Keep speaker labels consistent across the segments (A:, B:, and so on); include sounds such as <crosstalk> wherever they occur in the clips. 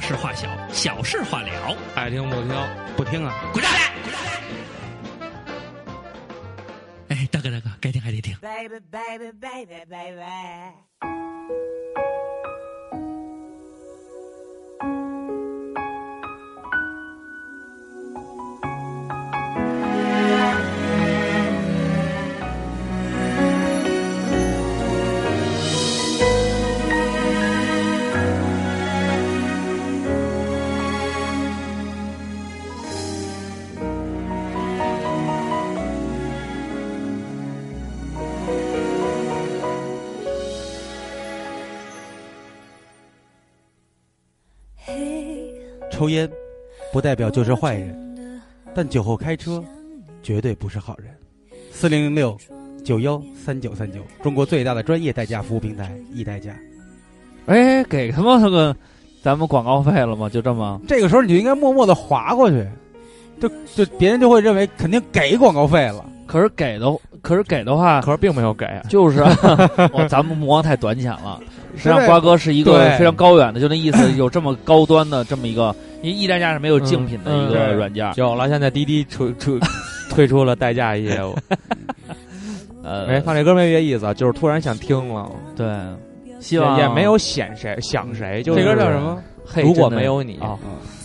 A: 事化小，小事化了。
B: 爱听不听，不听啊！
A: 滚蛋！哎，大哥大哥，该听还得听。
C: baby, baby, baby, baby.
D: 抽烟不代表就是坏人，但酒后开车绝对不是好人。四零零六九幺三九三九，中国最大的专业代驾服务平台易代驾。
E: 哎，给他妈个咱们广告费了吗？就这么
D: 这个时候你就应该默默的划过去，就就别人就会认为肯定给广告费了。
E: 可是给的，可是给的话，
B: 可是并没有给，啊
E: 就是 <laughs> 哇咱们目光太短浅了。实际上，
D: 对
E: 瓜哥是一个
D: 对
E: 非常高远的，就那意
B: <laughs>
E: 思，有这么高端的这么一个，因为易代驾是没有竞品的
B: 嗯
E: 一
B: 嗯
E: 个
B: 对
E: 软件。
B: 有了。现在滴滴出出推出了代驾业 <laughs> 务。
E: 呃，
B: 哎，放这歌没别意思，啊，就是突然想听了，
E: 对，希
B: 也
E: 望
B: 也没有显谁想谁，就是
D: 这歌叫什么？
E: 嘿。
B: 如果
E: 真的
B: 没有你
E: 啊，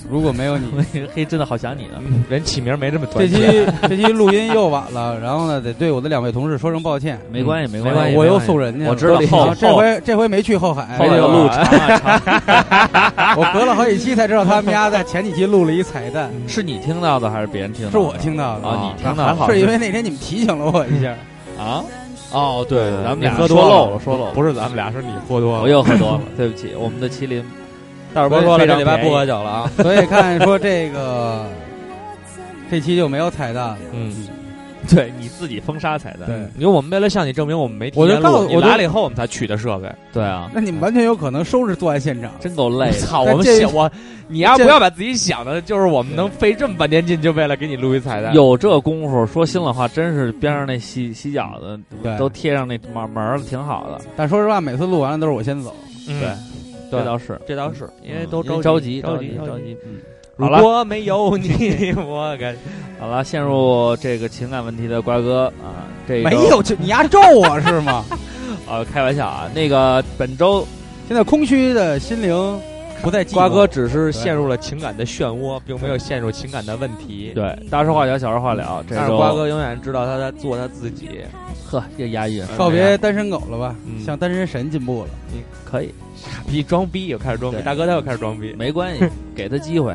D: 如果没有你，
E: 嘿，真的好想你啊！
B: 哦人起名没这么短
D: <laughs> 这期
B: 见。
D: 这期录音又晚了，然后呢，得对我的两位同事说声抱歉。
E: 没关系，
B: 嗯
E: 没
B: 没关
E: 关
B: 系
E: 系，
D: 我又送人去了，
E: 我知道后
D: 啊这回这回没去后海，
E: 后来
B: 没
E: 的
B: 有
E: 路长啊长，啊
D: <laughs> 我隔了好几期才知道他们家在前几期录了一彩蛋，
E: 是你听到的还是别人听到的？
D: 是我听到的
E: 啊，嗯你听到的
B: 还好
D: 是因为那天你们提醒了我一 <laughs> 下。
E: 啊？哦，对，
B: 对
E: 咱们
B: 嗯你
E: 俩
B: 喝
E: 说
B: 多了
E: 漏了，说漏
B: <laughs>
E: 了，
B: 不是咱们俩，是你喝多了。
E: 我又喝多了，对不起，我们的麒麟
B: 大伙
D: 所
B: 儿
D: 以
B: 说了，
D: 非
B: 这
D: 常
B: 礼拜
D: 便宜
B: 不喝酒了啊。
D: 所以看说这个这期就没有彩蛋了。
B: 嗯，
E: 对你自己封杀彩蛋，
D: 对，
B: 因为我们为了向你证明我们没提
D: 我就
B: 前
D: 告诉
B: 录，你
D: 我就
B: 来了以后我们才取的设备。
E: 对啊，
D: 那你们完全有可能收拾作案现场。
E: 真够累的。
B: 操，我们
D: 这
B: 想 <laughs> 我，你要
D: 这
B: 不要把自己想的，就是我们能费这么半天劲，就为了给你录一彩蛋？
E: 有这功夫，说心里话，真是边上那洗洗脚的
D: 对
E: 都贴上那门门儿了，挺好的。
D: 但说实话，每次录完了都是我先走。
B: 嗯
E: 对，
B: 对
E: 这倒是，
B: 这倒是，因为
E: 嗯
B: 都
E: 因为
B: 着
E: 急，
B: 着
E: 急，着
B: 着。
E: 急。
B: 如
E: 好了
B: 果没有
E: <laughs>
B: 你， <laughs> 我感
E: 好了，陷入这个情感问题的瓜哥啊，这个
D: 没有，就你丫咒我是吗？
E: 啊，开玩笑啊。那个本周
D: 现在空虚的心灵不再寂寞
B: 瓜哥只是陷入了情感的漩涡，并没有陷入情感的问题。，
E: 对大事化小，小事化了。这
B: 但是
E: 周
B: 瓜哥永远知道他在做他自己。
E: 呵，这押韵
D: 告别单身狗了吧
B: 嗯？
D: 向单身神进步了。
E: 可以，
B: 傻逼装逼，又开始装逼，
E: 对
B: 大哥他又开始装逼。
E: 没关系，给他机会。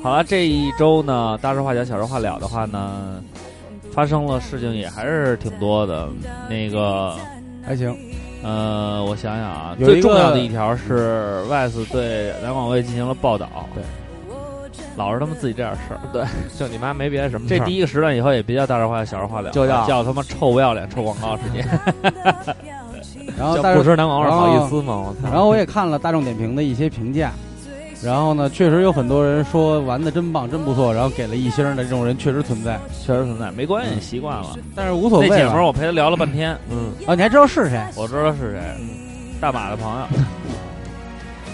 E: 好了，这一周呢，大事化小，小事化了的话呢，发生了事情也还是挺多的。那个
D: 还行，
E: 呃，我想想啊，
D: 有一
E: 最
D: 个
E: 重要的一条是 VICE 对南广卫进行了报道，
B: 对，
E: 老是他们自己这点事儿。对，
B: 就你妈没别的什么事
E: 这
B: 儿。
E: 第一个时段以后也别叫大事化小，小事化了，
B: 就叫
E: 叫他妈臭不要脸臭广告时间。
D: 然后
E: 哦
B: 叫
D: 但
B: 不
D: 是，
B: 吃南广味儿好意思吗？我操！
D: 然后我也看了大众点评的一些评价，然后呢，确实有很多人说玩的真棒，真不错，然后给了一星的这种人确实存在，
E: 确实存在，没关系，习惯了。
D: 但是无所谓
E: 那姐
D: 了。
E: 们儿我陪她聊了半天，
B: 嗯，
D: 啊，你还知道是谁？
E: 我知道是谁，大马的朋友。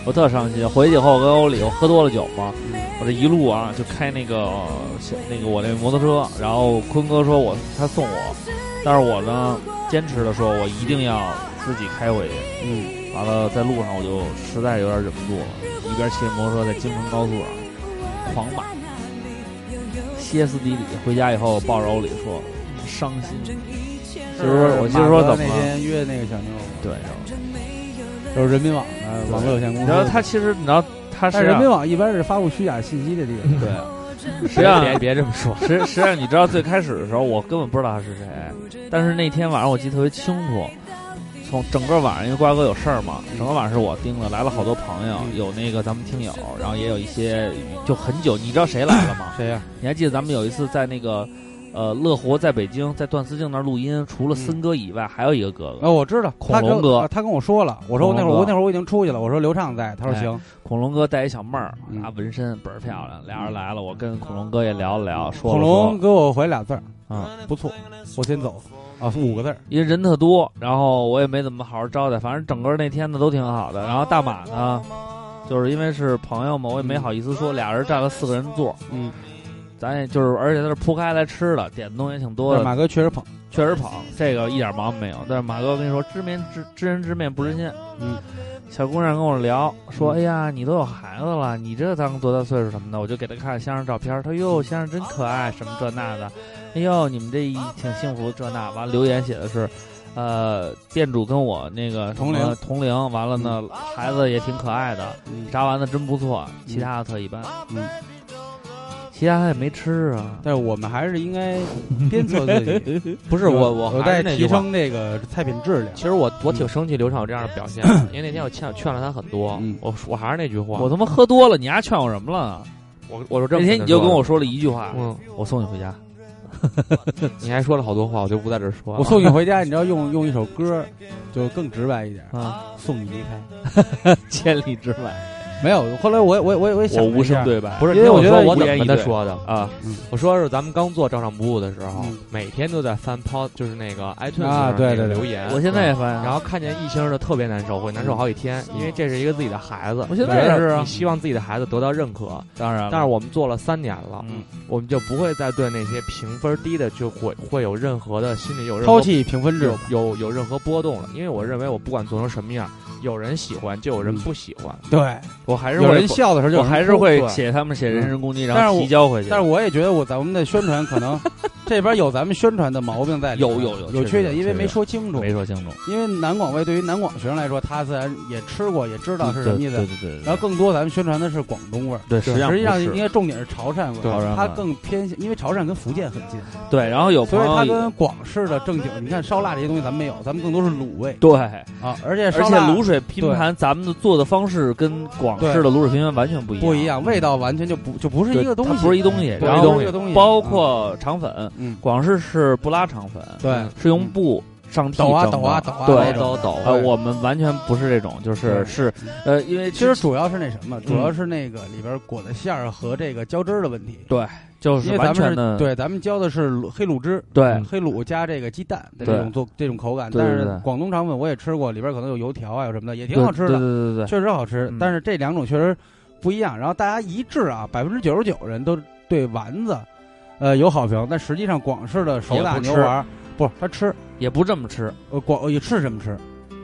E: 我特伤心，回去以后我跟欧里，我喝多了酒嘛，我这一路啊就开那个呃小那个我那摩托车，然后坤哥说我他送我，但是我呢坚持的说我一定要自己开回去，
D: 嗯，
E: 完了在路上我就实在有点忍不住了，一边骑着摩托车在京承高速上狂
D: <laughs>
E: 骂，歇斯底里。回家以后抱着欧里说伤心，就是我就是说
D: 嗯马哥
E: 怎么
D: 那
E: 了？
D: 天约那个小妞儿，
E: 对。
D: 就是人民网的网络有限公司。
E: 然后他其实你知道他
D: 但
E: 是
D: 人民网一般是发布虚假信息的地方。
E: 对，实
B: 别
E: 际
B: 别
E: 上
B: 别这么说。
E: 实实际上你知道最开始的时候我根本不知道他是谁，但是那天晚上我记得特别清楚，从整个晚上因为瓜哥有事儿嘛，整个晚上是我盯的，来了好多朋友，有那个咱们听友，然后也有一些就很久，你知道谁来了吗？
D: 谁呀、啊
E: 你还记得咱们有一次在那个呃乐活在北京在段思静那儿录音，除了森哥以外还有一个哥哥
D: 嗯哦，我知道，
E: 恐龙
D: 他跟
E: 哥
D: 啊他跟我说了，我说我那会
E: 恐
D: 儿
E: 龙哥
D: 我那会儿我已经出去了，我说刘畅在，他说
E: 哎
D: 行，
E: 恐龙哥带一小妹儿，
D: 嗯
E: 啊，纹身倍儿漂亮，俩人来了，我跟恐龙哥也聊了聊，说
D: 嗯恐
E: 了
D: 龙
E: 说，
D: 给我回俩字儿，
E: 啊
D: 不错，我先走，啊，五个字儿，
E: 因为人特多，然后我也没怎么好好招待，反正整个那天呢都挺好的。然后大马呢，就是因为是朋友嘛，我也没好意思说，俩人占了四个人座，
D: 嗯，
E: 咱也就是，而且他是铺开来吃的，点的东西也挺多
D: 但是
E: 的，
D: 马哥确实捧，
E: 确实跑，这个一点毛病没有。但是马哥，我跟你说，知面知知人知面不知心。
D: 嗯，
E: 小姑娘跟我聊说，哎呀，你都有孩子了，你这当多大岁数什么的，我就给她看先生照片，她说哟，先生真可爱，什么这那的，哎呦，你们这一挺幸福这那。完了留言写的是。呃，店主跟我那个什么
D: 同龄
E: 同龄，完了呢，孩子也挺可爱的，
D: 嗯
E: 炸丸子真不错，其他的特一般。
D: 嗯，
E: 其他的也没吃啊。
D: 但是我们还是应该鞭策自己，
B: 不是我，我
D: 有
B: 还
D: 待
B: 是那
D: 提
B: 句话。啊
D: 升这个菜品质量
B: 其。实我我
D: 嗯
B: 挺生气刘畅有这样的表现的，因为那天我劝劝了他很多
D: 嗯，
B: 我我还是那句话，
E: 我他妈喝多了，你丫劝我什么了？
B: 我我说这
E: 那
B: 么
E: 天你就跟
B: 说
E: 我说了一句话，
B: 的，嗯，
E: 我送你回家。
B: 你还说了好多话，我就不在这儿说了。
D: 我送你回家，你知道用用一首歌，就更直白一点，
E: 啊，
D: 送你离开。
E: 千里之外，
D: 没有，后来我我我 <laughs> 我也想
E: 我
D: 了一
E: 无
D: 下
E: 声对白。
B: 不是，
E: 因为
B: 你听
E: 我觉
B: 说
E: 得
B: 我
E: 无
B: 怎么
E: 言
B: 跟
E: 以
B: 他
E: 对
B: 说的？
E: 啊，
B: 我说是咱们刚做照上不误的时候
D: 嗯，
B: 每天都在翻抛，就是那个 iTunes
D: 啊
B: 上
D: 对
B: 那个
D: 对对
B: 留言。嗯
E: 我现啊在也烦。
B: 然后看见异性就特别难受，会难受好几天，
D: 嗯
B: 因为这是一个自己的孩子。
E: 我现在也是啊
B: 你希望自己的孩子得到认可，
D: 嗯
E: 当然了，
B: 但是我们做了三年了，
E: 嗯，
B: 我们就不会再对那些评分低的就会会有任何的心里有任何
D: 抛弃评分制
B: 有，有有任何波动了，因为我认为我不管做成什么样，有人喜欢就有人不喜欢，
D: 对，
E: 我还是
D: 有
E: 会
D: 人，笑的时候就有
E: 我
D: 人
E: 还是
D: 哭
E: 会
D: 对
E: 写他们写人身攻击，
D: 嗯但
E: 然
D: 是
E: 后
D: 我
E: 提交回去。
D: 但是我也觉得我咱们的宣传可能这边有咱们宣传的毛病在里面，
E: 有有有
D: 有
E: 确实
D: 缺
E: 有
D: 点，因
E: 确
D: 为
E: 实
D: 没
E: 有
D: 说清楚
E: 没。说清楚，
D: 因为南广味对于南广学生来说，他自然也吃过，也知道啊是什
E: 对
D: 么意思
E: 对。对对对。
D: 然后更多咱们宣传的是广东味儿，
E: 对，
B: 对
E: 实
D: 实际上
E: 不是
D: 应该重点是潮汕味
B: 对潮
E: 汕
D: 儿，它
E: 味哦
D: 更偏向，因为潮汕跟福建很近，
E: 对，然后有朋
D: 所以它
E: 友
D: 跟广式的正经，你看烧腊这些东西咱们没有，咱们更多是卤味
E: 对。
D: 啊，而且
E: 而
D: 烧
E: 且
D: 腊
E: 卤水拼盘，咱们的做的方式跟广式的卤水拼盘完全不一样，
D: 不一样，味道完全就不就不是
E: 对，
D: 一个东
E: 它
D: 西，
E: 不是一东西。
D: 不是
E: 然
D: 一
E: 后
D: 个东西啊
E: 包括肠粉，
D: 嗯，
E: 广式是不拉肠粉，
D: 对，嗯
E: 是用布上屉
D: 抖啊
E: 蒸的
D: 抖啊抖啊
E: 对
D: 那种
B: 抖抖
E: 呃，我们完全不是这种，就是
D: 对
E: 是呃，因为
D: 其实主要是那什么，主
E: 嗯
D: 要是那个里边裹的馅儿和这个浇汁儿的问题。
E: 就
D: 因
E: 是
D: 为
E: 完
D: 咱们
E: 全
D: 是
E: 的
D: 对，咱们浇的是卤黑卤汁，
E: 对
D: 嗯黑卤加这个鸡蛋的
E: 对
D: 这种做这种口感。
E: 对对对
D: 但是广东肠粉我也吃过，里边可能有油条啊，有什么的，也
E: 对
D: 挺好吃
E: 对
D: 的，
E: 对对对
D: 确实好吃
E: 嗯。
D: 但是这两种确实不一样。然后大家一致啊，百分之九十九人都对丸子，呃有好评，但实际上广式的手打
E: 也不吃
D: 牛丸儿不，他吃
E: 也不这么吃，
D: 呃广也是这么吃，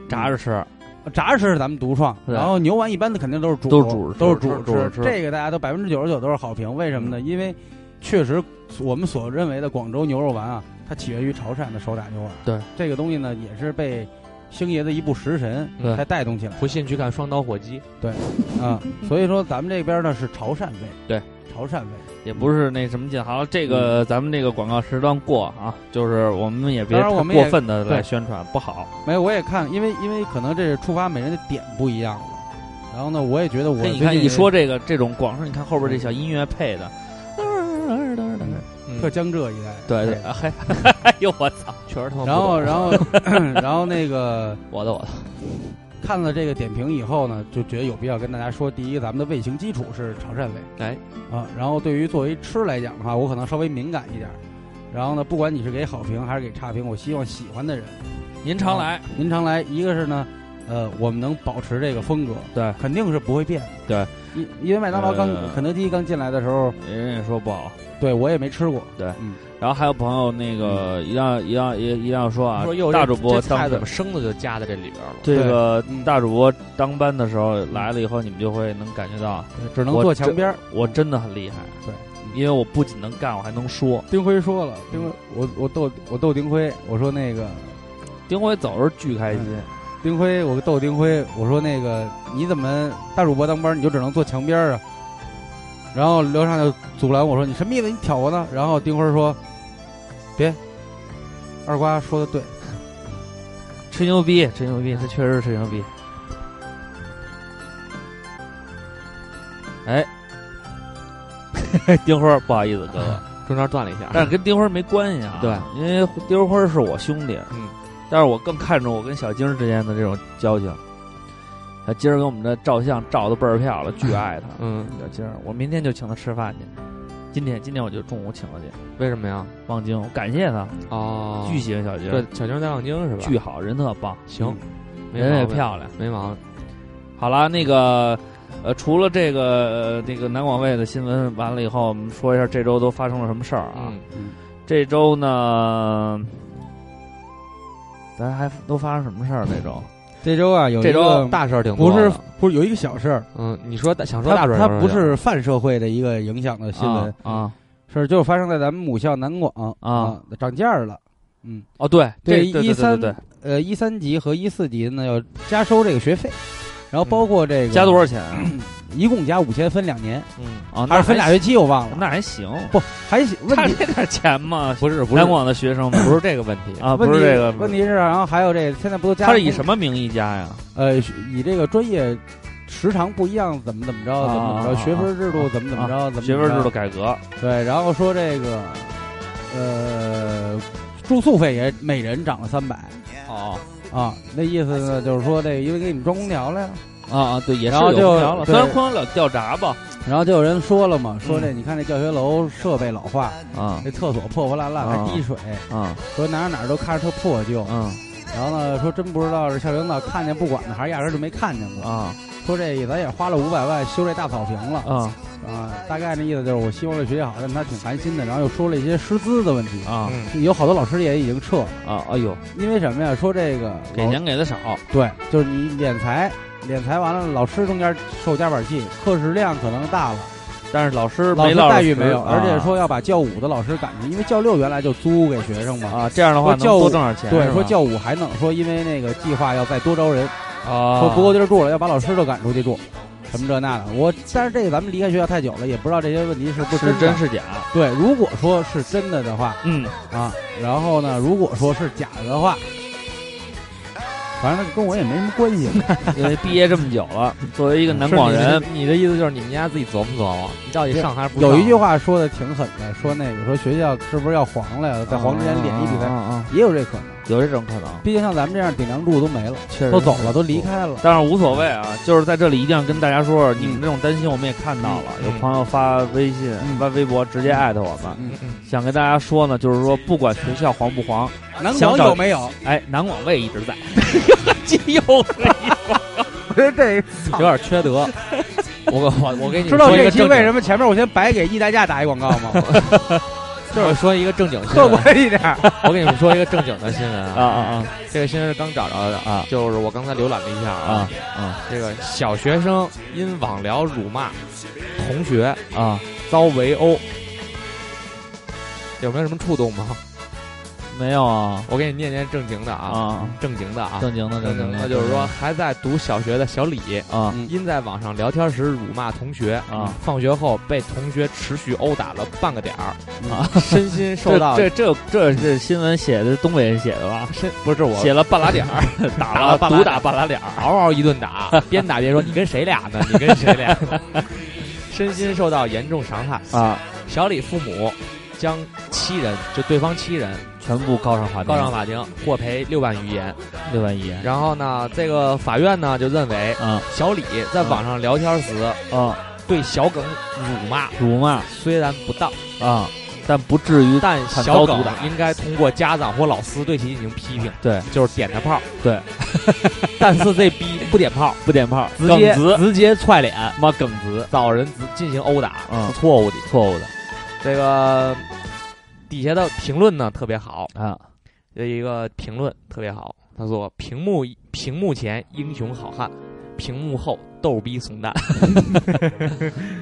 E: 炸着吃，
D: 炸着吃是咱们独创，
E: 对
D: 然后牛丸一般的肯定都是煮，
E: 都是嗯煮着吃
D: 都是煮着
E: 煮着吃
D: 这个大家都百分之九十九都是好评，为什么呢？因为确实我们所认为的广州牛肉丸啊，它起源于潮汕的手打牛丸。
E: 对，
D: 这个东西呢，也是被星爷的一部食神
E: 对
D: 才带动起来
B: 不信去看双刀火鸡，
D: 的啊。所以说咱们这边呢是潮汕味，
E: 对，
D: 潮汕味。
E: 也不是那什么劲。好，这个咱们这个广告时段过啊，就是我们也别
D: 嗯当然我
E: 太
D: 们也
E: 过分的来
D: 对
E: 宣传，不好。
D: 没有，我也看，因为因为可能这是触发每人的点不一样了。然后呢，我也觉得我最
E: 你看
D: 近嗯
E: 一说这个这种广式，你看后边这小音乐配的，
D: 特江浙一带，
E: 对对，还 <laughs> 哎呦我操，
B: 确实他妈不懂。啊
D: 然后然后
E: <laughs>
D: 嗯然后那个。
E: 哦我的我的，
D: 看了这个点评以后呢，就觉得有必要跟大家说，第一，咱们的味型基础是潮汕味，
B: 哎
D: 啊，然后对于作为吃来讲的话，我可能稍微敏感一点儿。然后呢，不管你是给好评还是给差评，我希望喜欢的人
E: 您常来，
D: 您常来。一个是呢，呃，我们能保持这个风格，
E: 对，
D: 肯定是不会变的。对，因因为麦当劳刚、
E: 呃
D: 肯德基刚进来的时候，
E: 人也说不好。
D: 对我也没吃过。嗯
E: 然后还有朋友那个一定要一定要一定要说啊
B: 说哟，，
E: 大
B: 这
E: 主播
B: 这菜
E: 当
B: 怎么生的就加在这里边了？
E: 这个
D: 嗯
E: 大主播当班的时候来了以后，你们就会能感觉到
D: 只能
E: 我
D: 坐
E: 这
D: 墙边儿。
E: 我真的很厉害，
D: 对，
E: 因为我不仅能干，我还能说。
D: 丁辉说了，丁辉，我我逗我逗丁辉，我说那个
E: 丁辉走的时候巨开心，
B: 嗯
D: 丁辉，我逗丁辉，我说那个你怎么大主播当班你就只能坐墙边儿啊？然后刘畅就阻拦我说你什么意思？你挑我呢？然后丁辉说别，二瓜说的对，
E: 吹牛逼，吹牛逼，他确实是吹牛逼。哎， <laughs> 丁辉，不好意思，
B: <laughs>
E: 哥哥，
B: 中间断了一下，
E: 但是跟丁辉没关系啊。
B: 对，
E: 因为丁辉是我兄弟，
B: 嗯，
E: 但是我更看重我跟小晶儿之间的这种交情。小晶儿给我们的照相照的倍儿漂亮，巨爱他。
B: 嗯，
E: 小晶儿，我明天就请他吃饭去。今天今天我就中午请了去，
B: 为什么呀？
E: 望京，我感谢他，
B: 哦，
E: 巨喜欢小晶
B: 对
E: 儿，，
B: 小妞在望京是吧？
E: 巨好，人特棒，
B: 行，没
E: 人也
B: 毛病，
E: 漂亮。
B: 没毛病。
E: 好了，那个呃，除了这个呃这个南广卫的新闻完了以后，我们说一下这周都发生了什么事儿啊？
B: 嗯，
E: 这周呢，咱还都发生什么事儿？这周
D: 这周啊，有
E: 这
D: 一
E: 周
D: 个
B: 大事儿挺多
D: 不
B: 的
D: 是不是有一个小事儿，
B: 嗯，你说大想说大
D: 它
B: 事儿，
D: 它不是泛社会的一个影响的新闻，
E: 啊啊
D: 是就发生在咱们母校南广
E: 啊
D: 涨价了。嗯，
E: 哦，对，
D: 对
E: 这对
D: 一三
E: 对对
D: 呃，一三级和一四级呢要加收这个学费，然后包括这个
E: 对嗯加多少钱啊？
D: 一共加五千，分两年，
B: 嗯，
E: 啊，
D: 还
E: 那
D: 是分俩
E: 还
D: 学期？我忘了。
E: 那还行，
D: 不还行，问
E: 差
D: 题
E: 这点钱嘛。
B: 不是不是
E: 南广的学生们
B: 不是这个问题，
E: 啊，
D: 问
E: 不
D: 题
E: 是这个
D: 问题是，然后还有这个现在不都加
E: 他是以什
D: 么
E: 么名义加呀？
D: 呃以这个专业时长不一样，怎么怎么着，怎么怎么
E: 啊啊
D: 着，
E: 啊
D: 学分制度怎么怎么着，怎么
E: 学分制度
D: 度
E: 改革
D: 对，然后说这个呃住宿费也每人涨了三百
E: 哦
D: 啊，那意思呢就是说这个因为给你们装空调了呀，
E: 啊啊，对，也是
D: 然后
E: 有
D: 就
E: 空调了，
D: 对
E: 虽然空调了掉闸吧
D: 然后就有人说了嘛，
E: 嗯
D: 说这你看这教学楼设备老化，
E: 啊
D: 这厕所破破烂烂
E: 啊
D: 还滴水，
E: 啊
D: 说哪儿哪儿都看着特破旧，
E: 嗯
D: 然后呢说真不知道是校领导看见不管呢，还是压根儿就没看见过。
E: 啊
D: 说这咱也花了五百万修这大草坪了
E: 啊
D: 啊，大概那意思就是我希望这学校好，但他挺寒心的，然后又说了一些师资的问题，
E: 啊
B: 嗯
D: 有好多老师也已经撤了，
E: 啊！哎呦，
D: 因为什么呀？说这个
E: 给
D: 老
E: 钱给的少
D: 对，就是你敛财，敛财完了，老师中间受加板气，课时量可能大了，
E: 但是老师
D: 老
E: 没
D: 师
E: 落
D: 待遇
E: 实
D: 没有，
E: 啊
D: 而且说要把教五的老师赶出去，因为教六原来就租给学生嘛。
E: 啊，这样的
D: 说
E: 话能
D: 教
E: 多
D: 务
E: 挣点钱。
D: 对，
E: 是
D: 说
E: 吧
D: 教五还能说，因为那个计划要再多招人，
E: 啊，
D: 说不够地儿住了，要把老师都赶出去住，什么这那的。我但是这个咱们离开学校太久了，也不知道这些问题是不
E: 是
D: 的
E: 真是假？
D: 对，如果说是真的的话
E: 嗯，
D: 啊，然后呢，如果说是假的话，反正跟我也没什么关系。
E: 因为毕业这么久
D: <laughs>
E: 了，作为一个南广人，
B: 你的意思就是你们家自己琢磨琢磨，你到底上还是不
D: 有一句话说的挺狠的，说那个说学校是不是要黄了呀？在黄之前脸一比
E: 啊
D: 赛，
E: 啊啊，
D: 也有这可能。
E: 有这种可能，
D: 毕竟像咱们这样顶梁柱都没了，
E: 确实
D: 都走了，都离。开了。
E: 但是无所谓啊，就是在这里一定要跟大家说，你们这种担心我们也看到了，
B: 嗯
E: 有朋友发微信、
D: 嗯
E: 发微博直接艾特我们。
D: 嗯，
E: 想跟大家说呢，就是说不管学校黄不黄，
D: 南
E: 想
D: 广
E: 找
D: 有没
B: <laughs>
D: 有？
E: 哎，南广卫一直
D: <laughs>
E: 在，又又
D: 不是这，
B: 有点缺德。 <laughs> 我我我给你
D: 知
B: 嗯
D: 道
B: 说一
D: 这
B: 个
D: 期
B: 正
D: 为什
B: 经，
D: 么前面我先白给易代驾打一广告
B: <laughs>
D: 吗？
B: 就是说一个正 <laughs> 经新
D: 客
B: 闻。
D: 观一点。
B: 我给你们说一个正经的新闻 <laughs>
E: 啊
B: 啊，
E: 啊
B: 这个新闻是刚找着的
E: 啊，
B: 就是我刚才浏览了一下
E: 啊
B: 啊
E: 啊，啊
B: 这个小学生因网聊辱骂同学
E: 啊！
B: 遭围殴，有没有什么触动吗？
E: 没有啊
B: 我给你念念正经的啊，
E: 啊，
B: 正经的啊，
E: 正经的
B: 正
E: 经
B: 经
E: 的，
B: 的，就是说还在读小学的小李。
E: 啊
D: 嗯
B: 因在网上聊天时辱骂同学
E: 啊，
B: 放学后被同学持续殴打了半个点儿
E: 啊，
B: 身心受到
E: 这这这这是新闻写的，东北人写的吧？
B: 身不是我
E: 写了半拉点儿， <laughs> 打
B: 打了半拉
E: 毒
B: 点
E: 打
B: 儿
E: 半拉点儿，
B: 嗷嗷一顿打，
E: <laughs>
B: 边打边说：“你跟谁俩呢？你跟谁俩呢？” <laughs> 身心受到严重伤害
E: 啊，
B: 小李父母将七人，就对方七人
E: 全部告上法庭，
B: 告上法庭，获赔六万余元。
E: 六万一元
B: 然后呢，这个法院呢就认为
E: 啊
B: 小李在网上聊天时
E: 啊，
B: 对小耿辱骂
E: 辱骂
B: 虽然不当，
E: 啊，但不至于
B: 但
E: 惨
B: 小
E: 遭毒
B: 耿
E: 打
B: 应该通过家长或老师对其进行批评，
E: 对，
B: 就是点他炮。
E: 对，
B: 但是这逼不点炮，
E: 不点炮，
B: 直
E: 耿
B: 接
E: 直，
B: 直接踹脸，
E: 妈耿直，
B: 找人直进行殴打，
E: 嗯
B: 是错误的。
E: 错误的
B: 这个底下的评论呢特别好，
E: 啊
B: 有一个评论特别好，他说：“屏幕屏幕前英雄好汉，屏幕后逗逼怂蛋，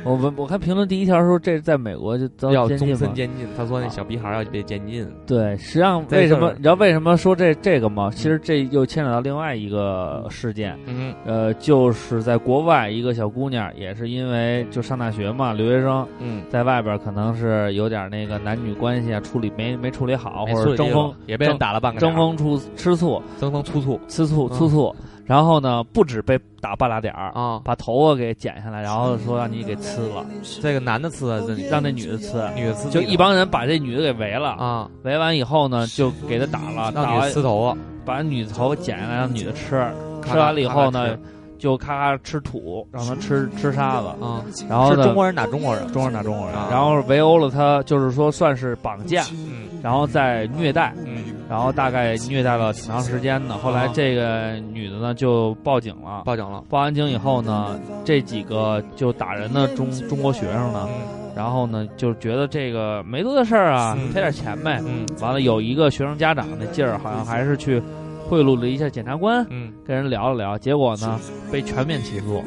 E: 我们我看评论第一条说，这在美国就遭
B: <laughs> 要
E: 监禁
B: 终身
E: 吗
B: 监禁。”他说：“那小逼孩要被监禁。
E: 对，实际上
B: 在
E: 为什
B: 这
E: 么
B: 儿
E: 你知道为什么说这这个吗？其实这又牵扯到另外一个事件，”
B: 嗯
E: 呃，就是在国外一个小姑娘也是因为就上大学嘛，留学生
B: 嗯，
E: 在外边可能是有点那个男女关系啊，处理没没处理好，
B: 没
E: 或者
B: 处
E: 争
B: 理
E: 风
B: 了也被人打了半个
E: 争
B: 点儿，
E: 风出吃醋
B: 争风粗醋
E: 吃醋
B: 嗯
E: 吃醋，然后呢，不止被打半拉点儿，
B: 啊！
E: 把头发给剪下来，然后说让你给吃了，
B: 这个男的吃的，这女
E: 让那女的吃。
B: 的吃
E: 就一帮人把这女的给围了，
B: 啊，
E: 围完以后呢，就给她打了，打
B: 让
E: 完
B: 女的吃头啊，
E: 把女的头剪下来让女的吃，
B: 咔咔
E: 吃完了以
B: 咔
E: 后
B: 咔
E: 呢
B: 吃，
E: 就咔咔吃土，让她吃吃沙子，
B: 啊，
E: 然后
B: 是
E: 呢，
B: 中国人打中国人，
E: 中国人打中国人，
B: 啊
E: 然后围殴了她，就是说算是绑架，
B: 嗯
E: 然后再虐待，
B: 嗯，
E: 然后大概虐待了挺长时间的。后来这个女的呢就报警了，
B: 报警了，
E: 报完警以后呢，这几个就打人的中中国学
B: 嗯
E: 生呢，然后呢就觉得这个没多大事儿啊，
B: 嗯
E: 赔点钱呗。
B: 嗯
E: 完了有一个学生家长那劲儿，好像还是去贿赂了一下检察官，
B: 嗯
E: 跟人聊了聊，结果呢被全面起诉。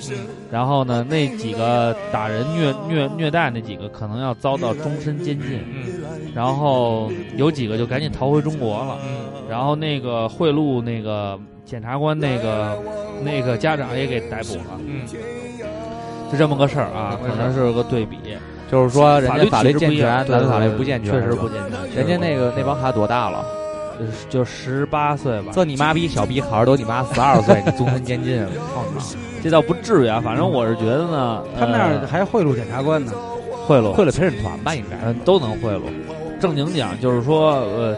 E: 然后呢，那几个打人虐虐虐待那几个可能要遭到终身监禁，
B: 嗯
E: 然后有几个就赶紧逃回中国了。
B: 嗯，
E: 然后那个贿赂那个检察官那个那个家长也给逮捕了，
B: 嗯，
E: 是这么个事儿啊，
B: 这么
E: 可
B: 个事儿
E: 能是个对比。
B: 就是说人家
E: 法
B: 法律
E: 律体制
B: 健
E: 不一
B: 全，
E: 样
B: 咱嗯们法律不嗯健全，
E: 确实
B: 是吧嗯
E: 不。健
B: 人
E: 全。
B: 家那个那帮孩子多大了？
E: 就是就十八岁吧，
B: 这你妈逼小逼孩儿都你妈十二岁，你终身监禁，操你妈！
E: 这倒不至于
B: 嗯
E: 啊，反正我是觉得呢，
D: 他们那儿
E: 呃
D: 还贿赂检察官呢，
E: 贿赂
B: 会了陪审团吧，应该
E: 嗯，都能贿赂。正经讲，就是说，呃，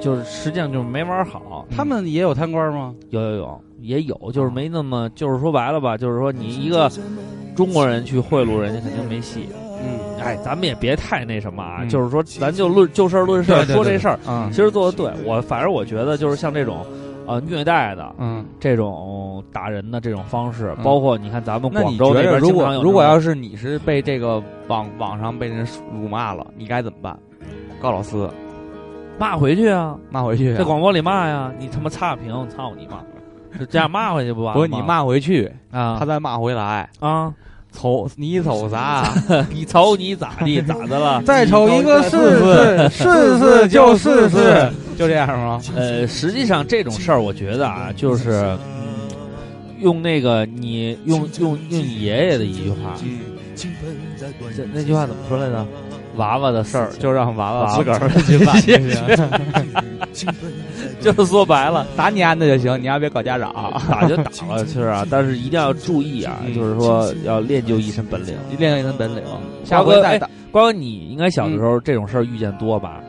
E: 就是实际上就是没玩好。
D: 他们也有贪官吗？
E: 有有有也有，
B: 啊
E: 就是没那么，就是说白了吧，就是说你一个中国人去贿赂人家肯定没戏。
D: 嗯，？
E: 哎，咱们也别太那什么啊，
B: 嗯
E: 就是说咱就论就事儿论事儿
B: 对对
E: 说这事儿。
B: 啊
E: 其，实做的对，我反正我觉得就是像这种，呃，虐待的
B: 嗯，
E: 这种打人的这种方式，
B: 嗯
E: 包括你看咱们
B: 那
E: 广
B: 你
E: 州
B: 觉
E: 边
B: 得
E: 儿
B: 如
E: 经
B: 果
E: 常有
B: 如果
E: 这种
B: 要是你是被这个网网上被人辱骂了，你该怎么办？告老四，
E: 骂回去啊，
B: 骂回去啊、
E: 在广播里骂呀，你他妈差评，操你妈！ <laughs> 就这样骂回去不完
B: 不
E: 了
B: 是
E: 吗？
B: 你骂回去，
E: 啊，
B: 他再骂回来， <laughs>
E: 啊，
B: 瞅你瞅啥？啊
E: <laughs> 你瞅你咋地咋的 <laughs> 了
D: 再瞅一个试试，试试就试试，
B: 就这样吗？
E: 呃，实际上这种事儿，我觉得啊，就是嗯，用那个你用用用你爷爷的一句话，这那句话怎么说来着？娃娃的事儿
B: <laughs> 就让娃
E: 娃
B: 娃
E: 娃
B: 自个儿去办就行，
E: <laughs> 就就是说白了，
B: 打你安的就行，你还别搞家长。
E: 打就打了，是
B: <laughs>
E: 啊，但是一定要注意啊，
B: 啊嗯
E: 就是说要练就一身本领。
B: <laughs> 练练一身本领，下回
D: 哎
B: 再打。
E: 瓜哥，你应该小的时候这种事儿遇见多吧？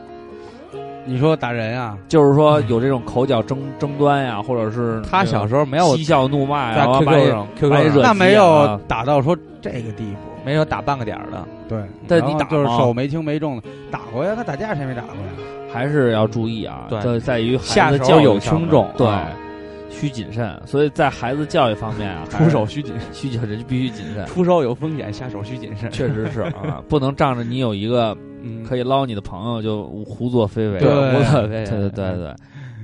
D: 你说打人啊？
E: 就是说有这种口角争争端呀，或者是
B: 嗯他小时候没有
E: 嬉笑怒骂呀，
B: 在
E: 然后
B: QQ
E: 把你
B: 上
E: 把你
B: ，QQ
E: 啊惹急啊
B: 上
E: 了
D: 那没有打到说这个地步，
B: 啊没有打半个点儿的，
D: 对。
E: 但
D: 然后
E: 你打
D: 就是
E: 吗
D: 手没轻没重的打过呀，他打架谁没打过呀？
E: 还是要注意啊，
B: 对
E: 在在于
B: 下
E: 孩子
B: 手
E: 教育
B: 有
E: 上面
B: 轻重
E: 对
B: 啊，
E: 需谨慎。所以在孩子教育方面啊，还
B: 出
E: 是
B: 手需谨，。
E: 需谨慎，必须谨
B: <laughs>
E: 慎
B: 出手有风险，下手需谨慎。
E: 确实是啊， <laughs> 不能仗着你有一个
D: 嗯，
E: 可以捞你的朋友就胡作非为。
D: 对
E: 胡作
B: 对
E: 对对对对。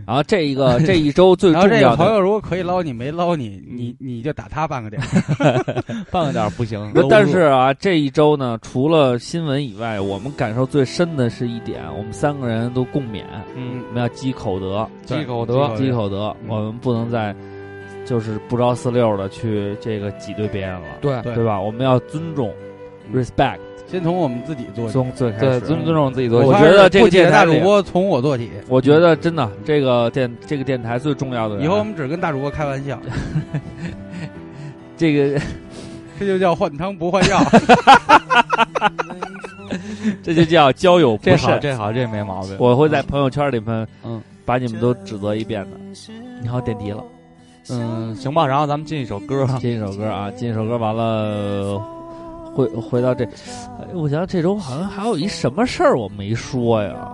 E: 然后这一个这一周最
D: 然
E: 重
D: 后这
E: 要
D: 个朋
E: 的，嗯
D: 友如果可以捞你，没捞你，你你就打他半个点儿。
E: <laughs>
B: 半个点儿不行
E: 那但是啊，这一周呢，除了新闻以外，我们感受最深的是一点，我们三个人都共勉，
B: 嗯，
E: 我们要积口德，
B: 积口
D: 对
B: 德
E: 积口德，
B: 嗯
E: 我们不能再就是不着四六的去这个挤兑别人了，
B: 对
D: 对
E: 对吧？我们要尊重，respect，
D: 先从我们自己做起。
E: 从最开
B: 对
E: 始
B: 尊尊重自己做。
E: 我
D: 发
E: 觉
D: 誓
E: 得这个
D: 不解
E: 电台
D: 大主
E: 里啊
D: 播从我做起，
E: 我觉得真的，这个电这个电台最重要的人，啊
D: 以后我们只跟大主播开玩笑，
E: 这个
D: 这就叫换汤不换药。
E: 这就叫交友不
B: 这好，
E: 慎。
B: 这好，这没毛病。
E: 我会在朋友圈里面，
B: 嗯，
E: 把你们都指责一遍的。你好，电梯了，
B: 嗯，行吧，然后咱们进一首歌。
E: 进一首歌啊，进一首歌，完了回回到这，哎，我想想这周好像还有一什么事儿我没说呀，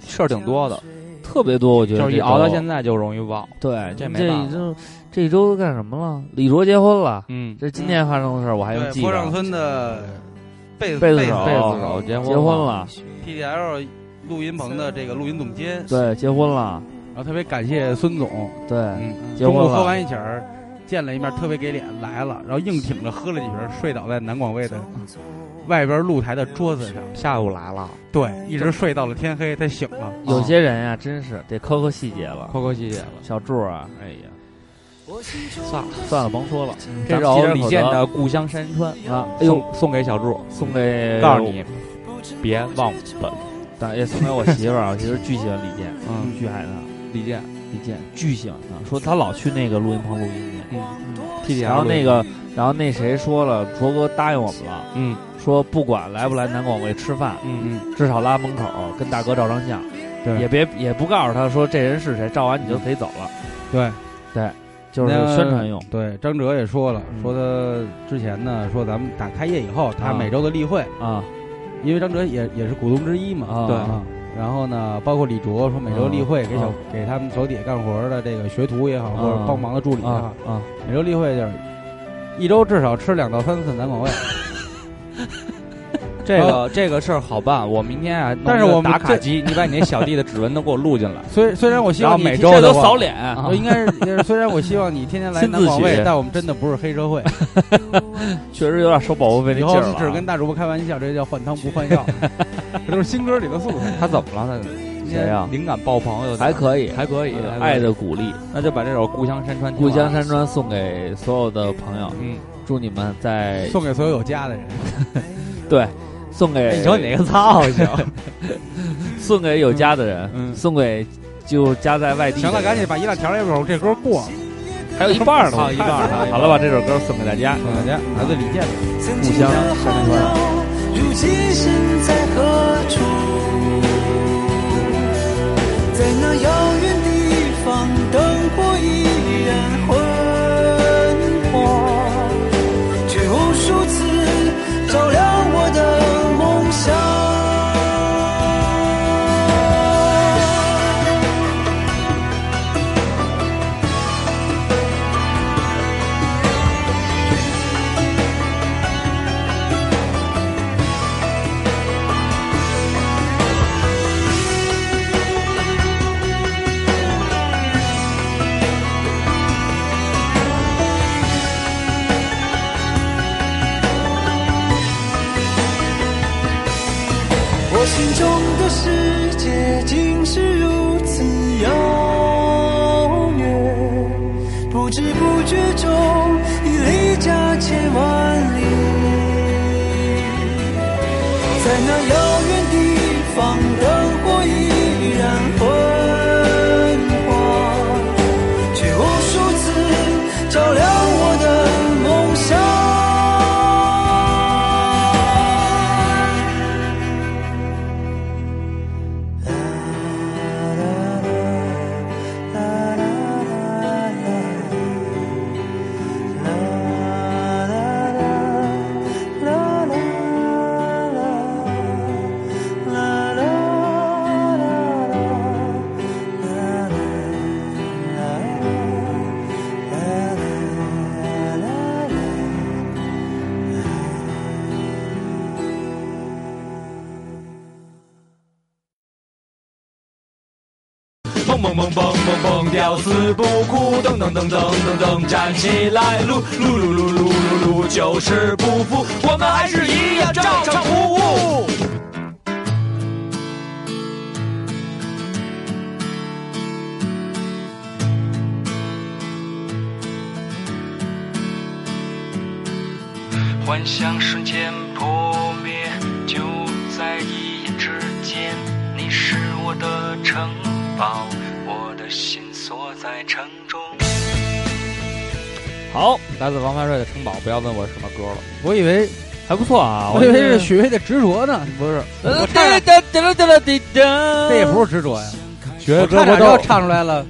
B: 事儿挺多的，
E: 特别多，我觉得
B: 就是一
E: 这周
B: 熬到现在就容易忘。
E: 对，
B: 这没
E: 这
B: 办
E: 一
B: 法
E: 周这一周都干什么了？李卓结婚了，
B: 嗯，
E: 这是今天发生的事儿，我还
D: 对
E: 能，记
D: 坡上
E: 得。
D: 村的贝
E: 贝
D: 斯
E: 斯手
B: 贝斯手哦结婚
E: 结婚了，
D: TDL 录音棚的这个录音总监，
E: 对，结婚了，
D: 然啊后特别感谢孙总，
E: 对，
D: 嗯，
E: 结婚
D: 中
E: 了
D: 午喝完一起儿，见了一面，特别给脸，来了，然后硬挺着喝了几瓶，睡倒在南广卫的外边露台的桌子上，
B: 下午来了，
D: 对，一直睡到了天黑，他醒了。啊
E: 有些人呀、真是得抠抠细节了。
B: 扣扣谢谢
E: <laughs>
B: 了。
E: 小柱啊，哎呀，
B: 算了，
E: 算了，甭说了，
B: 这
E: 咱们
B: 首
E: 接着
B: 李
E: 口
B: 健
E: 德
B: 的《故乡山川》
E: 啊，哎呦，
B: 送送给小柱，
E: 送给
B: 告诉你，别忘本。
E: 但也送给我媳妇儿啊，我其实巨喜欢李健，
B: 嗯，
E: 巨爱他，
B: 李健
E: 李健巨喜欢他，说他老去那个录音棚录音去。
B: 嗯，T D
E: 然后那个，然后那谁说了，卓哥答应我们了，
B: 嗯
E: 说不管来不来南广卫吃饭，
B: 嗯嗯，
E: 至少拉门口跟大哥照张相，
D: 对
E: 也别也不告诉他说这人是谁，照完你就可以走了，
D: 对，
E: 就是
D: 那
E: 宣传用
D: 对，张哲也说了，说他之前呢，说咱们打开业以后，他
E: 啊
D: 每周的例会，
E: 啊
D: 因为张哲也也是股东之一嘛，
E: 啊
B: 对
D: 啊，然后呢，包括李卓说每周例会给小、
E: 嗯
D: 给他们手底下干活的这个学徒也好，
E: 嗯
D: 或者帮忙的助理也好，
E: 啊啊，
D: 每周例会就是一周至少吃两到三次南广味。
F: 这个这个事儿好办，我明天啊，
D: 但是我
F: 弄一个
D: 们
F: 打卡
D: 这
F: 机，你把你那小弟的指纹都给我录进来，
D: 虽虽然我希
F: 然后
D: 望你
F: 每
D: 天
F: 周
D: 天
F: 的
D: 都
F: 话
D: 扫脸，嗯
F: 脸啊
D: 我应该是虽然我希望你天天来
E: 亲自
D: 南广味
E: 写，
D: 但我们真的不是黑社会。
E: 确实有点收保护费那
D: 以
E: 劲
D: 后
E: 儿
D: 是
E: 了
D: 只
E: 啊。
D: 跟大主播开玩笑，这叫换汤不换药，这都是新歌里的素材。
F: 他怎么了？他怎么了
E: 谁呀
F: 灵感爆棚又
E: 还可以，
F: 还可以，还可以
E: 爱的鼓励，
F: 那就把这首《故乡山川》
E: 故乡
F: 听完
E: 山川送给所有的朋友，
F: 嗯，
E: 祝你们在
D: 送给所有有家的人，
E: 对，送给
F: 你瞅你那个操性，
E: 送给有家的人，
F: 嗯
E: 送给就家在外地。
D: 行了，赶紧，把一大条也走，这歌过了，
E: 还有一半呢，
F: 还有一半儿嗯呢
E: 好了，把这首歌送给大家。
D: <laughs> 大家来自李健。
G: 曾经的好友，如今身在何处？在那遥远地方，灯火依然昏黄，却无数次照亮我的梦想。我心中的世界竟是如此遥远，不知不觉中已离家千万里。在那遥远地方，灯火依然昏黄，却无数次照亮我的梦想。
H: 蹦蹦蹦蹦蹦蹦，吊死不哭，噔噔噔噔噔噔，站起来，撸撸撸撸撸撸撸，就是不服，我们还是一样照常服务。
G: 幻想瞬间破灭，就在一夜之间。你是我的城堡，我的心锁在城中。
F: 好，来自王万瑞的《城堡》，不要问我是什么歌了，
D: 我以为
F: 还不错啊，
D: 我以为是许巍的执着呢，不是，我差点 <laughs> 这也不是执着呀，
F: 学
E: 哎
D: 我差点就要唱出来了。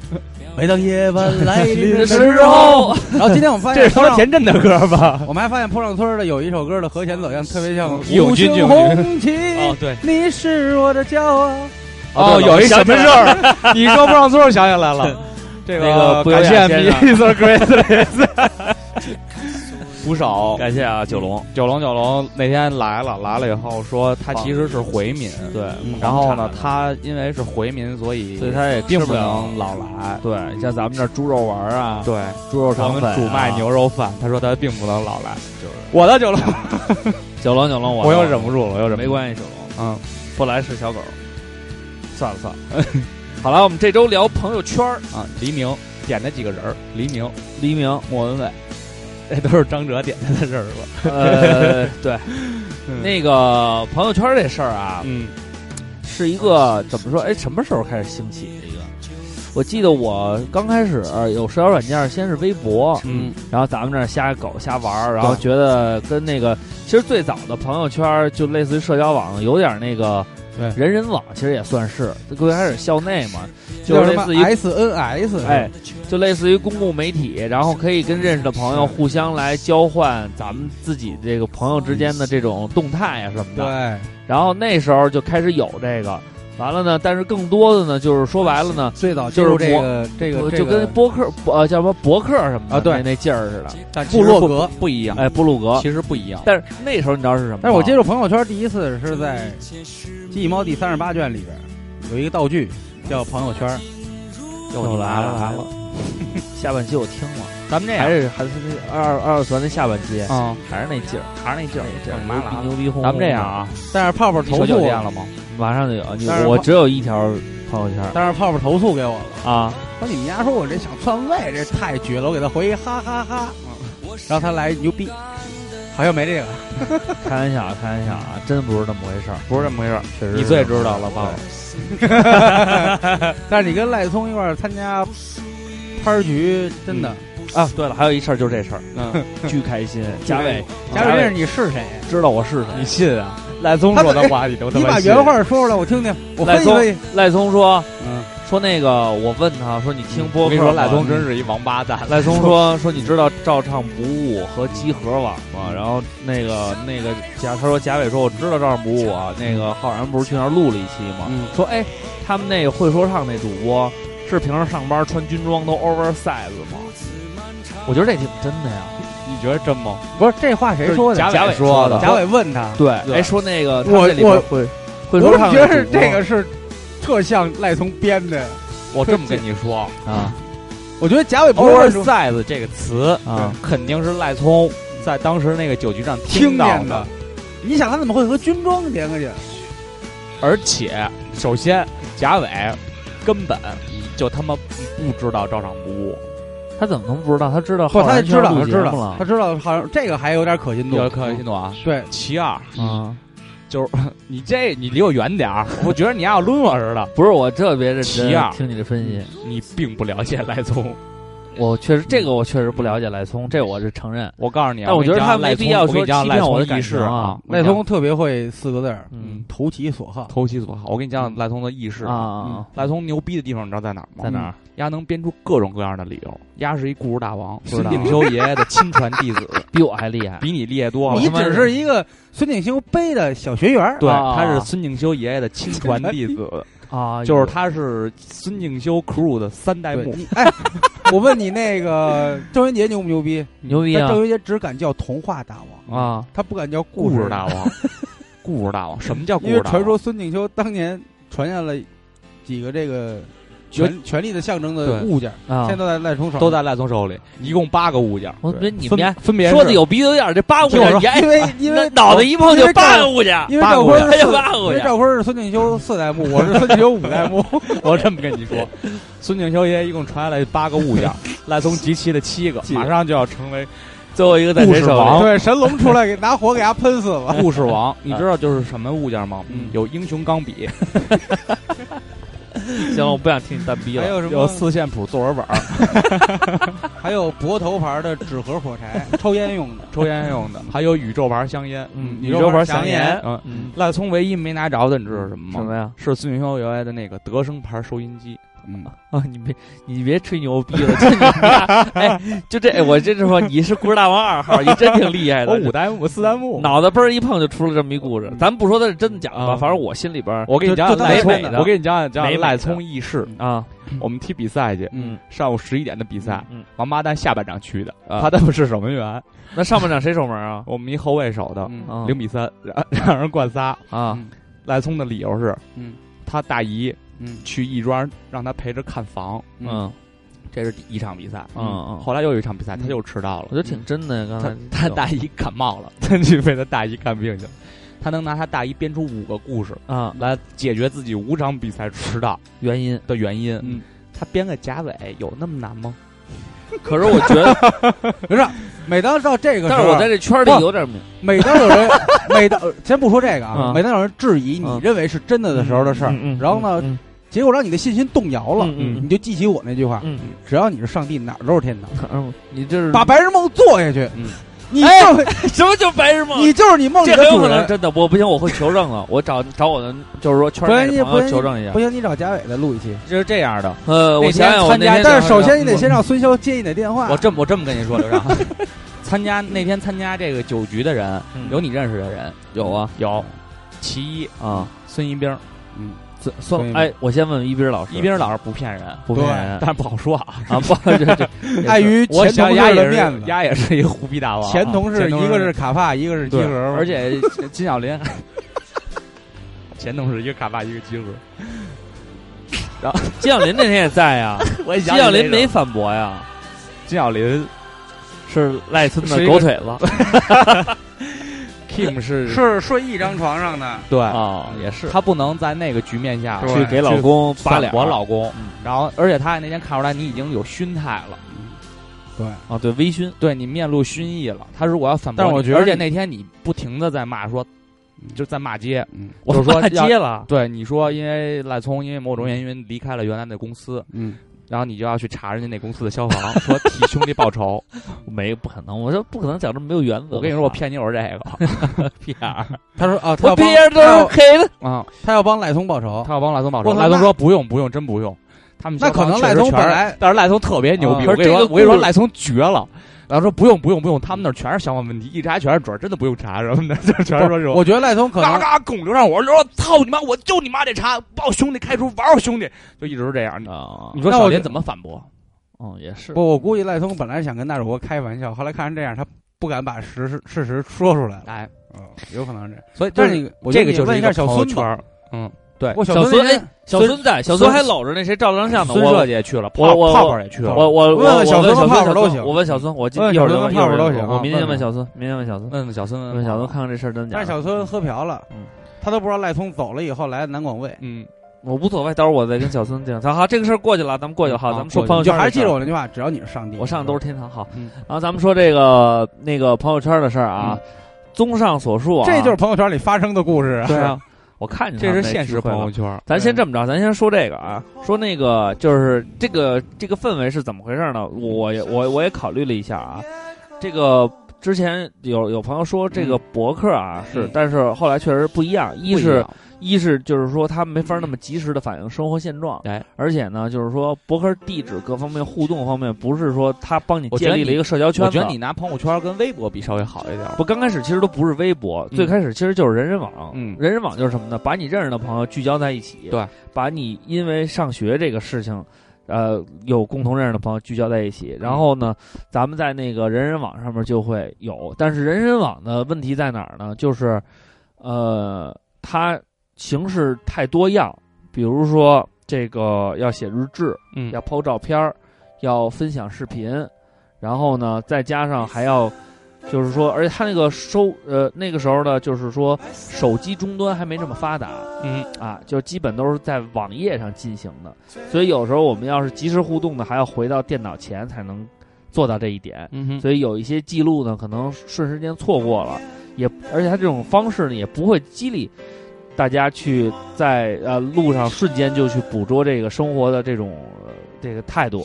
D: 每当夜晚来临的时候， <laughs> 然后今天我们发现
F: 这是
D: 坡
F: 他
D: 上
F: 妈田震的歌吧？
D: <laughs> 我们还发现坡上村儿的有一首歌的和弦走向特别像
F: 义勇军
D: 五星
F: 义勇军
D: 红旗，
F: 哦，对，
D: 你是我的骄傲。
F: 哦，有一什么事儿？你说不让座，想起来了。这
E: 那个不
F: 感
E: 由
F: 谢
E: 雅先
F: m
E: 生
F: r Grace，鼓手
E: 感谢啊，九龙，
F: 九龙九龙那天来了，来了以后说他其实是回民，
E: 对，
F: 然后呢，他因为是回民，所以
E: 所以他也
F: 并
E: 吃
F: 不
E: 不了
F: 能老来。
E: 对，像咱们这儿猪肉丸儿啊，
F: 对，
E: 猪肉
F: 我
E: 肠粉
F: 们
E: 啊，
F: 主卖牛肉饭，他说他并不能老来。我的九龙，
E: <laughs> 九龙九龙，
F: 我又忍不住了，我又忍不
E: 没
F: 住了。
E: 关系，九龙
F: 嗯，
E: 不来是小狗，算了算了。 <laughs> 好了，我们这周聊朋友圈儿，
F: 啊，黎明点的几个人儿，黎明、
E: 黎明、
F: 莫文蔚，这都是张哲点的人儿吧？ <laughs>
E: 呃，对，
F: 嗯
E: 那个朋友圈儿这事儿啊，
F: 嗯，
E: 是一个怎么说？哎，什么时候开始兴起的一个？我记得我刚开始呃有社交软件，先是微博，
F: 嗯，
E: 然后咱们这儿瞎搞瞎玩儿，然后觉得跟那个，其实最早的朋友圈儿就类似于社交网，有点那个
D: 对
E: 人人网，其实也算是最开始校内嘛，就
D: 叫什
E: 类
D: 么
E: 似于
D: SNS，
E: 哎，就类似于公共媒体，然后可以跟认识的朋友互相来交换咱们自己这个朋友之间的这种动态啊什么的。
D: 对，
E: 然后那时候就开始有这个，完了呢，但是更多的呢，就是说白了呢，
D: 最早
E: 就是
D: 进入这个这个
E: 就跟博客呃叫什么博客什么的
D: 啊对
E: 那那劲儿似的，
D: 但
I: 部落格
F: 不一样，
E: 哎，布鲁格。
F: 其实不一样。
E: 但是那时候你知道是什么吗？
D: 但是我接触朋友圈第一次是在《记忆猫》第三十八卷里边有一个道具叫朋友圈，
E: 又
F: 又
E: 来
F: 来
E: 了
F: 了
E: 来了， <laughs> 下半期我听了，哎
F: 咱们这
E: 还
F: 样
E: 是还是那二二二团的下半期，
F: 啊，
E: 还是那劲儿，还是那劲儿，那劲
F: 干嘛了啊
E: 嗯哎牛逼牛逼哄哄。
F: 咱们这样，啊，
D: 但是泡泡
F: 你
D: 投
F: 手机
D: 诉
F: 有
D: 我
F: 电了吗？
E: 马上就有你
D: 但是，
E: 我
D: 泡
E: 只有一条朋友圈
D: 但是泡泡投诉给我了，
E: 啊，
D: 说你们家说我这想篡位，这太绝了，我给他回一哈哈哈然后他来牛逼，好像没这个，
E: 开玩笑，开玩笑啊，真不是那么回事儿，
F: 不是这么回事儿，
E: 确实
F: 你最知道了
E: <laughs>
F: 吧？
D: 但是你跟赖聪一块儿参加摊儿局，真的，
E: 啊。对了，还有一事儿就是这事儿，
F: 嗯，
E: <laughs> 巨开
D: <laughs>
E: 心。贾伟，
D: 贾伟认识你是谁？
E: 知道我是谁。
F: 你信啊？赖宗
D: 他
F: 说的
D: 们
F: 话你都他
D: 你
F: 妈
D: 把
F: 信
D: 原话说出来，我听听，我
E: 赖
D: 分析
E: 聪
D: 分析。
E: 赖聪说
D: 嗯，
E: 说那个，我问他说你听播
F: 我
E: 客
F: 跟
E: 吗？
F: 你说，赖宗真是一王八蛋。
E: 赖松说说你知道照唱不误和集合网吗？然后那个那个贾他说贾伟说我知道照唱不误啊，那个浩然不是去那儿录了一期吗？
D: 嗯
E: 说哎，他们那个会说唱那主播是平时上班穿军装都 oversize 吗？我觉得这挺真的呀。
F: 你觉得真吗？
D: 不是这话谁说的？
F: 贾
E: 贾
F: 伟
E: 伟
F: 说
E: 的
D: 贾伟问他，
E: 对，
F: 对
E: 哎，说那个
D: 我我
E: 会
D: 我
E: 会说唱
D: 觉
E: 那
D: 得
E: 主
D: 是
E: 播
D: 这个是特像赖聪编的。
F: 我这么跟你说
E: 啊
D: 我觉得贾伟不是问出
F: ，oversize 这个词
E: 啊，
F: 肯定是赖聪在当时那个酒局上
D: 嗯听
F: 到
D: 见的。你想他怎么会和军装连个去？
F: 而且首先贾伟根本就他妈不知道照常不误，
E: 他怎么能不知道？他知道
D: 不，
E: 浩
D: 他
E: 然
D: 知道，
E: 去那
D: 他
E: 儿录
D: 知
E: 节目
D: 道
E: 了，
D: 他知道，好像这个还有点可信度。
F: 有可信度啊。
D: 对，
F: 其二，
D: 嗯
E: 啊。
F: 你这你离我远点儿，我觉得你要啊抡我似 <laughs> 的。
E: 不是我特别认
F: 提
E: 真
F: 啊
E: 听你的分析，
F: 你并不了解赖聪，
E: 我确实这个我确实不了解赖聪，这我是承认。
F: 我告诉你啊，
E: 但我觉得
F: 跟你
E: 他
F: 讲赖
E: 没
F: 聪
E: 必要
F: 我跟
E: 说
F: 你讲
E: 欺
F: 赖
E: 骗我
F: 聪
E: 的
F: 的
E: 感
F: 意
E: 情
F: 识
E: 啊
F: 啊，。
D: 赖聪嗯特别会四个字儿，
E: 嗯
D: 投其所好。
F: 投其所好。我跟你讲，赖聪的意识
E: 啊啊，
F: 赖聪牛逼的地方你知道在哪儿吗？
E: 在哪儿？
F: 丫能编出各种各样的理由。丫是一故事大王，是鼎修爷爷的亲传弟子，
E: 比我还厉害。
F: <laughs> 比你厉害多了。
D: 你只是一个孙景修背的小学员儿，
F: 对，
E: 啊
F: 他是孙敬修爷爷的亲传弟 <laughs> 子，
E: 啊，
F: 就是他是孙敬修 crew 的三代
D: 对
F: 目。
D: 你哎， <laughs> 我问你那个 <laughs> 郑渊洁牛不牛逼？
E: 牛逼
D: 但
E: 啊
D: 郑渊洁只敢叫童话大王，
E: 啊！
D: 他不敢叫故
F: 故
D: 事
F: 事大王， <laughs> 故事大 <laughs> 王，什么叫故
D: 因为
F: 事大
D: 传
F: 王？啊
D: 说孙景修当年传下了几个这个权权力的象征的
F: 对
D: 物件儿，
E: 啊
D: 现在，都在赖冲手上
F: 都嗯在赖聪手里，一共八个物件。
E: 我觉得你们家
F: 分分别是
E: 说的有鼻子有眼儿，这八股
F: 听我说
E: 人，哎
D: 因为因
F: <laughs>
D: 为
E: 脑袋一碰就
D: 因为
E: 八
D: 赵
E: 股去，
D: 因为
F: 八
D: 赵
F: 股
D: 坤
F: 呀
D: 是
E: 哎呀
F: <laughs>
D: 四
E: 八股
D: 因为
E: 去。
D: 赵坤是孙景修四代目，我是孙景修五代目，
F: <laughs> 我这么跟你说，孙敬修爷爷一共传下来八个物
E: <laughs>
F: 件，赖聪集齐了七个，马上就要成为
E: 最后一个在
F: 故
E: 谁
F: 事
E: 手里？
F: 王。
D: 对，神龙出来给拿火给他喷死了。
F: 故事
E: <laughs>
F: 王，你知道就是什么物件吗
D: 嗯？
F: 有英雄钢笔，
E: 行，我不想听你单逼
F: <laughs>
D: 还
E: 了。
D: 有什
F: 哎有
D: 么？
F: 四线谱作文本，
D: 还有脖头牌的纸盒火
E: <laughs>
D: 柴，抽烟用的。
F: 抽烟用的，还有宇宙牌香烟。
D: 嗯
F: 宇宙牌
D: 香
F: 烟
D: 烟，
F: 嗯，
E: 嗯，
F: 赖聪唯一没拿着的，你知道是什么
E: 什
F: 吗？
E: 么呀？
F: 是孙云霄原来的那个德生牌收音机。
D: 嗯，
E: 啊，你别你别吹牛逼了，就 <laughs> 你们家，哎，就这，哎我真是说你是故事大王二号，你真挺厉害的。
F: 代目，四代目
E: 脑袋嘣儿一碰就出了这么一故事，咱不说它是真的假的吧，
F: 嗯啊
E: 反正我心里边儿
F: 我给你讲
E: 就
F: 讲
E: 就美
F: 赖
E: 美
F: 聪，
E: 的
F: 我给你讲讲讲
E: 美美
F: 讲
E: 的
F: 赖聪轶事。
E: 啊，
F: 我们踢比赛去，
E: 嗯，
F: 上午十一点的比赛，
E: 嗯，
F: 王八蛋下半场去的，
E: 啊
F: 他他们是守门员，
E: 那上半场谁守门啊？
F: 我们一后卫守的，
D: 嗯
E: 啊
F: 零比三，让 <laughs> 让人灌仨。嗯
E: 啊
F: 赖聪的理由是，
D: 嗯，
F: 他大姨
D: 嗯
F: 去亦庄让他陪着看房，
E: 嗯嗯
F: 这是第一场比赛，
E: 嗯，
F: 后来又有一场比赛，他
D: 嗯
F: 又迟到了
E: 我觉。得挺真的呀，刚
F: 他
E: 才
F: 他大姨感冒了，他 <laughs> 去陪他大姨看病去了。他能拿他大姨编出五个故事
E: 啊
F: 来解决自己五场比赛迟到
E: 原因，
F: 的原因。
D: 嗯，
F: 他编个贾伟有那么难吗？
E: 可是我觉 <laughs> 得，
D: 不是，每当到这个时
E: 但
D: 候，啊
E: 是我在这圈儿里有点儿
D: 每当有人， <laughs> 每当先不说这个啊，
E: 嗯
D: 每当有人质疑你
E: 嗯
D: 认为是真的的时候的事儿，
E: 嗯嗯
D: 然后呢，
E: 嗯
D: 结果让你的信心动摇了，
E: 嗯嗯
D: 你就记起我那句话：
E: 嗯
D: 只要你是上帝，哪儿都是天堂。
E: 嗯，你这是
D: 把白日梦做下去，
F: 嗯
D: 你就是、
E: 什么叫白哎日梦？
D: 你就是你梦里
E: 这
D: 的
E: 很有
D: 主
E: 可能
D: 人。
E: 真的，我不行，我会求证了，我找找我的，就是说圈
D: 不
E: 儿
D: 然
E: 内
D: 你
E: 的
D: 不
E: 朋友
D: 然
E: 求证一下
D: 不。行，你找贾伟来录一期。
F: 就是这样的。
E: 呃，我
F: 那天
E: 想想，我嗯
F: 参
E: 那
F: 加
E: 天
D: 但是
E: 早
D: 首
E: 上
D: 先你得先让孙潇接你的电话。
F: 我这么我这么跟你说，刘畅，参加那天参加这个酒局的人，
E: 嗯
F: 有你认识的人，
E: 有啊 <laughs>
F: 有。其一，
E: 啊
F: 孙一兵，
D: 嗯，
E: 这算
D: 所以
E: 哎，我先问问一斌老师，
F: 一斌老师不骗人，
E: 不骗人
F: 但是不好说啊。
E: 啊，不，这这也是
D: 碍于
F: 我
D: 前
F: 想
D: 同
F: 丫
D: 事
F: 也
D: 的
F: 是
D: 面子，
F: 丫也是一个虎皮大王啊。
D: 前同事
F: 前
D: 一个是卡帕，一个是集
F: 对
D: 合嘛，
F: 而且金小林， <laughs> 前同事一个卡巴，一个集合。
E: <laughs> 金小林那天也在呀，
F: 我
E: 金小林没反驳呀，
F: 金小林
E: 是赖森
F: 是
E: 的
F: 一个
E: 狗腿子
F: ，Kim 是
D: 是睡一张床上的，
F: 对，
E: 啊，也是
F: 他不能在那个局面下
D: 对
E: 去给老公扒
F: 反
E: 脸，
F: 驳老公
D: 嗯，
F: 然后而且他那天看出来你已经有熏态了，
D: 对，
E: 啊，对微醺，
F: 对你面露熏意了。他如果要反驳
D: 但
F: 你，
D: 是我觉得
F: 而且
D: 你
F: 那天你不停的在骂说，就在骂街，
D: 嗯
F: 我就说
E: 骂
F: 要
E: 街了，
F: 对，你说因为赖聪因为某种原因离开了原来的公司，
D: 嗯，
F: 然后你就要去查人家那公司的消 <laughs> 防，说替兄弟报 <laughs> 仇。
E: 没不可能，我说不可能讲这么没有原则的话。
F: 我跟你说，我骗你我是这个 <laughs> 屁眼儿
D: 他说啊，他
E: 我
D: 要帮
E: 屁眼都
D: 他
E: 是
D: 要
E: 黑的，
F: 啊！
D: 他要帮赖聪报仇，
F: 他要帮赖聪报
D: 我
F: 仇，
D: 操
F: 赖聪
D: 那
F: 说不用不用，真不用。他们
D: 那
F: 消防
D: 可能
F: 确实
D: 赖聪
F: 全是
D: 本来
F: 但是赖聪特别牛逼，
D: 啊
F: 我
E: 可
F: 跟你说，
E: 是这个
F: 我跟你说，
E: 故事
F: 赖聪绝了。然后说不用不用不用，他们那儿全是消防问题，一查全是准儿，真的不用查什么的， <laughs> 就全是说这种。
D: 我觉得赖聪可
F: 嘎
D: 能
F: 嘎拱刘上我说操你妈，我就你妈这茬，把我兄弟开除，玩我兄弟，就一直是这样。你
E: 啊，
F: 你说
D: 那
F: 小
D: 我
F: 林
D: 就
F: 怎么反驳？
E: 嗯，也是，
D: 不，我估计赖聪本来想跟大主播开玩笑，后来看成这样，他不敢把实事事实说出来了。
F: 哎，
D: 嗯，有可能是这样。
F: 所以
D: 但
F: 就是是
D: 你我
F: 这
D: 觉得
F: 个
D: 你
F: 就是
D: 问
F: 一
D: 一下
F: 个
D: 小
F: 朋友
D: 孙
F: 圈
D: 吧，
F: 儿，嗯，对，
D: 我小
E: 小
D: 孙
E: 孙
D: 那天
E: 小孙在，小孙还搂着那谁照张相呢，
F: 孙
E: 我
F: 社也去了，
E: 我
F: 泡
E: 我
F: 泡泡也去了，
E: 哎我我
D: 问
E: 我
D: 问小
E: 我
D: 孙
E: 小
D: 和
E: 孙
D: 泡泡都行
E: 我问小孙，我今
D: 问
E: 一会儿
D: 小
E: 就
D: 孙
E: 问
D: 和泡泡都
E: 一会儿就
D: 行
E: 问我
D: 啊
E: 明天
D: 问
E: 问小孙，明天问小孙，
F: 问问小孙，
E: 问小孙看看这事儿真假
D: 但
E: 的。
D: 是小孙喝瓢了，
E: 嗯哦
D: 他都不知道赖聪走了以后来的南广卫。
F: 嗯，
E: 我无所谓，到时候我再跟小孙讲。好，好这个事儿过去了，咱们过去了。好，
F: 啊
E: 咱们说
F: 过去
E: 朋友
D: 嗯就
E: 圈的事儿，
D: 还是记着我那句话，只要你是上帝，
E: 我上的都是天堂。好，
D: 嗯
E: 然后咱们说这个那个朋友圈的事儿啊，综上所述啊，
D: 这就是朋友圈里发生的故事啊。
E: 对
D: <laughs>
E: 啊，我看你
F: 这是现实朋友
E: 圈。
F: 圈，
E: 咱先这么着，咱先说这个啊，说那个就是这个这个氛围是怎么回事呢？我也我我也考虑了一下啊，这个之前有有朋友说这个博客啊是，
D: 嗯
E: 但是后来确实不一样，一
F: 不
E: 是
F: 样
E: 一是就是说他没法那么及时的反映生活现状，
F: 嗯哎，
E: 而且呢，就是说博客地址各方面互动方面，不是说他帮你
F: 我觉
E: 建
F: 得
E: 立了
F: 你
E: 一个社交圈
F: 我
E: 子。
F: 觉得你拿朋友圈跟微博比稍微好一点儿，
E: 不刚开始其实都不是微博，
F: 啊嗯
E: 最开始其实就是人人网。
F: 嗯
E: 人人网就是什么呢？把你认识的朋友聚焦在一起，
F: 对，
E: 把你因为上学这个事情。呃，有共同认识的朋友聚焦在一
F: 嗯
E: 起，然后呢，咱们在那个人人网上面就会有，但是人人网的问题在哪儿呢？就是，呃，它形式太多样，比如说这个要写日志，
F: 嗯
E: 要抛照片儿，要分享视频，然后呢，再加上还要，就是说，而且他那个收呃那个时候呢，就是说手机终端还没这么发达
F: 嗯，
E: 啊，就基本都是在网页上进行的，所以有时候我们要是及时互动的，还要回到电脑前才能做到这一点。
F: 嗯哼，
E: 所以有一些记录呢，可能瞬时间错过了，也而且它这种方式呢，也不会激励大家去在呃路上瞬间就去捕捉这个生活的这种、呃这个态度。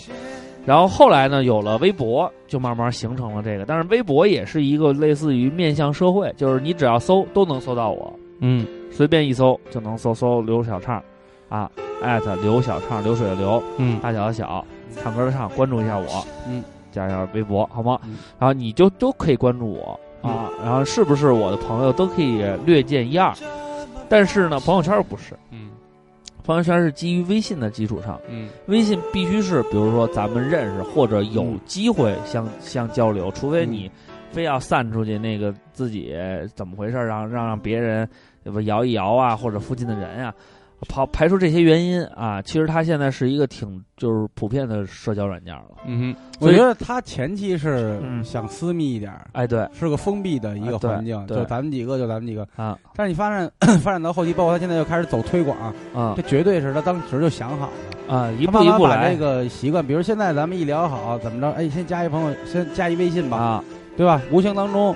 E: 然后后来呢，有了微博，就慢慢形成了这个。但是微博也是一个类似于面向社会，就是你只要搜都能搜到我，
F: 嗯，
E: 随便一搜就能搜搜刘小畅，啊，艾特刘小畅，流水的流，
F: 嗯
E: 大小的小，唱歌的唱，关注一下我，
D: 嗯，
E: 加一下微博，好吗？
D: 嗯
E: 然后你就都可以关注我啊，
F: 嗯
E: 然后是不是我的朋友都可以略见一二，但是呢，朋友圈不是，
F: 嗯
E: 朋友圈是基于微信的基础上，
F: 嗯
E: 微信必须是比如说咱们认识或者有
D: 嗯
E: 机会相相交流，除非你非要散出去那个自己怎么回事儿，让让让别人对吧摇一摇啊，或者附近的人啊。排排除这些原因啊，其实它现在是一个挺就是普遍的社交软件了。
F: 嗯
D: 我
E: 所以
D: 觉得他前期是
E: 嗯
D: 想私密一点儿，
E: 哎，对，
D: 是个封闭的一个
E: 啊对
D: 环境，
E: 对
D: 就咱们几个，就咱们几个
E: 啊。
D: 但是你发展 <coughs> 发展到后期，包括他现在又开始走推广，
E: 啊
D: 这绝对是他当时就想好了，
E: 啊，一
D: 他
E: 步
D: 慢
E: 一
D: 慢
E: 步
D: 把
E: 来
D: 这个习惯，比如现在咱们一聊好怎么着，哎，先加一朋友，先加一微信吧，
E: 啊，
D: 对吧？无形当中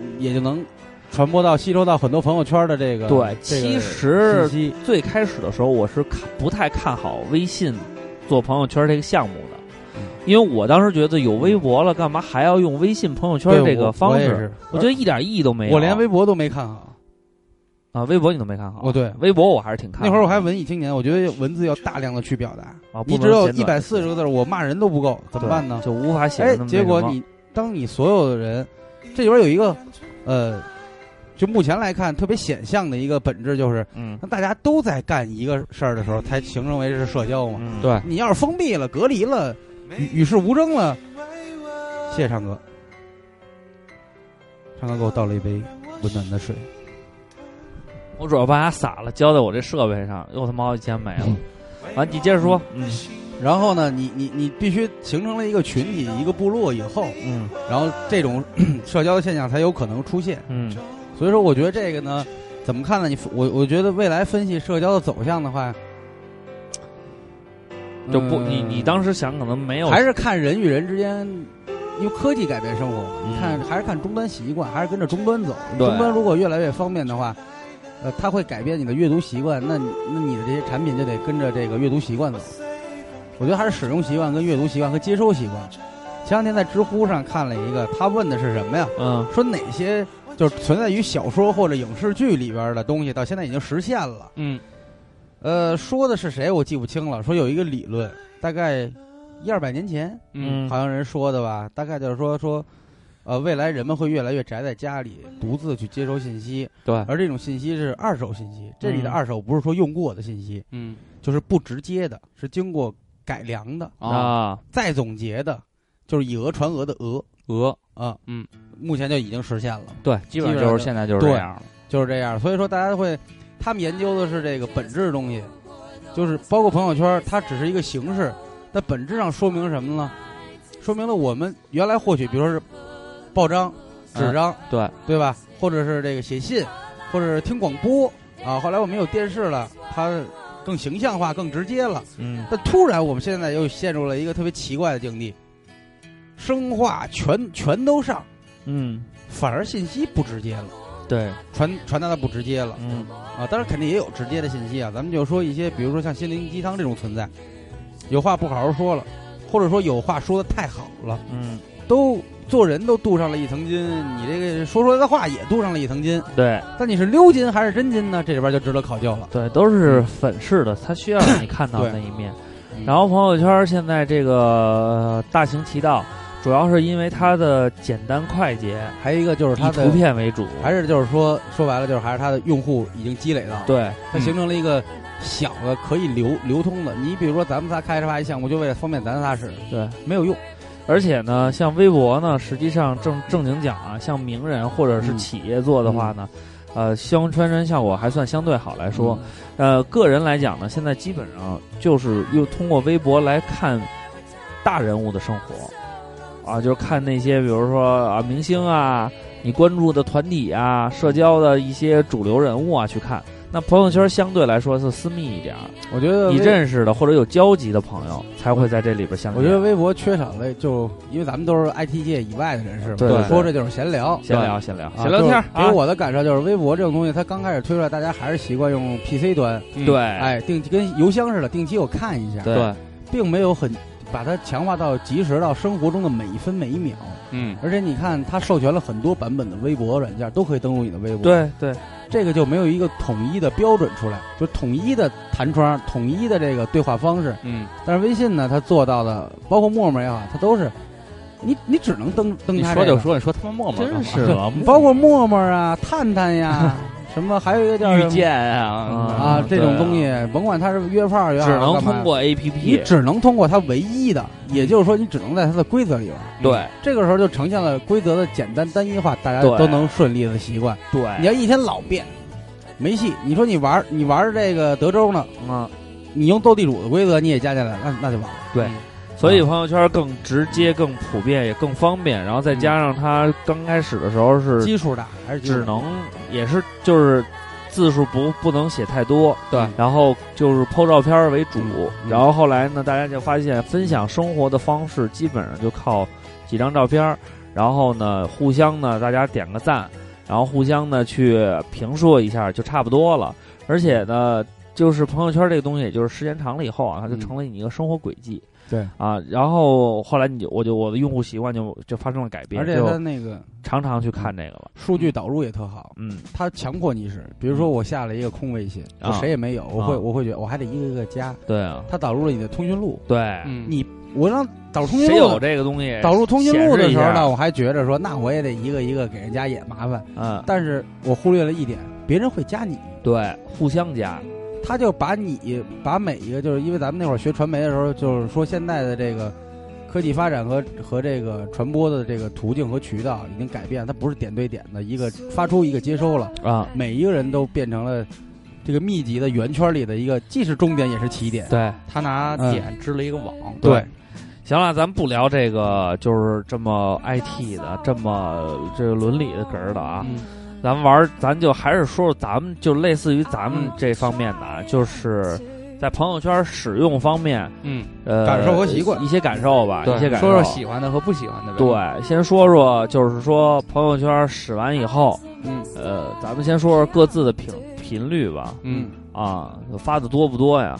D: 嗯也就能传播到、吸收到很多朋友圈的这个
E: 对，
D: 这
E: 其
D: 个
E: 实
D: 信息
E: 最开始的时候，我是看不太看好微信做朋友圈这个项目的，
D: 嗯
E: 因为我当时觉得有微博了，干嘛还要用微信朋友圈
D: 对
E: 这个
D: 我
E: 方
D: 我也
E: 式？
D: 是
E: 我觉得一点意义都没有。
D: 我连微博都没看好。
E: 啊微博你都没看好，
D: 哦对
E: 微博我还是挺看好
D: 那会儿我还文艺青年，我觉得文字要大量的去表达。
E: 啊，不
D: 你
E: 能
D: 只有
E: 简
D: 一
E: 短
D: 百四十个字儿，我骂人都不够，怎么办呢
E: 对？就无法写
D: 哎
E: 得那，么
D: 结果
E: 那什么
D: 你当你所有的人，这里边有一个呃就目前来看，特别显象的一个本质就是，
E: 嗯
D: 那大家都在干一个事儿的时候，才形容为是社交嘛。
E: 嗯，
F: 对
D: 你要是封闭了、隔离了、与与世无争了，谢谢昌哥，昌哥给我倒了一杯温暖的水。
E: 我主要把它洒了，浇在我这设备上，又他妈好几千没了。完，你接着说，嗯
D: 然后呢，你你你必须形成了一个群体、一个部落以后，
E: 嗯
D: 然后这种 <clears throat> 社交的现象才有可能出现。
E: 嗯
D: 所以说，我觉得这个呢，怎么看呢？你我我觉得未来分析社交的走向的话，
E: 就不，
D: 嗯
E: 你你当时想可能没有，
D: 还是看人与人之间，因为科技改变生活嘛，你看还是看终端习惯，还是跟着终端走。
E: 嗯对
D: 终端如果越来越方便的话，呃，它会改变你的阅读习惯，那你那你的这些产品就得跟着这个阅读习惯走。我觉得还是使用习惯、跟阅读习惯和接收习惯。前两天在知乎上看了一个，他问的是什么呀？
E: 嗯
D: 说哪些就是存在于小说或者影视剧里边的东西，到现在已经实现了。
E: 嗯
D: 呃，说的是谁我记不清了。说有一个理论，大概一二百年前，
E: 嗯
D: 好像人说的吧，大概就是说说，呃，未来人们会越来越宅在家里，独自去接收信息，
F: 对
D: 而这种信息是二手信息，这里的
E: 嗯
D: 二手不是说用过的信息，
F: 嗯
D: 就是不直接的，是经过改良的，
F: 啊，
E: 啊，
D: 再总结的，就是以讹传讹的讹
F: 鹅
D: 啊，
F: 嗯，
D: 目前就已经实现了，
F: 对，基
D: 本上就是现
F: 在就是
D: 这
F: 样了。
D: 就是这样，所以说大家会，他们研究的是这个本质的东西，就是包括朋友圈，它只是一个形式，但本质上说明什么呢？说明了我们原来获取，比如说是报章、纸张，
F: 对
D: 对吧？或者是这个写信，或者是听广播啊。后来我们有电视了，它更形象化、更直接了。
E: 嗯
D: 但突然我们现在又陷入了一个特别奇怪的境地，生化全全都上，
E: 嗯，
D: 反而信息不直接了，
E: 对，
D: 传传达的不直接了。
E: 嗯
D: 啊，当然肯定也有直接的信息啊，咱们就说一些，比如说像心灵鸡汤这种存在，有话不好好说了，或者说有话说的太好了，
E: 嗯，
D: 都做人都镀上了一层金，你这个说出来的话也镀上了一层金，
E: 对
D: 但你是鎏金还是真金呢？这里边就值得考究了。
E: 对，都是粉饰的，它需要让你看
D: 嗯
E: 到
D: 对
E: 那一面。
D: 嗯
E: 然后朋友圈现在这个呃大行其道，主要是因为它的简单快捷，
D: 还有一个就是
E: 以
D: 它的
E: 图，片为主，
D: 还是就是说说白了就是还是它的用户已经积累到了，
E: 对，
D: 它形成了一个小的可以流流通的。你比如说咱们仨开发一项目，就为了方便咱仨使，
E: 对。
D: 没有用。
E: 而且呢，像微博呢，实际上正正经讲啊，像名人或者是
D: 嗯
E: 企业做的话呢，呃，宣传效果还算相对好来说。
D: 嗯
E: 呃，个人来讲呢，现在基本上就是又通过微博来看大人物的生活，啊，就是看那些比如说啊明星啊，你关注的团体啊，社交的一些主流人物啊去看。那朋友圈相对来说是私密一点儿，
D: 我觉得
E: 你
D: 呃微
E: 认识的或者有交集的朋友才会在这里边相见。
D: 我觉得微博缺少了，就因为咱们都是 IT 界以外的人士嘛，
E: 对对对
D: 说这就是闲聊，
E: 闲聊闲聊
D: 啊。
E: 闲聊天儿
D: 就是给我的感受就是，微博这种东西，它刚开始推出来，大家还是习惯用 PC 端，
E: 对，
D: 哎，定期跟邮箱似的，定期我看一下，
E: 对
F: 对，
D: 并没有很把它强化到及时到生活中的每一分每一秒。
F: 嗯，
D: 而且你看，它授权了很多版本的微博软件，都可以登录你的微博，，
E: 对对，
D: 这个就没有一个统一的标准出来，就统一的弹窗，统一的这个对话方式，
F: 嗯，
D: 但是微信呢，它做到的，包括陌陌也好，它都是你你只能登登
F: 你
D: 它、
F: 说就，说，你说他妈默默
E: 真是的，
D: 包括陌陌啊、探探
F: <laughs>
D: 呀，什么还有一个叫什
F: 遇
D: 么
E: 哎
F: 见啊
D: 啊这种东西，，甭管它是约炮也
F: 对
D: 好，
F: 只能
D: 干嘛
F: 通，过
D: 你
F: APP，
D: 只能通过它唯一的，也就是说，你只能在它的规则里边。
F: 对
D: 这个时候就呈现了规则的简单单一化，大家都
E: 对
D: 能顺利的习惯。你
E: 对，
D: 要一天老变，没戏。你说你玩你玩这个德州呢，
E: 嗯，
D: 你用斗地主的规则你也加进来，那那就完了。
E: 所以朋友圈更直接、更普遍，也更方便。然后再加上它刚开始的时候是
D: 基数大还是基数
E: 只
D: 大
E: 能也是就是字数不不能写太多，
F: 对
E: 然后就是剖照片儿为主
D: 嗯。嗯
E: 然后后来呢，大家就发现分享生活的方式基本上就靠几张照片儿，然后呢，互相呢大家点个赞，然后互相呢去评说一下，就差不多了。而且呢，就是朋友圈这个东西，也就是时间长了以后啊，它就
D: 嗯
E: 成了你一个生活轨迹。
D: 对
E: 啊，然后后来你就我就我的用户习惯就就发生了改变，
D: 而且它
E: 就
D: 那个
E: 常常去看这个了。
D: 数据导入也特好，
E: 嗯，
D: 它强迫你使。比如说我下了一个空微信，
E: 啊
D: 我谁也没有，我会
E: 啊
D: 我会觉得我还得一个一个加。
E: 对啊，
D: 它导入了你的通讯录，
E: 对，
F: 嗯
D: 你我让导入通
E: 谁
D: 讯录
E: 有
D: 的
E: 这个东西？
D: 导入通讯录的时候
E: 显示一下
D: 呢，我还觉着说，那我也得一个一个给人家也麻烦，
E: 嗯，
D: 但是我忽略了一点，别人会加你，
E: 对，互相加，
D: 他就把你把每一个，就是因为咱们那会儿学传媒的时候，就是说现在的这个科技发展和和这个传播的这个途径和渠道已经改变，它不是点对点的一个发出一个接收了，
E: 啊，
D: 每一个人都变成了这个密集的圆圈里的一个，既是终点也是起点。
E: 对，
F: 他拿点织了一个网，
E: 对，行了，咱们不聊这个，就是这么 IT 的，这么这个伦理的哏儿的啊。
D: 嗯
E: 咱们玩儿，咱就还是说说咱们，就类似于咱们
D: 嗯
E: 这方面的，啊，就是在朋友圈使用方面，
J: 嗯，
E: 呃，
D: 感受和习惯
E: 一些感受吧，一些感受。
J: 说说喜欢的和不喜欢的呗。
E: 对，先说说，就是说朋友圈使完以后，
D: 嗯，
E: 呃，咱们先说说各自的频频率吧，
J: 嗯，
E: 啊，发的多不多呀？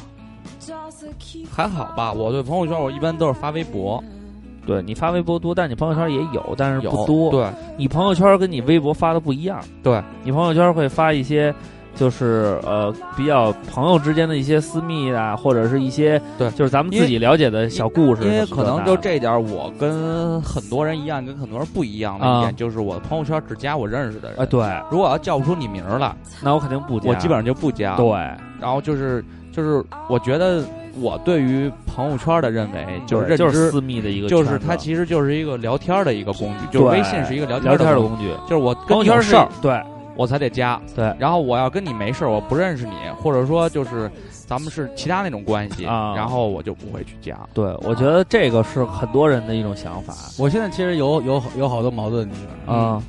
F: 还好吧。我对朋友圈我一般都是发微博，
E: 对你发微博多，但你朋友圈也有，但是
F: 有
E: 不多。
F: 对，
E: 你朋友圈跟你微博发的不一样。
F: 对，
E: 你朋友圈会发一些，就是呃比较朋友之间的一些私密啊，或者是一些
F: 对
E: 就是咱们
F: 因为
E: 自己了解的小故事
F: 因为
E: 什么
F: 可
E: 的
F: 能就这点儿，我跟很多人一样，跟很多人不一样的一
E: 啊
F: 点就是，我的朋友圈只加我认识的人。
E: 啊，对，
F: 如果要叫不出你名儿来，
E: 那我肯定不加。
F: 我基本上就不加。
E: 对，
F: 然后就是就是，我觉得我对于朋友圈的认为就是
E: 对
F: 认
E: 就
F: 知
E: 是，私密的一个圈
F: 就
E: 子，
F: 是它其实就是一个聊天的一个工具，就是微信是一个聊
E: 聊
F: 天
E: 天
F: 的
E: 的
F: 工具，
E: 工具。
F: 就是我
E: 朋
F: 跟
E: 友
F: 你有
E: 圈是
F: 事儿
E: 对
F: 我才得加。
E: 对
F: 然后我要跟你没事儿，我不认识你，或者说就是咱们是其他那种关系，
E: 啊
F: 然后我就不会去加。
E: 对，我觉得这个是很多人的一种想法
D: 我现在其实有有有好多矛盾的地方，嗯
F: 嗯
E: 啊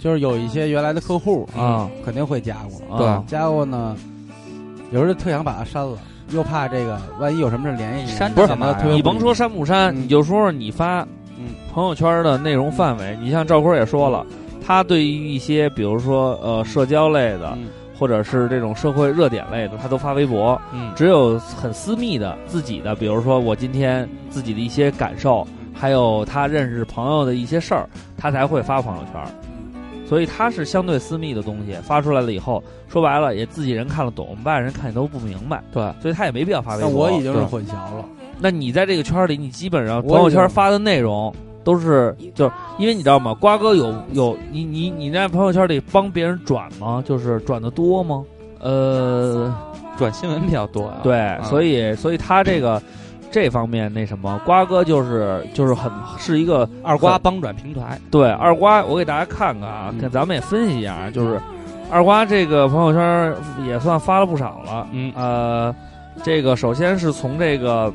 D: 就是有一些原来的客户
E: 啊
D: 肯定会加我，
E: 啊
D: 加我呢，有时候特想把他删了，又怕这个万一有什么事联系你，
F: 删
D: 不
F: 他
D: 是
F: 干嘛呀
D: 特别
E: 你甭说
D: 不礼
E: 删不删，
D: 嗯
E: 你就说说你发
D: 嗯
E: 朋友圈的内容范围。你像赵坤也说了，他对于一些比如说呃社交类的
D: 貌，，嗯
E: 或者是这种社会热点类的，他都发微博。
F: 嗯，
E: 只有很私密的自己的，比如说我今天自己的一些感受，还有他认识朋友的一些事儿，他才会发朋友圈。所以他是相对私密的东西，发出来了以后，说白了也自己人看了懂，外人看你都不明白，
F: 对，
E: 所以他也没必要发微
D: 但
E: 博。
D: 我已经是
E: 对
D: 混淆了，
E: 那你在这个圈儿里，你基本上
D: 我
E: 朋友
D: 有
E: 圈发的内容都是，就是因为你知道吗？瓜哥有有你你你在朋友圈里帮别人转吗？就是转的多吗？呃，
F: 转新闻比较多啊。
E: 对，
F: 嗯
E: 所以所以他这个这方面那什么，瓜哥就是就是很是一个
F: 二瓜帮转平台，
E: 对二瓜，我给大家看看啊，
D: 嗯
E: 看咱们也分析一下，啊，就是二瓜这个朋友圈也算发了不少了，
F: 嗯
E: 呃，这个首先是从这个，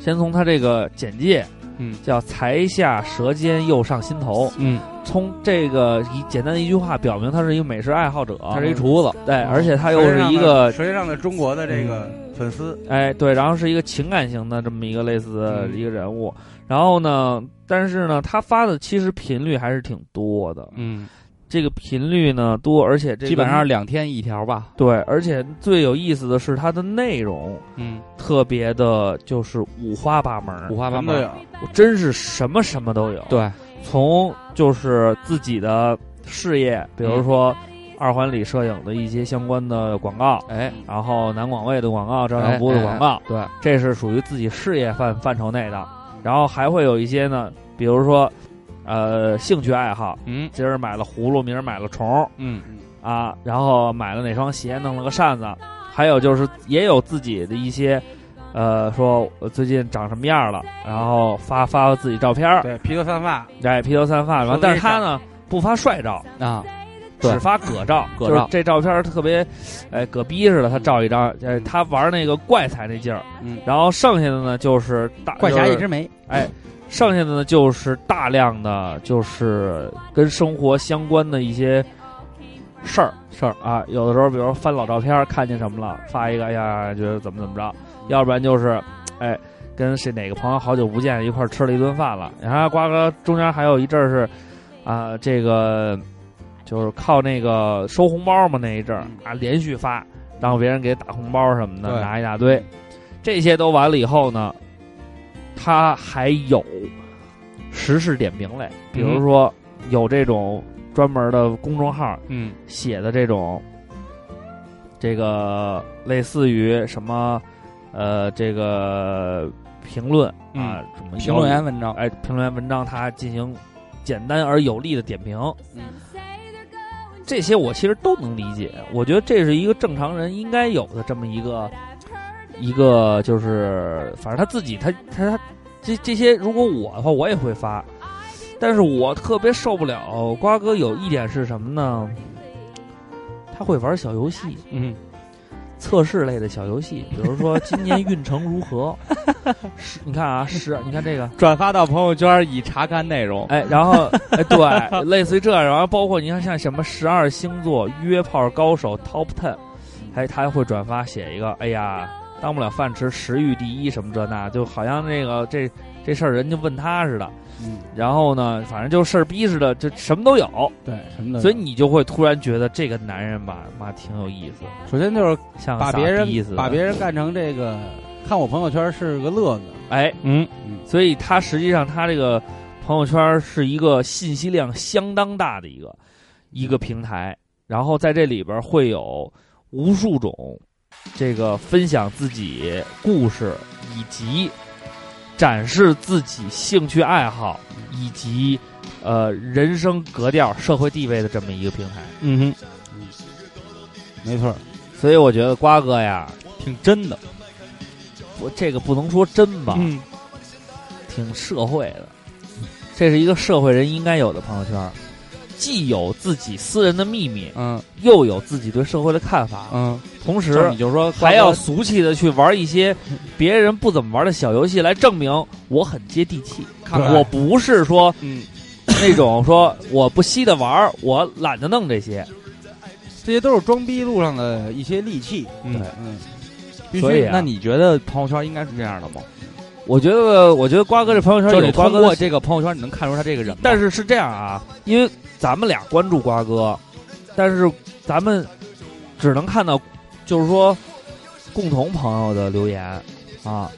E: 先从他这个简介，
F: 嗯，
E: 叫才下舌尖又上心头，
F: 嗯，
E: 从这个一简单的一句话表明他是一个美食爱好者，
F: 他是一厨子，嗯
E: 对，而且他又
D: 实际
E: 是
D: 上
E: 哎一
D: 呢
E: 个
D: 实际上的中国的这个粉丝，
E: 哎，对，然后是一个情感型的这么一个类似的
F: 嗯
E: 一个人物，然后呢，但是呢，他发的其实频率还是挺多的，
F: 嗯，
E: 这个频率呢多，而且这个
F: 基本上两天一条吧，
E: 对，而且最有意思的是它的内容
F: 嗯，
E: 特别的，就是五花八门儿，
F: 五花八
D: 咱们
F: 门
D: 都
F: 儿，
D: 有。
E: 我真是什么什么都有，，
F: 对，
E: 从就是自己的事业，比如说二环里摄影的一些相关的广告，
F: 嗯哎，
E: 然后南广卫的广告、照
F: 哎
E: 相部的广告。，
F: 哎哎
E: 这是属于自己事业范范畴内的。然后还会有一些呢，比如说，呃，兴趣爱好，
F: 对，嗯
E: 今儿买了葫芦，明儿买了虫
F: 嗯，
E: 啊，然后买了哪双鞋，弄了个扇子，还有就是也有自己的一些，呃，说我最近长什么样了，然后发发自己照片儿，
D: 对，披头散发，
E: 哎，披头散发，然后
D: 说的
E: 但
D: 是
E: 是他
D: 啥
E: 呢不发帅照，
F: 啊，对
E: 只发葛照，
F: 葛
E: 就是
F: 照
E: 这照片特别，哎，葛逼似的，他照一张，呃，他玩那个怪才那劲儿，
D: 嗯
E: 然后剩下的呢就是大
D: 怪侠
E: 就是
D: 一枝梅，
E: 哎剩下的呢就是大量的就是跟生活相关的一些事儿事儿啊，有的时候比如说翻老照片儿看见什么了，发一个哎呀觉得怎么怎么着，要不然就是哎跟谁哪个朋友好久不见一块儿吃了一顿饭了，然后瓜哥中间还有一阵儿是啊、这个就是靠那个收红包嘛那一阵儿啊连续发，让别人给打红包什么的
D: 对
E: 拿一大堆，这些都完了以后呢，他还有时事点评类，比如说有这种专门的公众号
F: 嗯
E: 写的这种，这个类似于什么，呃，这个评论
F: 嗯
E: 啊，什么
F: 评论
E: 邀
F: 员文章，
E: 哎评论员文章，他进行简单而有力的点评。
F: 嗯
E: 这些我其实都能理解，我觉得这是一个正常人应该有的这么一个一个，就是反正他自己他他他这这些，如果我的话我也会发，但是我特别受不了瓜哥有一点是什么呢？他会玩小游戏，
F: 嗯，
E: 测试类的小游戏，比如说今年运程如何？是，你看啊，是，你看这个，
F: 转发到朋友圈以查看内容。
E: 哎，然后哎，对，类似于这，然后包括你看像什么十二星座、约炮高手 Top Ten，还他还会转发写一个，哎呀，当不了饭吃，食欲第一什么这那，就好像这个这这事儿人家问他似的。
D: 嗯，
E: 然后呢，反正就事儿逼似的，就什么都有，
D: 对，什么的。
E: 所以你就会突然觉得这个男人吧，妈挺有意思，
D: 首先就是
E: 像
D: 把
E: 傻
D: 别人
E: 逼似的
D: 把别人干成这个，看我朋友圈是个乐子。
E: 哎，
F: 嗯
E: 所以他实际上他这个朋友圈是一个信息量相当大的一个一个平台，然后在这里边会有无数种这个分享自己故事以及展示自己兴趣爱好以及呃人生格调、社会地位的这么一个平台。
F: 嗯
D: 没错，
E: 所以我觉得瓜哥呀，
F: 哼，挺真的。
E: 我这个不能说真吧，
F: 嗯，
E: 挺社会的，这是一个社会人应该有的朋友圈，既有自己私人的秘密，
F: 嗯
E: 又有自己对社会的看法，
F: 嗯，
E: 同
F: 就是
E: 时
F: 你就说
E: 还要俗气的去玩一些别人不怎么玩的小游戏，来证明我很接地
F: <laughs>
E: 气。
F: 看看
E: 我不是说
F: 嗯，
E: 那种说我不稀的玩，我懒得弄这些。
D: 这些都是装逼路上的一些利器。
F: 嗯
D: 对嗯，
F: 必
E: 所以
F: 须。
E: 啊
F: 那你觉得朋友圈应该是这样的吗？
E: 我觉得，我觉得瓜哥这朋友圈
F: 就
E: 有
F: 你
E: 瓜
F: 通
E: 哥的
F: 过这个朋友圈，你能看出他这个人吗。
E: 但是是这样啊，因为咱们俩关注瓜哥，但是咱们只能看到，就是说共同朋友的留言啊。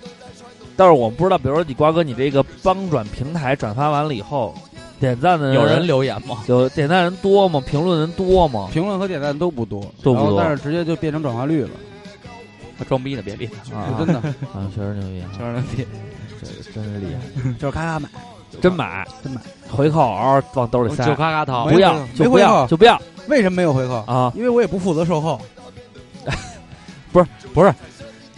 E: 但是我不知道，比如说你瓜哥，你这个帮转平台转发完了以后，点赞的
F: 有人留言吗？
E: 有点赞人多吗？评论人多
F: <laughs>
E: 吗？
D: 评论和点赞都不多，
E: 都不
D: 然后
E: 多
D: 但是直接就变成转化率了，
F: 他装逼呢，别理他。
E: 啊，
D: 真的
E: 啊，确实牛逼啊，
F: 就是那逼
E: 这真是厉害，
D: <laughs> 就是咔咔买。
E: 真买
D: 真买，
E: 回扣儿往兜里
F: 就
E: 塞，
F: 咔咔
D: 我
F: 掏。
E: 不要
D: 没
E: 就不要
D: 回扣
E: 就不要
D: 为什么没有回扣？
E: 啊！
D: 因为我也不负责售后，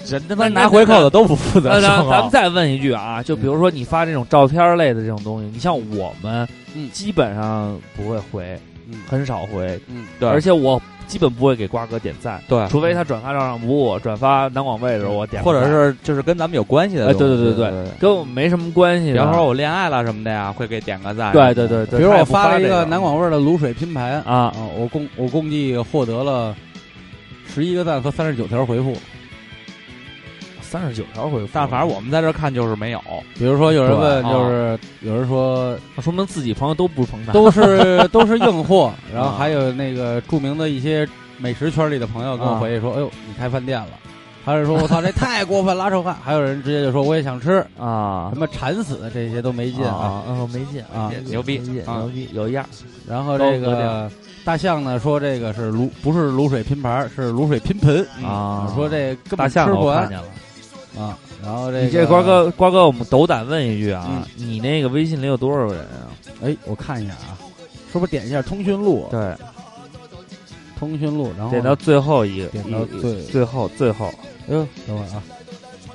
F: 人他妈拿回扣的都不负
E: 那
F: 责
E: 咱
F: 售
E: 咱
F: 后
E: 们。再问一句啊，就比如说你发这种照片类的这种东西，你像我们，
D: 嗯
E: 基本上不会回，
D: 嗯
E: 很少回，
D: 嗯，
F: 对
E: 而且我基本不会给瓜哥点赞，
D: 啊
F: 对，
E: 除非他转发照相不误，转发南广卫的时候我点个
F: 或
E: 赞，
F: 者是就是跟咱们有关系的
E: 哎
F: 东西。
E: 对对对
F: 对
E: 对跟我们没什么关系
F: 比
E: 的。
F: 方说我恋爱了什么的呀，会给点个赞。
E: 对对对
D: 嗯
E: 对，
D: 比如
E: 他也
D: 我
E: 不
D: 发
E: 发
D: 了一
E: 这
D: 个南广味儿的卤水拼盘，
E: 啊，
D: 啊，我共我共计获得了十一个赞和三十九条回复。
E: 三十九条回复，
F: 但反正我们在这儿看就是没有，
D: 比如说有人问，
F: 对
E: 啊
D: 就是有人
E: <laughs>
D: 说
E: 我说明自己朋友都不是彭坦，
D: 都是都是硬货，然后
F: 啊
D: 还有那个著名的一些美食圈里的朋友跟我
E: 啊
D: 回忆说：“哎呦，你开饭店了。”还有人说：“我操，这太过分，拉仇恨。”还有人直接就说：“我也想吃，
E: 啊
D: 什。么馋死，这些都没劲啊。
E: 啊，嗯，没劲
D: 啊
F: 牛逼
E: 没劲
F: 啊
E: 牛逼，有样儿”
D: 然后这
E: 高格调
D: 个大象呢说：“这个是卤，不是卤水拼盘，是卤水拼盆。
E: 啊！
D: 说这根
E: 大
D: 本吃
E: 象的
D: 不
E: 我看
D: 完
E: 见了。
D: 啊。然后这
E: 你这瓜哥，瓜哥，我们斗胆问一句啊，你那个微信里有多少个人啊？
D: 哎，我看一下啊，是不是点一下通讯录？啊
E: 对，
D: 通讯录，然后
E: 点到最后一个，
D: 点到
E: 一
D: 最
E: 最后最后
D: 哎呦，等会儿啊，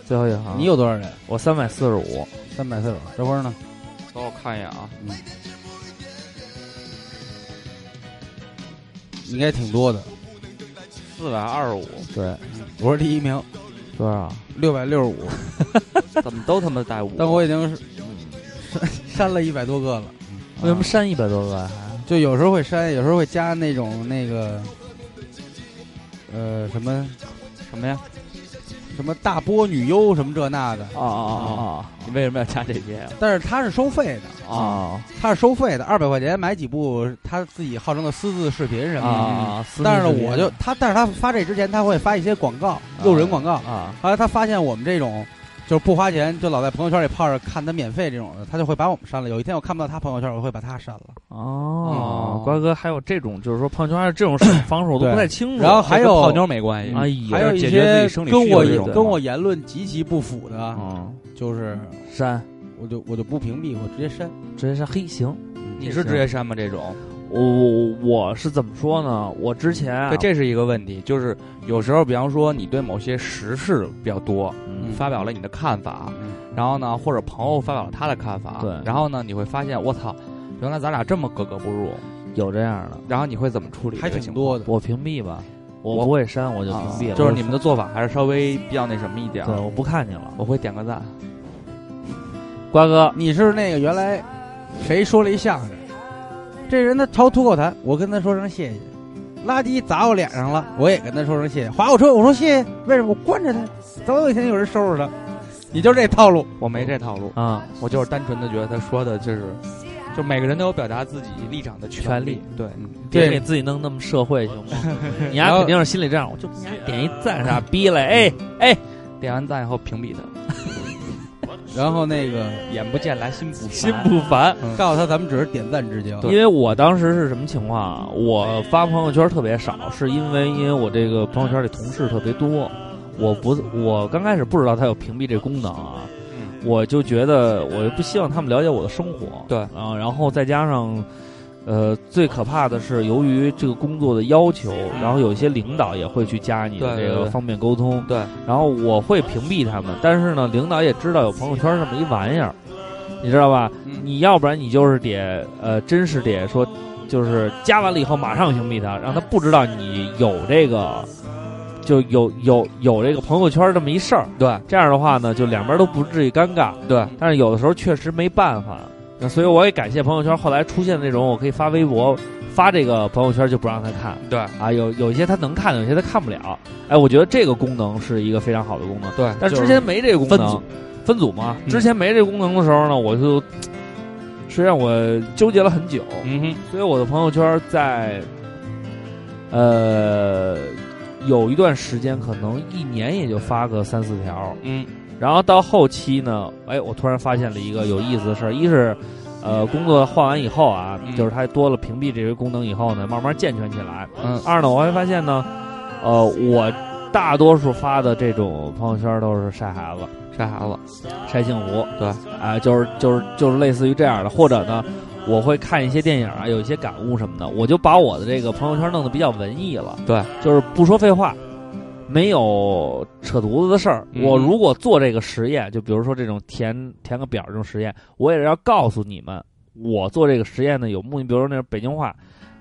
E: 最后一行。
D: 你有多少人？
E: 我三百四十五，
D: 三百四十，这会儿呢？嗯
F: 等我看一眼啊，
D: 应该挺多的。
F: 四百二十五，
E: 对，
D: 我是第一名，
E: 多少？
D: 六百六十五，
F: <laughs> 怎么都他妈带五？啊
D: 但我已经是 <laughs> 删删了一百多个了。
E: 为
F: 嗯
E: 什么删一百多个啊？
D: 就有时候会删，有时候会加那种那个，呃，什么
F: 什么呀？
D: 什么大波女优什么这那的，
F: 啊啊啊！你为什么要加这些啊？
D: 但是它是收费的，
E: 哦
F: 啊
D: 它是收费的，二百块钱买几部他自己号称的私自视频
E: 嗯
D: 什么的。
F: 啊！
D: 但是呢，我就他，但是他发这之前，他会发一些广告，诱人广告。
F: 啊
D: 后来他发现我们这种
K: 就是不花钱，就老在朋友圈里泡着看他免费这种的，他就会把我们删了。有一天我看不到他朋友圈，我会把他删了。
E: 哦，瓜哥还有这种，就是说朋友圈还有这种方式，我都不
K: 对
E: 太清楚。
K: 然后还
F: 跟泡
K: 有
F: 妞没关系。
E: 哎呀，
K: 还有一
F: 解决自
K: 些
F: 己生理需
K: 跟
F: 求
K: 我
F: 这种的
K: 跟我言论极其不符
D: 啊
K: 的，
E: 嗯，
K: 就是
E: 删，
K: 我就我就不屏蔽，我直接删。
E: 直接删，嘿，行。
F: 你是直接删吗？这种，
E: 我我我是怎么说呢？我之前啊
F: 对，，这是一个问题，就是有时候，比方说你对某些时事比较多，
E: 嗯
F: 发表了你的看法
K: 嗯，
F: 然后呢，或者朋友发表了他的看法，
E: 对
F: 然后呢，你会发现，我操，原来咱俩这么格格不入，
E: 有这样的，
F: 然后你会怎么处理？
K: 还挺多的。
E: 我屏蔽吧，我
F: 我
E: 不会删，我就屏
F: 啊
E: 蔽了。
F: 就是你们的做法还是稍微比较那什么一点
E: 我
F: 儿。
E: 对，我不看你了，
F: 我会点个赞。
E: 瓜哥，
K: 你是那个原来谁说了一相声，这人他朝吐口痰，我跟他说声谢谢。垃圾砸我脸上了，我也跟他说声谢谢。划我车，我说谢谢。为什么？我惯着他，总有一天有人收拾他。你就这套路，
F: 我没这套路，
E: 啊，
F: 我就是单纯的觉得他说的就是，就每个人都有表达自己立场的权利。嗯对，
E: 嗯别给自己弄那么社会行
F: <laughs>
E: 吗？你
K: 然
E: 丫
K: 后
E: 肯定是心里这样，我就
F: 哎
E: 给你点一赞，傻
F: <laughs>
E: 逼嘞！哎哎，
F: 点完赞以后屏蔽他，
K: 然后那个
F: 眼不见来心不
E: 心
F: 烦。
E: 不烦。啊
D: 嗯
K: 告诉他咱们只是点赞之交。
E: 因为我当时是什么情况啊？我发朋友圈特别少，是因为因为我这个朋友圈里同事特别多，我不我刚开始不知道它有屏蔽这功能啊，我就觉得我不希望他们了解我的生活。
F: 对
E: 啊，然后再加上。呃，最可怕的是，由于这个工作的要求，然后有些领导也会去加你的
F: 嗯对
E: 这
F: 对
E: 个
F: 对
E: 方便沟通，
F: 对，
E: 然后我会屏蔽他们，但是呢，领导也知道有朋友圈这么一玩意儿，
F: 嗯
E: 你知道吧？你要不然你就是得呃，真是得说，就是加完了以后马上屏蔽他，
F: 嗯
E: 让他不知道你有这个，就有有有这个朋友圈这么一事儿。
F: 对，
E: 这样的话呢，就两边都不至于尴尬。
F: 对，
E: 但是有的时候确实没办法，那所以我也感谢朋友圈后来出现那种我可以发微博。发这个朋友圈就不让他看，
F: 对
E: 啊，有有一些他能看，有一些他看不了。哎，我觉得这个功能是一个非常好的功能。
F: 对，
E: 但是
F: 就
E: 之前没这个功能，
F: 分组
E: 分组嘛，
F: 嗯
E: 之前没这个功能的时候呢，我就实际上我纠结了很久，
F: 嗯哼，
E: 所以我的朋友圈在呃有一段时间，可能一年也就发个三四条，
F: 嗯，
E: 然后到后期呢，哎，我突然发现了一个有意思的事儿，一是。呃，工作换完以后啊，
F: 嗯
E: 就是它多了屏蔽这些功能以后呢，慢慢健全起来。
F: 嗯
E: 二呢，我还发现呢，呃，我大多数发的这种朋友圈都是晒孩子，
F: 晒孩子，
E: 晒幸福，
F: 对
E: 啊、就是就是就是类似于这样的，或者呢，我会看一些电影啊，有一些感悟什么的，我就把我的这个朋友圈弄得比较文艺了，
F: 对，
E: 就是不说废话，没有扯犊子的事儿。
F: 嗯
E: 我如果做这个实验，就比如说这种填填个表这种实验，我也是要告诉你们，我做这个实验呢有目的，比如说那种北京话，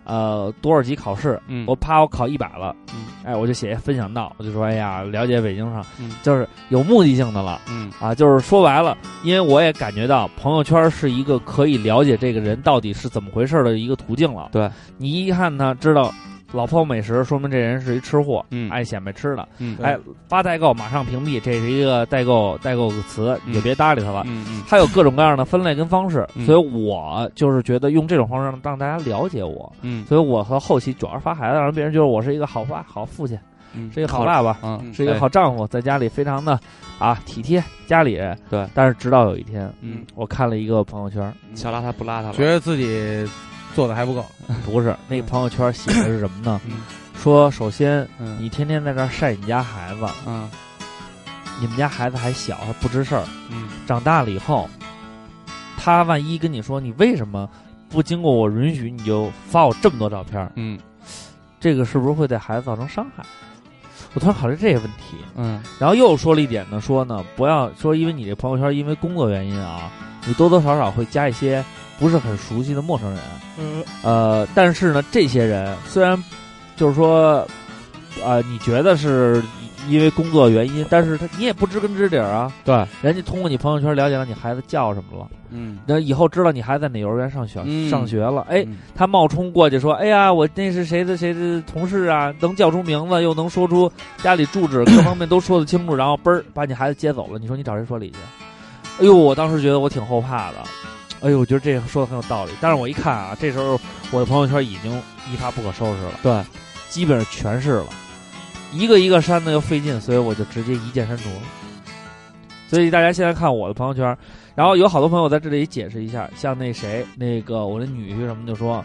E: 呃，多少级考试，
F: 嗯
E: 我啪，我考一百了，
F: 嗯
E: 哎，我就写分享到，我就说，哎呀，了解北京上，
F: 嗯
E: 就是有目的性的了
F: 嗯
E: 啊，就是说白了，因为我也感觉到朋友圈是一个可以了解这个人到底是怎么回事的一个途径了。
F: 对，
E: 你一看他知道老泡美食，说明这人是一吃货，
F: 嗯
E: 爱显摆吃的。
F: 嗯
E: 哎，发代购马上屏蔽，这是一个代购代购词，
F: 嗯
E: 你就别搭理他了。
F: 嗯嗯
E: 它有各种各样的分类跟方式，
F: 嗯
E: 所以我就是觉得用这种方式让让大家了解我。
F: 嗯
E: 所以我和后期主要是发孩子，让别人觉得我是一个好爸、好父亲，
F: 嗯，
E: 是一个好爸爸，
K: 啊
F: 嗯，
E: 是一个好丈夫，在家里非常的啊体贴家里人。
F: 对，
E: 但是直到有一天，
F: 嗯，
E: 我看了一个朋友圈，
F: 哎小邋遢不邋遢
K: 觉
F: 了，
K: 得自己做的还不够，
E: 不是那个朋友圈写的是什么呢
F: 嗯？
E: 说首先
F: 嗯
E: 你天天在这儿晒你家孩子，
F: 嗯
E: 你们家孩子还小还不知事儿，
F: 嗯
E: 长大了以后，他万一跟你说你为什么不经过我允许你就发我这么多照片儿，
F: 嗯
E: 这个是不是会对孩子造成伤害？我突然考虑这个问题，
F: 嗯
E: 然后又说了一点呢，说呢，不要说因为你这朋友圈因为工作原因啊，你多多少少会加一些不是很熟悉的陌生人。
F: 嗯
E: 呃，但是呢，这些人虽然就是说，呃，你觉得是因为工作原因，但是他你也不知根知底儿啊。
F: 对，
E: 人家通过你朋友圈了解到你孩子叫什么了，
F: 嗯
E: 那以后知道你孩子在哪幼儿园上学、
F: 嗯
E: 上学了，哎，
F: 嗯
E: 他冒充过去说：“哎呀，我那是谁的谁的同事啊，能叫出名字，又能说出家里住址，各方面都说得清楚。”然后嘣儿把你孩子接走了，你说你找谁说理去？哎呦，我当时觉得我挺后怕的。哎呦，我觉得这个说的很有道理。但是我一看啊，这时候我的朋友圈已经一发不可收拾了，
F: 对，
E: 基本上全是了，一个一个删的又费劲，所以我就直接一键删除了。所以大家现在看我的朋友圈，然后有好多朋友在这里解释一下，像那谁，那个我的女婿什么就说，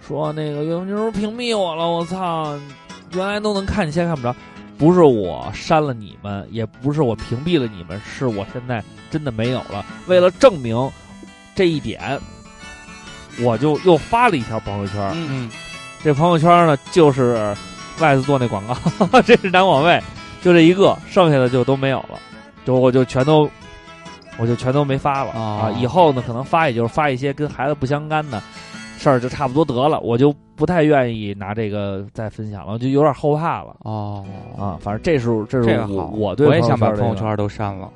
E: 说那个岳云鹏屏蔽我了，我操，原来都能看，你现在看不着。不是我删了你们，也不是我屏蔽了你们，是我现在真的没有了。为了证明这一点，我就又发了一条朋友圈。
F: 嗯
E: 这朋友圈呢，就是外 S 做那广告， <laughs> 这是南广卫，就这一个，剩下的就都没有了，就我就全都，我就全都没发了、
F: 哦
E: 啊。以后呢，可能发也就是发一些跟孩子不相干的事儿，就差不多得了。我就不太愿意拿这个再分享了，我就有点后怕了
F: 哦
E: 啊。反正这是这是
F: 这个
E: 我
F: 好，
E: 我对
F: 我也
E: 朋友
F: 想把
E: 圈的
F: 朋友
E: 这
F: 圈都删了。
E: 个，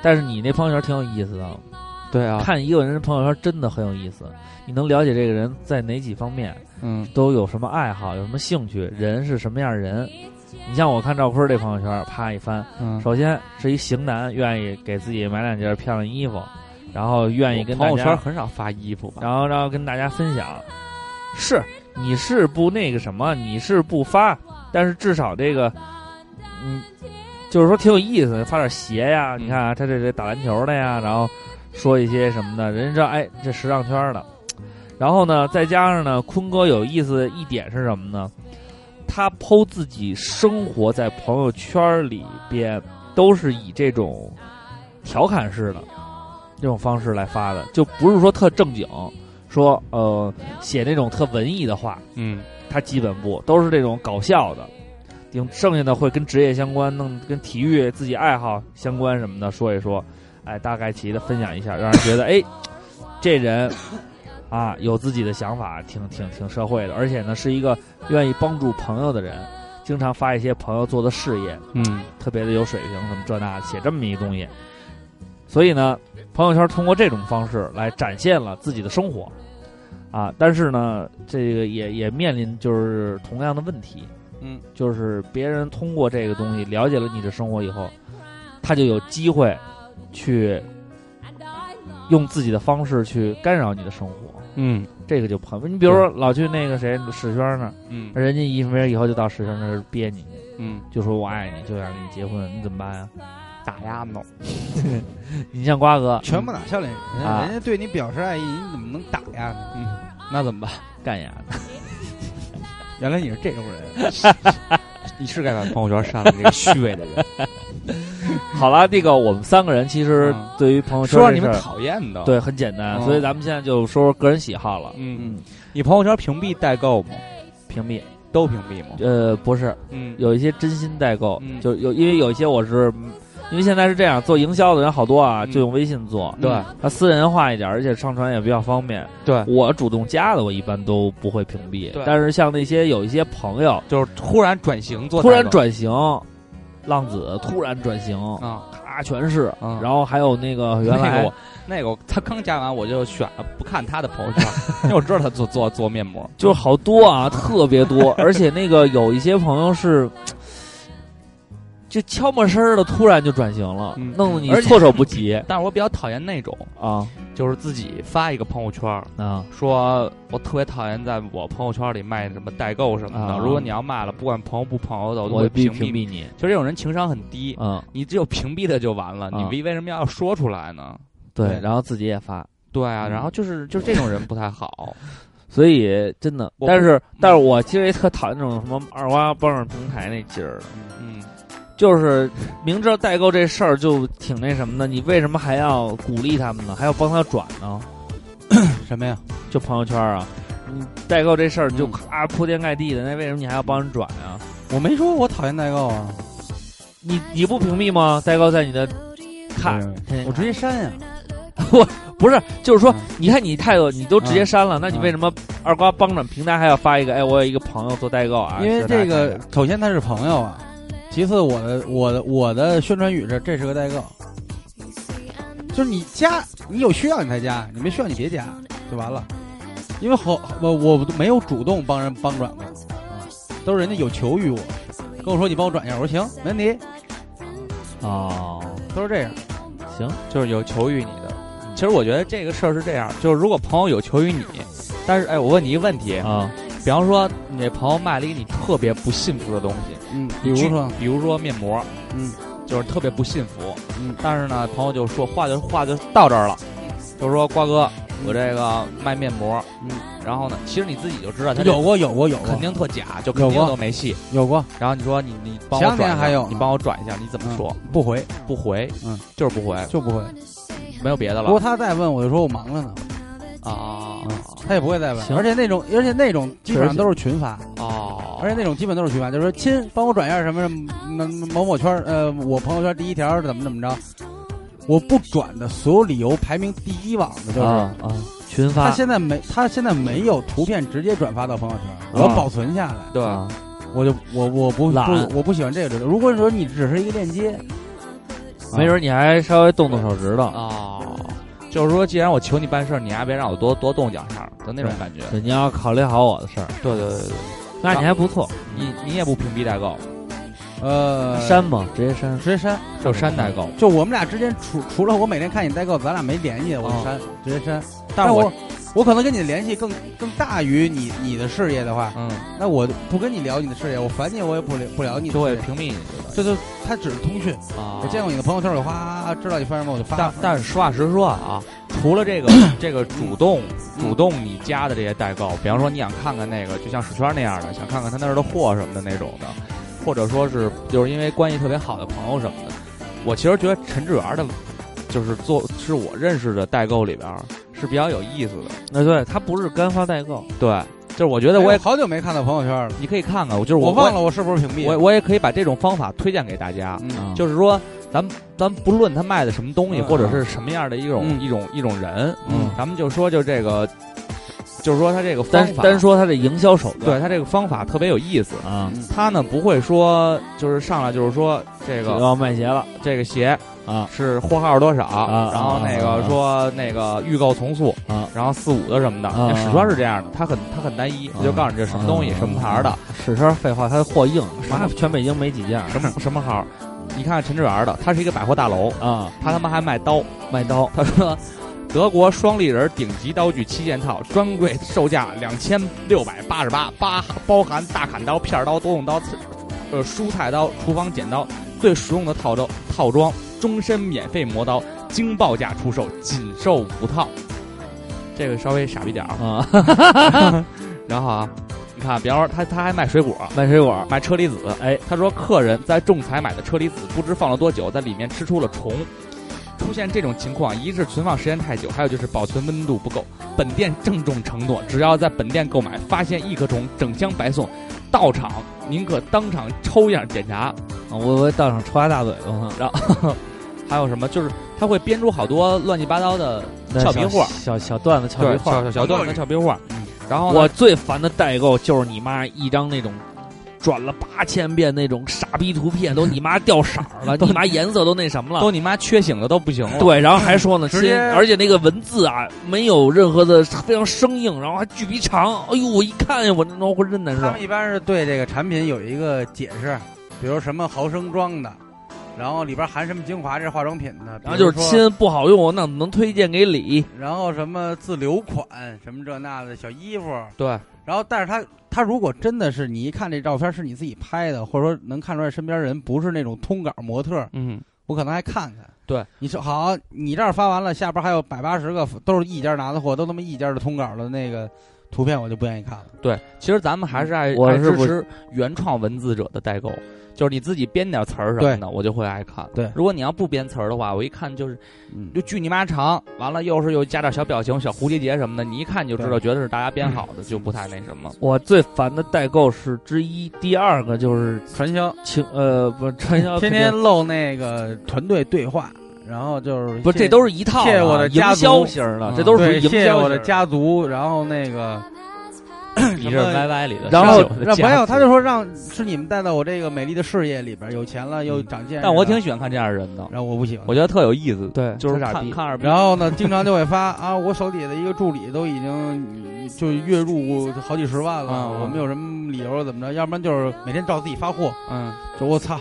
E: 但是你那朋友圈挺有意思的，
F: 对啊，
E: 看一个人的朋友圈真的很有意思，你能了解这个人在哪几方面。
F: 嗯，
E: 都有什么爱好，有什么兴趣，人是什么样的人。你像我看赵坤这朋友圈，啪一翻，
F: 嗯
E: 首先是一型男，愿意给自己买两件漂亮衣服，然后愿意跟大
F: 朋友圈
E: 家，
F: 很少发衣服吧？
E: 然后然后跟大家分享。是，你是不那个什么，你是不发，但是至少这个，嗯，就是说挺有意思的，发点鞋呀，你看啊，他这这打篮球的呀，然后说一些什么的，人家知道，哎，这时尚圈的。然后呢，再加上呢，坤哥有意思的一点是什么呢？他剖自己生活在朋友圈里边，都是以这种调侃式的这种方式来发的，就不是说特正经，说呃写那种特文艺的话，
F: 嗯，
E: 他基本不都是这种搞笑的，顶剩下的会跟职业相关，弄跟体育自己爱好相关什么的说一说，哎，大概齐的分享一下，让人觉得哎，这人啊有自己的想法，挺挺挺社会的，而且呢是一个愿意帮助朋友的人，经常发一些朋友做的事业，
F: 嗯，
E: 特别的有水平，什么这那写这么一东西。所以呢，朋友圈通过这种方式来展现了自己的生活，啊，但是呢，这个也也面临就是同样的问题，
F: 嗯，
E: 就是别人通过这个东西了解了你的生活以后，他就有机会去用自己的方式去干扰你的生活，
F: 嗯
E: 这个就朋友，你比如说老去那个谁史轩那儿，
F: 嗯
E: 人家一分钟以后就到史轩那儿憋你去，
F: 嗯，
E: 就说我爱你，就想跟你结婚，你怎么办呀、
F: 打压呢？
E: <laughs> 你像瓜哥
D: 全部打笑脸人，
E: 啊
D: 人家对你表示爱意，你怎么能打呀呢？
F: 嗯那怎么办？
E: 干呀，
D: 原来你是这种人，
F: <laughs> 你是该把朋友圈删了，你这个虚伪的人， <laughs>
E: 好了，这个我们三个人其实
F: 嗯
E: 对于朋友圈
F: 说让
E: 这
F: 你们
E: 事儿
F: 讨厌的。，
E: 对很简单，
F: 嗯
E: 所以咱们现在就说说个人喜好了。
F: 嗯，你朋友圈屏蔽代购吗？
E: 屏蔽，
F: 都屏蔽吗？
E: 呃，不是，
F: 嗯
E: 有一些真心代购，
F: 嗯
E: 就有因为有一些我是，因为现在是这样，做营销的人好多啊，
F: 嗯
E: 就用微信做，
F: 对
E: 他私人化一点，而且上传也比较方便。
F: 对，
E: 我主动加的，我一般都不会屏蔽
F: 对，
E: 但是像那些有一些朋友
F: 就是突然转型做代
E: 突
F: 购，
E: 然转型，浪子突然转型，
F: 啊，
E: 咔全是，
F: 嗯
E: 然后还有那
F: <laughs>
E: 个原
F: 那
E: 来
F: 个我那个我他刚加完我就选了不看他的朋友圈，因为我知道他做做做面膜。
E: 就是好多啊，特别
F: <laughs>
E: 多，而且那个有一些朋友是，就悄没声儿的，突然就转型了，
F: 嗯
E: 弄得你
F: 而且
E: 措手不
F: <laughs>
E: 及
F: 但是我比较讨厌那种，
E: 啊
F: 就是自己发一个朋友圈，
E: 啊！
F: 说我特别讨厌在我朋友圈里卖什么代购什么的。
E: 啊
F: 如果你要卖了，不管朋友不朋友的，我都
E: 我
F: 会
E: 必屏
F: 屏蔽。
E: 蔽
F: 啊
E: 你，
F: 就这种人情商很低，
E: 嗯，
F: 你只有屏蔽他就完了，你
E: 啊
F: 为为什么要说出来呢？
E: 对
F: 对，
E: 然后自己也发，
F: 对啊，
E: 嗯
F: 然后就是就是这种人不太好。
E: 所以真的，
F: 我不
E: 但是但是我其实也特讨厌那种什么二瓜帮着平台那劲儿的，
F: <laughs> 嗯，
E: 就是明知道代购这事儿就挺那什么的，你为什么还要鼓励他们呢？还要帮他转呢？
F: 什么呀？
E: 就朋友圈啊，你代购这事儿就咔铺天盖地的，那为什么你还要帮人转啊？
D: 我没说我讨厌代购啊，
E: 你你不屏蔽吗？代购在你的看，
D: 我直接删呀。
E: 不是，就是说
D: 嗯，
E: 你看你态度，你都直接删了，那你
D: 嗯
E: 为什么二瓜帮着平台还要发一个？哎，我有一个朋友做代购啊，
D: 因为
E: 是他
D: 这个
E: 看的，
D: 首先他是朋友啊，其次我的我的我的宣传语是这是个代购，就是你加，你有需要你才加，你没需要你别加就完了。因为好我我没有主动帮人帮转过，啊，都是人家有求于我，跟我说你帮我转一下，我说行，没问题，
E: 哦，
D: 都是这样。
E: 行，
F: 就是有求于你的。
E: 嗯
F: 其实我觉得这个事儿是这样，就是如果朋友有求于你，但是哎，我问你一个问题，
E: 啊，
F: 比方说你这朋友卖了一个你特别不信服的东西，
D: 嗯，比如说，
F: 比如说面膜，
D: 嗯，
F: 就是特别不信服。嗯，但是呢，朋友就说话就话就到这儿了，就说瓜哥，我这个卖面膜，嗯，然后呢，其实你自己就知道他这
D: 有过有过有过
F: 肯定特假，就肯定
D: 有过
F: 都没戏。
D: 有过，
F: 然后你说你你帮
D: 前
F: 我
D: 两天
F: 转一下，
D: 还有呢嗯
F: 你帮我转一下，你怎么说？
D: 不回
F: 不回，
D: 嗯，
F: 就是不回，
D: 就不回。
F: 没有别的
D: 不过
F: 了
D: 他再问我就说我忙着呢，
F: 啊
D: 他也不会再问。
E: 行
D: 而且那种而且那种基本上都是群发，
F: 哦，
D: 而且那种基本都是群发，就是说亲，帮我转一下什么什么某某圈儿呃，我朋友圈第一条怎么怎么着。我不转的所有理由排名第一网的就是，
E: 啊啊，群
D: 他
E: 发
D: 现在没他现在没有图片直接转发到朋友圈，我要保存下来。
F: 对，
E: 啊，
D: 我就我我不
E: 懒
D: 不我不喜欢这个流程。如果说你只是一个链接，
E: 没准你还稍微动动手指头，
F: 哦，就是说，既然我求你办事儿，你还别让我多多动两下儿的那种感觉。
E: 对，你要考虑好我的事儿，
F: 对对对对，
E: 那你还不错，
F: 你你也不屏蔽代购，
D: 呃，
E: 删吧，直接删，
D: 直接删。
F: 就删代购。
D: 就我们俩之间除除了我每天看你代购，咱俩没联系，我就
F: 哦
D: 删，直接删。
F: 但
D: 那
F: 我
D: 我我可能跟你的联系更更大于你你的事业的话，
F: 嗯，
D: 那我不跟你聊你的事业，我烦你我也不聊不聊你的
F: 就
D: 事
F: 会
D: 业。哦
F: 屏蔽你
D: 就是他只是通讯，
F: 啊。
D: 我见过你的朋友圈，我哗知道你发什么我就发。
F: 但但是实话实说
D: <laughs>
F: 啊，除了
D: <coughs>
F: 这个这个主动
D: 嗯
F: 主动你加的这些代购，比方说你想看看那个，就像史圈那样的，想看看他那儿的货什么的那种的，或者说是就是因为关系特别好的朋友什么的，我其实觉得陈志远的，就是做是我认识的代购里边儿是比较有意思的。
E: 那对他不是干发代购，
F: 对，就是我觉
D: 哎
F: 得我也、
D: 好久没看到朋友圈了，
F: 你可以看看，我就是
D: 我
F: 我
D: 忘了我是不是屏蔽。
F: 我我也可以把这种方法推荐给大家，
E: 啊
D: 嗯
F: 就是说，咱们咱们不论他卖的什么东西，
D: 嗯
F: 或者是什么样的一种、
D: 嗯
F: 一种一种人，
D: 嗯
F: 咱们就说就这个，就是说他这个方
E: 单
F: 法，
E: 单说他的营销手段
F: 对他这个方法特别有意思。
E: 啊，
D: 嗯
F: 他呢不会说，就是上来就是说这
E: 这
F: 个
E: 要卖鞋了
F: 这个鞋
E: 啊
F: 是货号多少，
E: 啊
F: 然后那
E: 啊
F: 个
E: 啊
F: 说那个预购从速
E: 啊，
F: 然后四五的什么的，
E: 啊
F: 那史川是这样的，他很他很单一，他就告诉你这什么东西
E: 啊
F: 什么牌儿的，
E: 史圈废话，他的货硬，妈啊全北京没几件
F: 什么什么号儿？你看陈志远的，他是一个百货大楼，
E: 啊，
F: 他他妈还卖刀。
E: 卖刀
F: 他说，德国双立人顶级刀具七件套，专柜售价两千六百八十八，八包含大砍刀、片儿刀、多用刀、刺呃蔬菜刀、厨房剪刀，最实用的套装套装，终身免费磨刀，经报价出售，仅售五套。这个稍微傻逼点儿。
E: 啊，
F: 然后啊， <laughs> 你看，比方说他他还卖水果，
E: 卖水果，
F: 买车厘子。
E: 哎，
F: 他说客人在仲裁买的车厘子，不知放了多久，在里面吃出了虫。出现这种情况，一是存放时间太久，还有就是保存温度不够。本店郑重承诺，只要在本店购买发现一颗虫，整箱白送，到场您可当场抽样检查。
E: 啊我我当场抽他大嘴巴，
F: 然后还有什么，就是他会编出好多乱七八糟的
E: 那
F: 俏皮
E: 小
F: 话，
E: 小小段子，俏皮话。
F: 小小段子、俏皮话。然后呢
E: 我最烦的代购就是你妈一张那种转了八千遍那种傻逼图片，都你妈掉色儿了，你妈颜色都那什么了。
F: 都你妈缺醒的都不行了。
E: 对，然后还说呢，
F: 直
E: 亲
F: 接，
E: 而且那个文字啊，没有任何的非常生硬，然后还巨逼长。哎呦，我一看呀，我那浑身难受
D: 他。们一般是对这个产品有一个解释，比如什么毫升装的，然后里边含什么精华，这是化妆品的，
E: 然后就是
D: 比如说，
E: 亲不好用，我那能推荐给李？
D: 然后什么自留款，什么这那的小衣服，
F: 对，
D: 然后但是他他如果真的是你一看这照片是你自己拍的，或者说能看出来身边人不是那种通稿模特，
F: 嗯，
D: 我可能还看看。
F: 对，
D: 你说好，你这儿发完了，下边还有百八十个都是一家拿的货，都他妈一家的通稿的那个图片，我就不愿意看了。
F: 对，其实咱们还是爱
E: 我
F: 爱
E: 是
F: 支
E: 不
F: 持原创文字者的代购，就是你自己编点词儿什么
D: 对
F: 的，我就会爱看。
D: 对
F: 如果你要不编词儿的话，我一看就是
D: 嗯
F: 就巨你妈长，完了又是又加点小表情、小蝴蝶结什么的，你一看就知道，觉得是大家编好的，就不太那什么。
E: 我最烦的代购是之一，第二个就是
D: 传销
E: 情呃不传销，
D: 天天露那个团队对话，然后就是
E: 不是这都是一套
D: 谢
E: 的
D: 我的
E: 营
D: 家
E: 销
D: 族
E: 型的，
F: 嗯
E: 这都是属
D: 对
E: 于营销
D: 谢谢
E: 型
D: 我的。家族，然后那个
F: 你这是 YY
D: 呃
F: 里的，
E: 然后
D: 让朋友他就说让是你们带到我这个美丽的事业里边，有钱了又长见识了，
F: 但我挺喜欢看这样的人的，
D: 然后我不喜欢
F: 我。觉得特有意思。
E: 对
F: 就是
E: 他傻
F: 看
E: 逼
F: 看二逼
D: 然后呢，经常就会发啊，我手底的一个助理都已经就月入好几十万了，
F: 嗯嗯
D: 我们有什么理由怎么着？要不然就是每天照自己发货，
F: 嗯，
D: 就我操，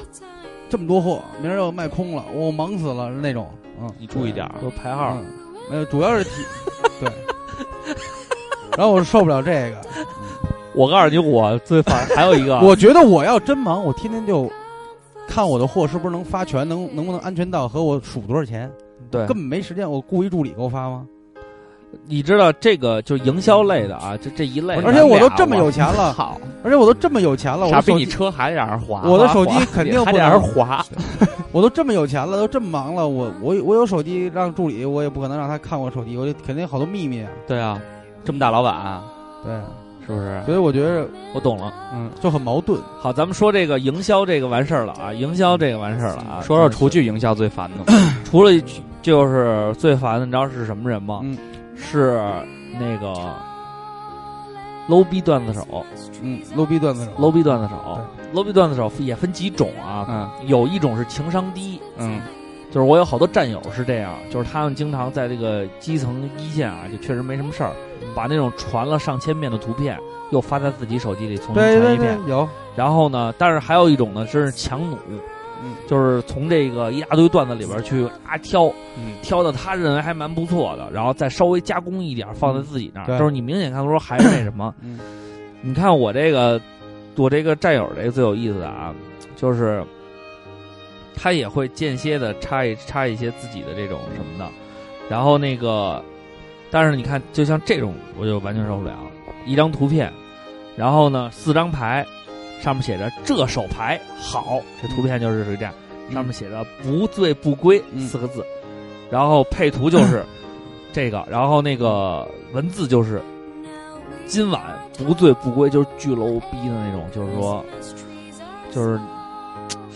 D: 这么多货，明儿又卖空了，我忙死了那种。嗯，
F: 你注意点儿。
E: 都排号，
D: 嗯，呃，主要是体 <laughs> 对。然后我受不了这个，
E: <laughs> 我告诉你，我最烦还有一个
F: 啊
D: 我觉得我要真忙，我天天就看我的货是不是能发全，能能不能安全到和我数多少钱，
E: 对
D: 根，本没时间。我雇一助理给我发吗？
E: 你知道这个就营销类的
B: 嗯
E: 啊，这这一类的，
D: 而且我都这么有钱了
B: <laughs>
E: 好，
D: 而且我都这么有钱了，我
B: 傻
D: 的
B: 逼，
D: 手
B: 你
D: 机
B: 车还让人划，
D: 我的手机肯定
B: 还
D: 不
B: 让人
D: 能，
B: 划，
D: 我都这么有钱了，都这么忙了，我我我有手机让助理，我也不可能让他看我手机，我就肯定有好多秘密啊。
B: 对啊，这么大老板啊，
D: 对，
B: 是不是？
D: 所以我觉得
E: 我懂了。
D: 嗯就很矛盾。
E: 好，咱们说这个营销这个完事儿了啊，营销这个完事儿了
F: 嗯
E: 啊。
B: 嗯说说厨具营销最烦的嘛，
E: 除了就是最烦的，你知道是什么人吗？
D: 嗯
E: 是那个 low 逼段子手
D: 嗯，low 逼段子手
E: ，low 逼段子手，low 逼段子手也分几种啊。
D: 嗯
E: 有一种是情商低，
D: 嗯，
E: 就是我有好多战友是这样，就是他们经常在这个基层一线啊，就确实没什么事儿，
D: 嗯
E: 把那种传了上千遍的图片又发在自己手机里重新
D: 对
E: 传
D: 对
E: 一遍
D: 对。，有
E: 然后呢，但是还有一种呢，真是强弩，
D: 嗯，
E: 就是从这个一大堆段子里边去啊挑，
D: 嗯，
E: 挑的他认为还蛮不错的，然后再稍微加工一点放在自己那
D: 对
E: 儿，就是你明显看出还是那什么，
D: 嗯，
E: 你看我这个，我这个战友这个最有意思的啊，就是他也会间歇的插一插一些自己的这种什么的，然后那个，但是你看，就像这种我就完全受不了，一张图片，然后呢四张牌，上面写着这手牌好，这图片就是是这样，上面写着不醉不归
D: 嗯
E: 四个字，然后配图就是 <laughs> 这个，然后那个文字就是今晚不醉不归，就是巨 low 逼的那种，就是说，
G: 嗯
E: 就是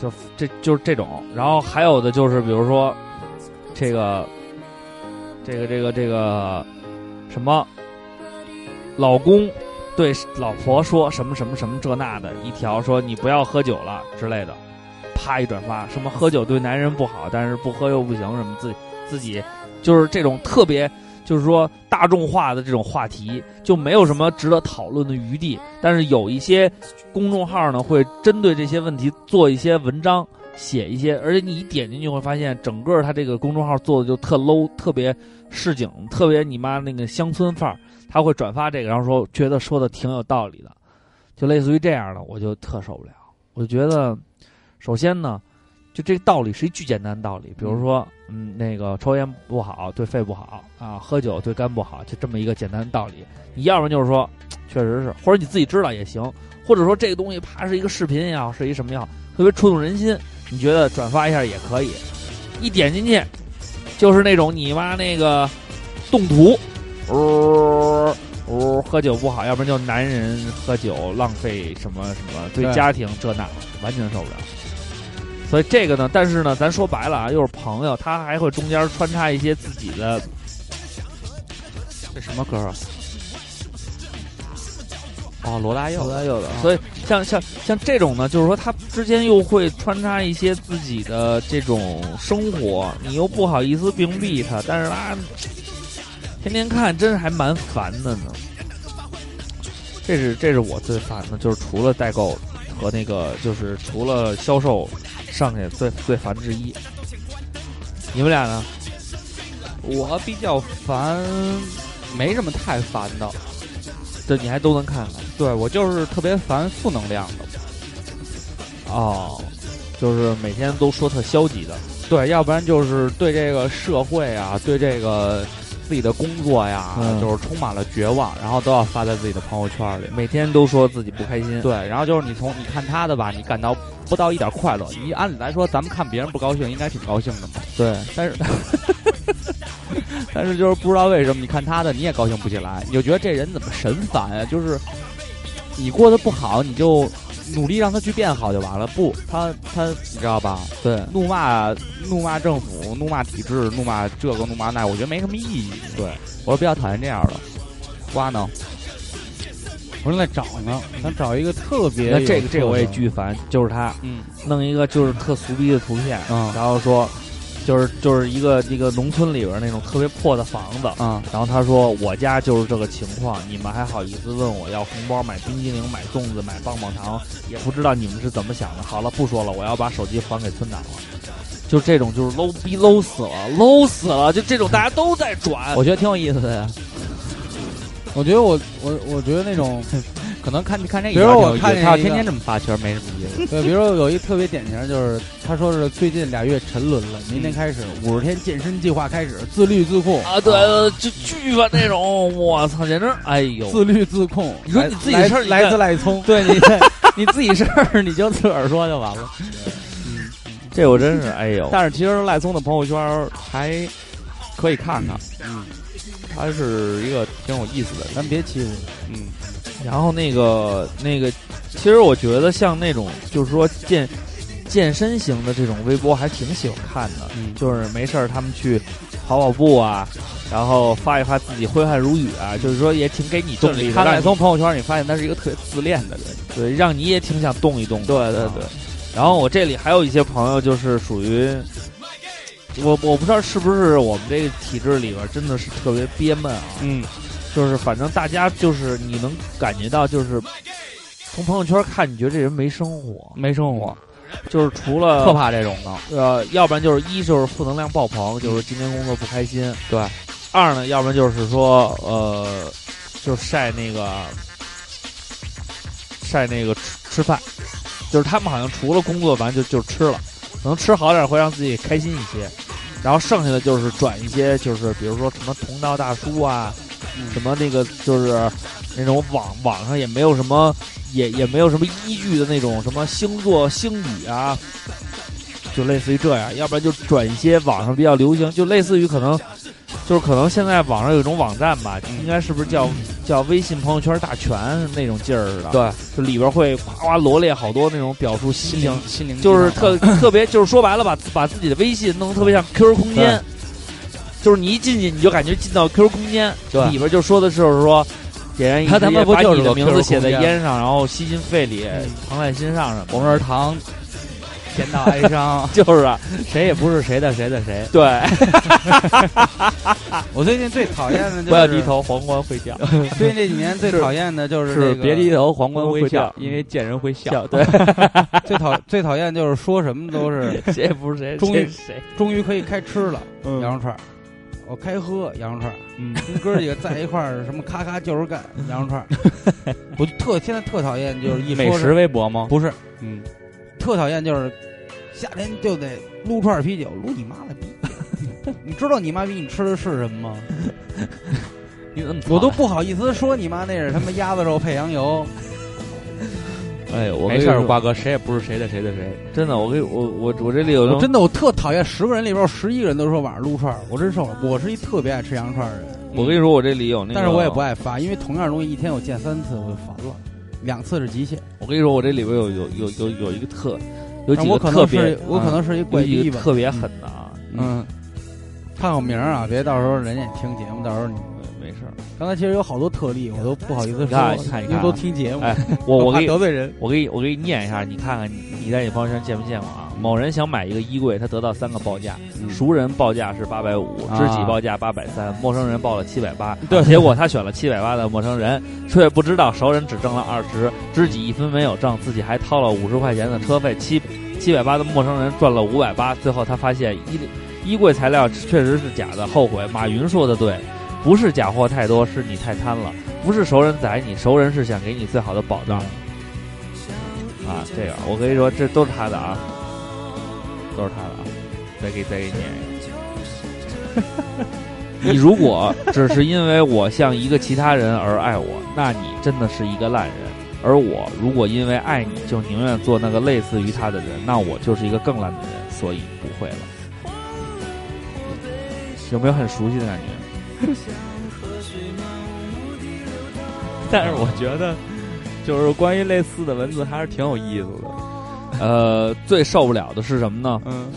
E: 就这就是这种。然后还有的就是，比如说这个这个这个这个什么，老公对老婆说什么什么什么这那的一条，说你不要喝酒了之类的，啪一转发，什么喝酒对男人不好，但是不喝又不行，什么自己自己就是这种特别。就是说大众化的这种话题就没有什么值得讨论的余地。但是有一些公众号呢，会针对这些问题做一些文章，写一些，而且你一点进去会发现，整个它这个公众号做的就特 low，特别市井，特别你妈那个乡村范儿。他会转发这个，然后说觉得说的挺有道理的，就类似于这样的，我就特受不了。我就觉得，首先呢，就这个道理是一巨简单的道理，比如说，嗯，那个抽烟不好，对肺不好啊，喝酒对肝不好，就这么一个简单的道理。你要不然就是说，确实是，或者你自己知道也行，或者说这个东西啪是一个视频也好，是一什么也好，特别触动人心，你觉得转发一下也可以。一点进去，就是那种你妈那个动图，呜、呜、喝酒不好，要不然就男人喝酒浪费什么什么，对
D: 对
E: 家庭这那完全受不了。所以这个呢，但是呢，咱说白了啊，又是朋友，他还会中间穿插一些自己的
B: 这什么歌啊？哦，罗大佑，
E: 有的有的，所以像像像这种呢，就是说他之间又会穿插一些自己的这种生活，你又不好意思屏蔽他，但是他天天看，真是还蛮烦的呢。这是这是我最烦的，就是除了代购和那个，就是除了销售上去最最烦之一。你们俩呢？
F: 我比较烦，没什么太烦的。
E: 这你还都能看看
F: 对我就是特别烦负能量的，
E: 哦，就是每天都说特消极的。
F: 对，要不然就是对这个社会啊，对这个自己的工作呀，
E: 嗯
F: 就是充满了绝望，然后都要发在自己的朋友圈里。
E: 每天都说自己不开心，
F: 对，然后就是你从你看他的吧，你感到不到一点快乐。你按理来说，咱们看别人不高兴，应该挺高兴的嘛。
E: 对，
F: 但是，但是就是不知道为什么，你看他的你也高兴不起来，你就觉得这人怎么神烦呀、就是你过得不好，你就努力让他去变好就完了。不，他他你知道吧？
E: 对，
F: 怒骂怒骂政府，怒骂体制，怒骂这个怒骂那，我觉得没什么意义。对我是比较讨厌这样的。瓜呢？
D: 我正在找呢，想找一个特别
E: 那
D: 有
E: 这个这个我也
D: 特色
E: 巨烦，就是他
F: 嗯
E: 弄一个就是特俗逼的图片，
F: 嗯
E: 然后说就是就是一个一个农村里边那种特别破的房子，
D: 嗯
F: 啊
E: 然后他说我家就是这个情况，你们还好意思问我要红包、买冰激凌、买粽子、买棒棒糖，也不知道你们是怎么想的。好了，不说了，我要把手机还给村长了。就这种就是 low 逼 low 死了，low 死了，就这种大家都在转，
F: 我觉得挺有意思的呀。
D: 我觉得我我我觉得那种
F: 可能看看这一
D: 比如
F: 条挺
D: 我
F: 有意思
D: 看见
F: 他要
D: 一
F: 天
D: 个
F: 天这么发，其实没什么意思。
D: <laughs> 对，比如说有一特别典型，就是他说是最近俩月沉沦了，
F: 嗯
D: 明天开始五十天健身计划开始，自律自控，
E: 啊，对，就巨烦那种，我操，简直，哎呦，
D: 自律自控。
E: 你说
D: 来
E: 你自己的事儿你
D: 来来
E: 干
D: 自赖聪，
F: <laughs> 对你，你自己事儿你就自个儿说就完了。
E: 这我真是，哎呦，
F: 但是其实赖聪的朋友圈儿还可以看看，嗯，他是一个挺有意思的人，
D: 咱别欺负我。
F: 嗯，
E: 然后那个那个，其实我觉得像那种就是说健健身型的这种微博，还挺喜欢看的。
F: 嗯
E: 就是没事儿他们去跑跑步啊，然后发一发自己挥汗如雨啊，就是说也挺给你动
F: 就是
E: 力
F: 你
E: 的，
F: 看
E: 让
F: 赖
E: 你
F: 聪朋友圈儿，你发现他是一个特别自恋的人，
E: 对，让你也挺想动一动。对
F: 对对。
E: 然后我这里还有一些朋友，就是属于我，我不知道是不是我们这个体制里边儿真的是特别憋闷啊。
F: 嗯，
E: 就是反正大家就是你能感觉到，就是从朋友圈看，你觉得这人没生活，
F: 没生活，
E: 就是除
F: 特
E: 了
F: 怕这种的，
E: 呃，要不然就是一就是负能量爆棚，就是今天工作不开心，对；二呢，要不然就是说呃，就是晒那个晒那个吃吃饭，就是他们好像除了工作完就就吃了，能吃好点会让自己开心一些，然后剩下的就是转一些，就是比如说什么同道大叔啊，什么那个就是那种网网上也没有什么也也没有什么依据的那种什么星座星语啊，就类似于这样，要不然就转一些网上比较流行，就类似于可能就是可能现在网上有一种网站吧，应该是不是叫叫微信朋友圈大全那种劲儿似的，
F: 对，
E: 就里边会哗哗罗列好多那种表述心情
F: 心灵
E: 就是特特别，就是说白了，把把自己的微信弄得特别像 QQ 空间，就是你一进去，你就感觉进到 QQ 空间，
F: 对
E: 里边就说的是说，点燃一
F: 他他妈
E: 支
F: 不
E: 把
F: 就是
E: 你的
F: 个
E: 名
F: QQ
E: 字写在
F: 空间
E: 烟上，然后吸进肺里，藏在心上什么
F: 我们是糖，甜到哀伤，
E: 的，就是啊，
F: 谁也不是谁的谁的谁，
E: 对，
D: <laughs> 我最近最讨厌的就
E: <laughs>
D: 是
E: 不要低。头，皇冠会掉，
D: 最近这几年最讨厌的就是这
F: 是
D: 个
F: 别低头，皇冠会
E: 笑
F: 笑，因为见人会笑。
E: <laughs> 对，
D: 最讨最讨厌就是说什么都是
E: 谁也不是谁，
D: 终于
E: 谁是谁，
D: 终于可以开吃了，
F: 嗯
D: 羊肉串儿。我开喝羊肉串儿，
F: 嗯
D: 跟哥儿几个在一块儿，什么咔咔就是干 <laughs> 羊肉串儿。我就特现在特讨厌就是一
F: 美
D: 说
F: 食
D: 是
F: 微博吗？
D: 不是
F: 嗯，
D: 特讨厌就是夏天就得撸串儿啤酒，撸你妈了 <laughs> 逼！你知道你妈逼你吃的是什么吗？
F: 你怎么
D: 我都不好意思说你妈那是他妈鸭子肉配羊油。
E: 哎，我
F: 没事儿，瓜哥，谁也不是谁的谁的谁。
E: 真的，我跟我我我这里有
D: 我
E: 种
D: 真的我特讨厌十个人里边有十一个人都说晚上撸串儿，我真受不了。我是一特别爱吃羊肉串儿的人。
E: 我跟你说，我这里有那个，
D: 但是我也不。爱发，因为同样的东西一天我见三次我就烦了，两次是极限。
E: 我跟你说，我这里边有有有有有一个特，有
D: 但
E: 几
D: 我
E: 个
D: 可
E: 特
D: 能
E: 别嗯
D: 是，我可能是一怪
E: 有几
D: 异
E: 个
D: 吧。
E: 特别狠的啊。
D: 嗯，看好名儿啊，别到时候人家也听节目，到时候你
E: 没事儿，
D: 刚才其实有好多特例，我都不好意思
E: 你看你
D: 说，
E: 看你
D: 因为
E: 看啊
D: 都听节目，
E: 哎我我
D: 怕
E: 给你
D: 得罪人。
E: 我给你我给你念一下，你看看你你在你朋友圈见没见过啊？某人想买一个衣柜，他得到三个报价，
D: 嗯
E: 熟人报价是八百五，
F: 啊
E: 知己报价八百三，陌生人报了七百
D: <laughs>
E: 八，对，结果他选了七百八的陌生人，却不知道熟人只挣了二十，知己一分没有挣，自己还掏了五十块钱的车费，七七百八的陌生人赚了五百八，最后他发现衣衣柜材料确实是假的，后悔。马云说的对，不是假货太多，是你太贪了，不是熟人宰你，熟人是想给你最好的保
D: 嗯
E: 障。啊，这个我跟你说，这都是他的啊，都是他的啊，再给再给你念一个。 <laughs> 你如果只是因为我像一个其他人而爱我，那你真的是一个烂人。而我如果因为爱你就宁愿做那个类似于他的人，那我就是一个更烂的人，所以不会了。有没有很熟悉的感觉？
F: 但是我觉得，就是关于类似的文字还是挺有意思
E: <laughs>
F: 的。
E: 呃，最受不了的是什么呢？
F: 嗯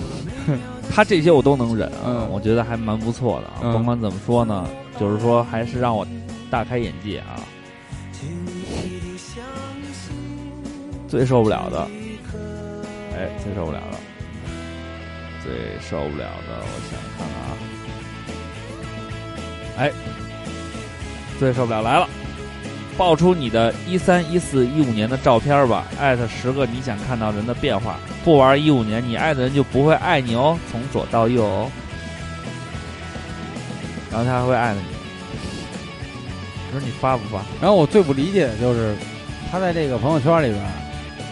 E: <laughs> 他这些我都能忍啊，
F: 嗯
E: 我觉得还蛮不错的啊。
F: 嗯
E: 甭管怎么说呢，就是说还是让我大开眼界啊。最受不了的，哎，最受不了的，最受不了的，我想想看看啊，哎，最受不了来了。爆出你的一三一四一五年的照片吧，艾特十个你想看到人的变化。不玩一五年，你爱的人就不会爱你哦，从左到右哦。然后他还会爱着你。你说你发不发？
D: 然后我最不理解的就是，他在这个朋友圈里边儿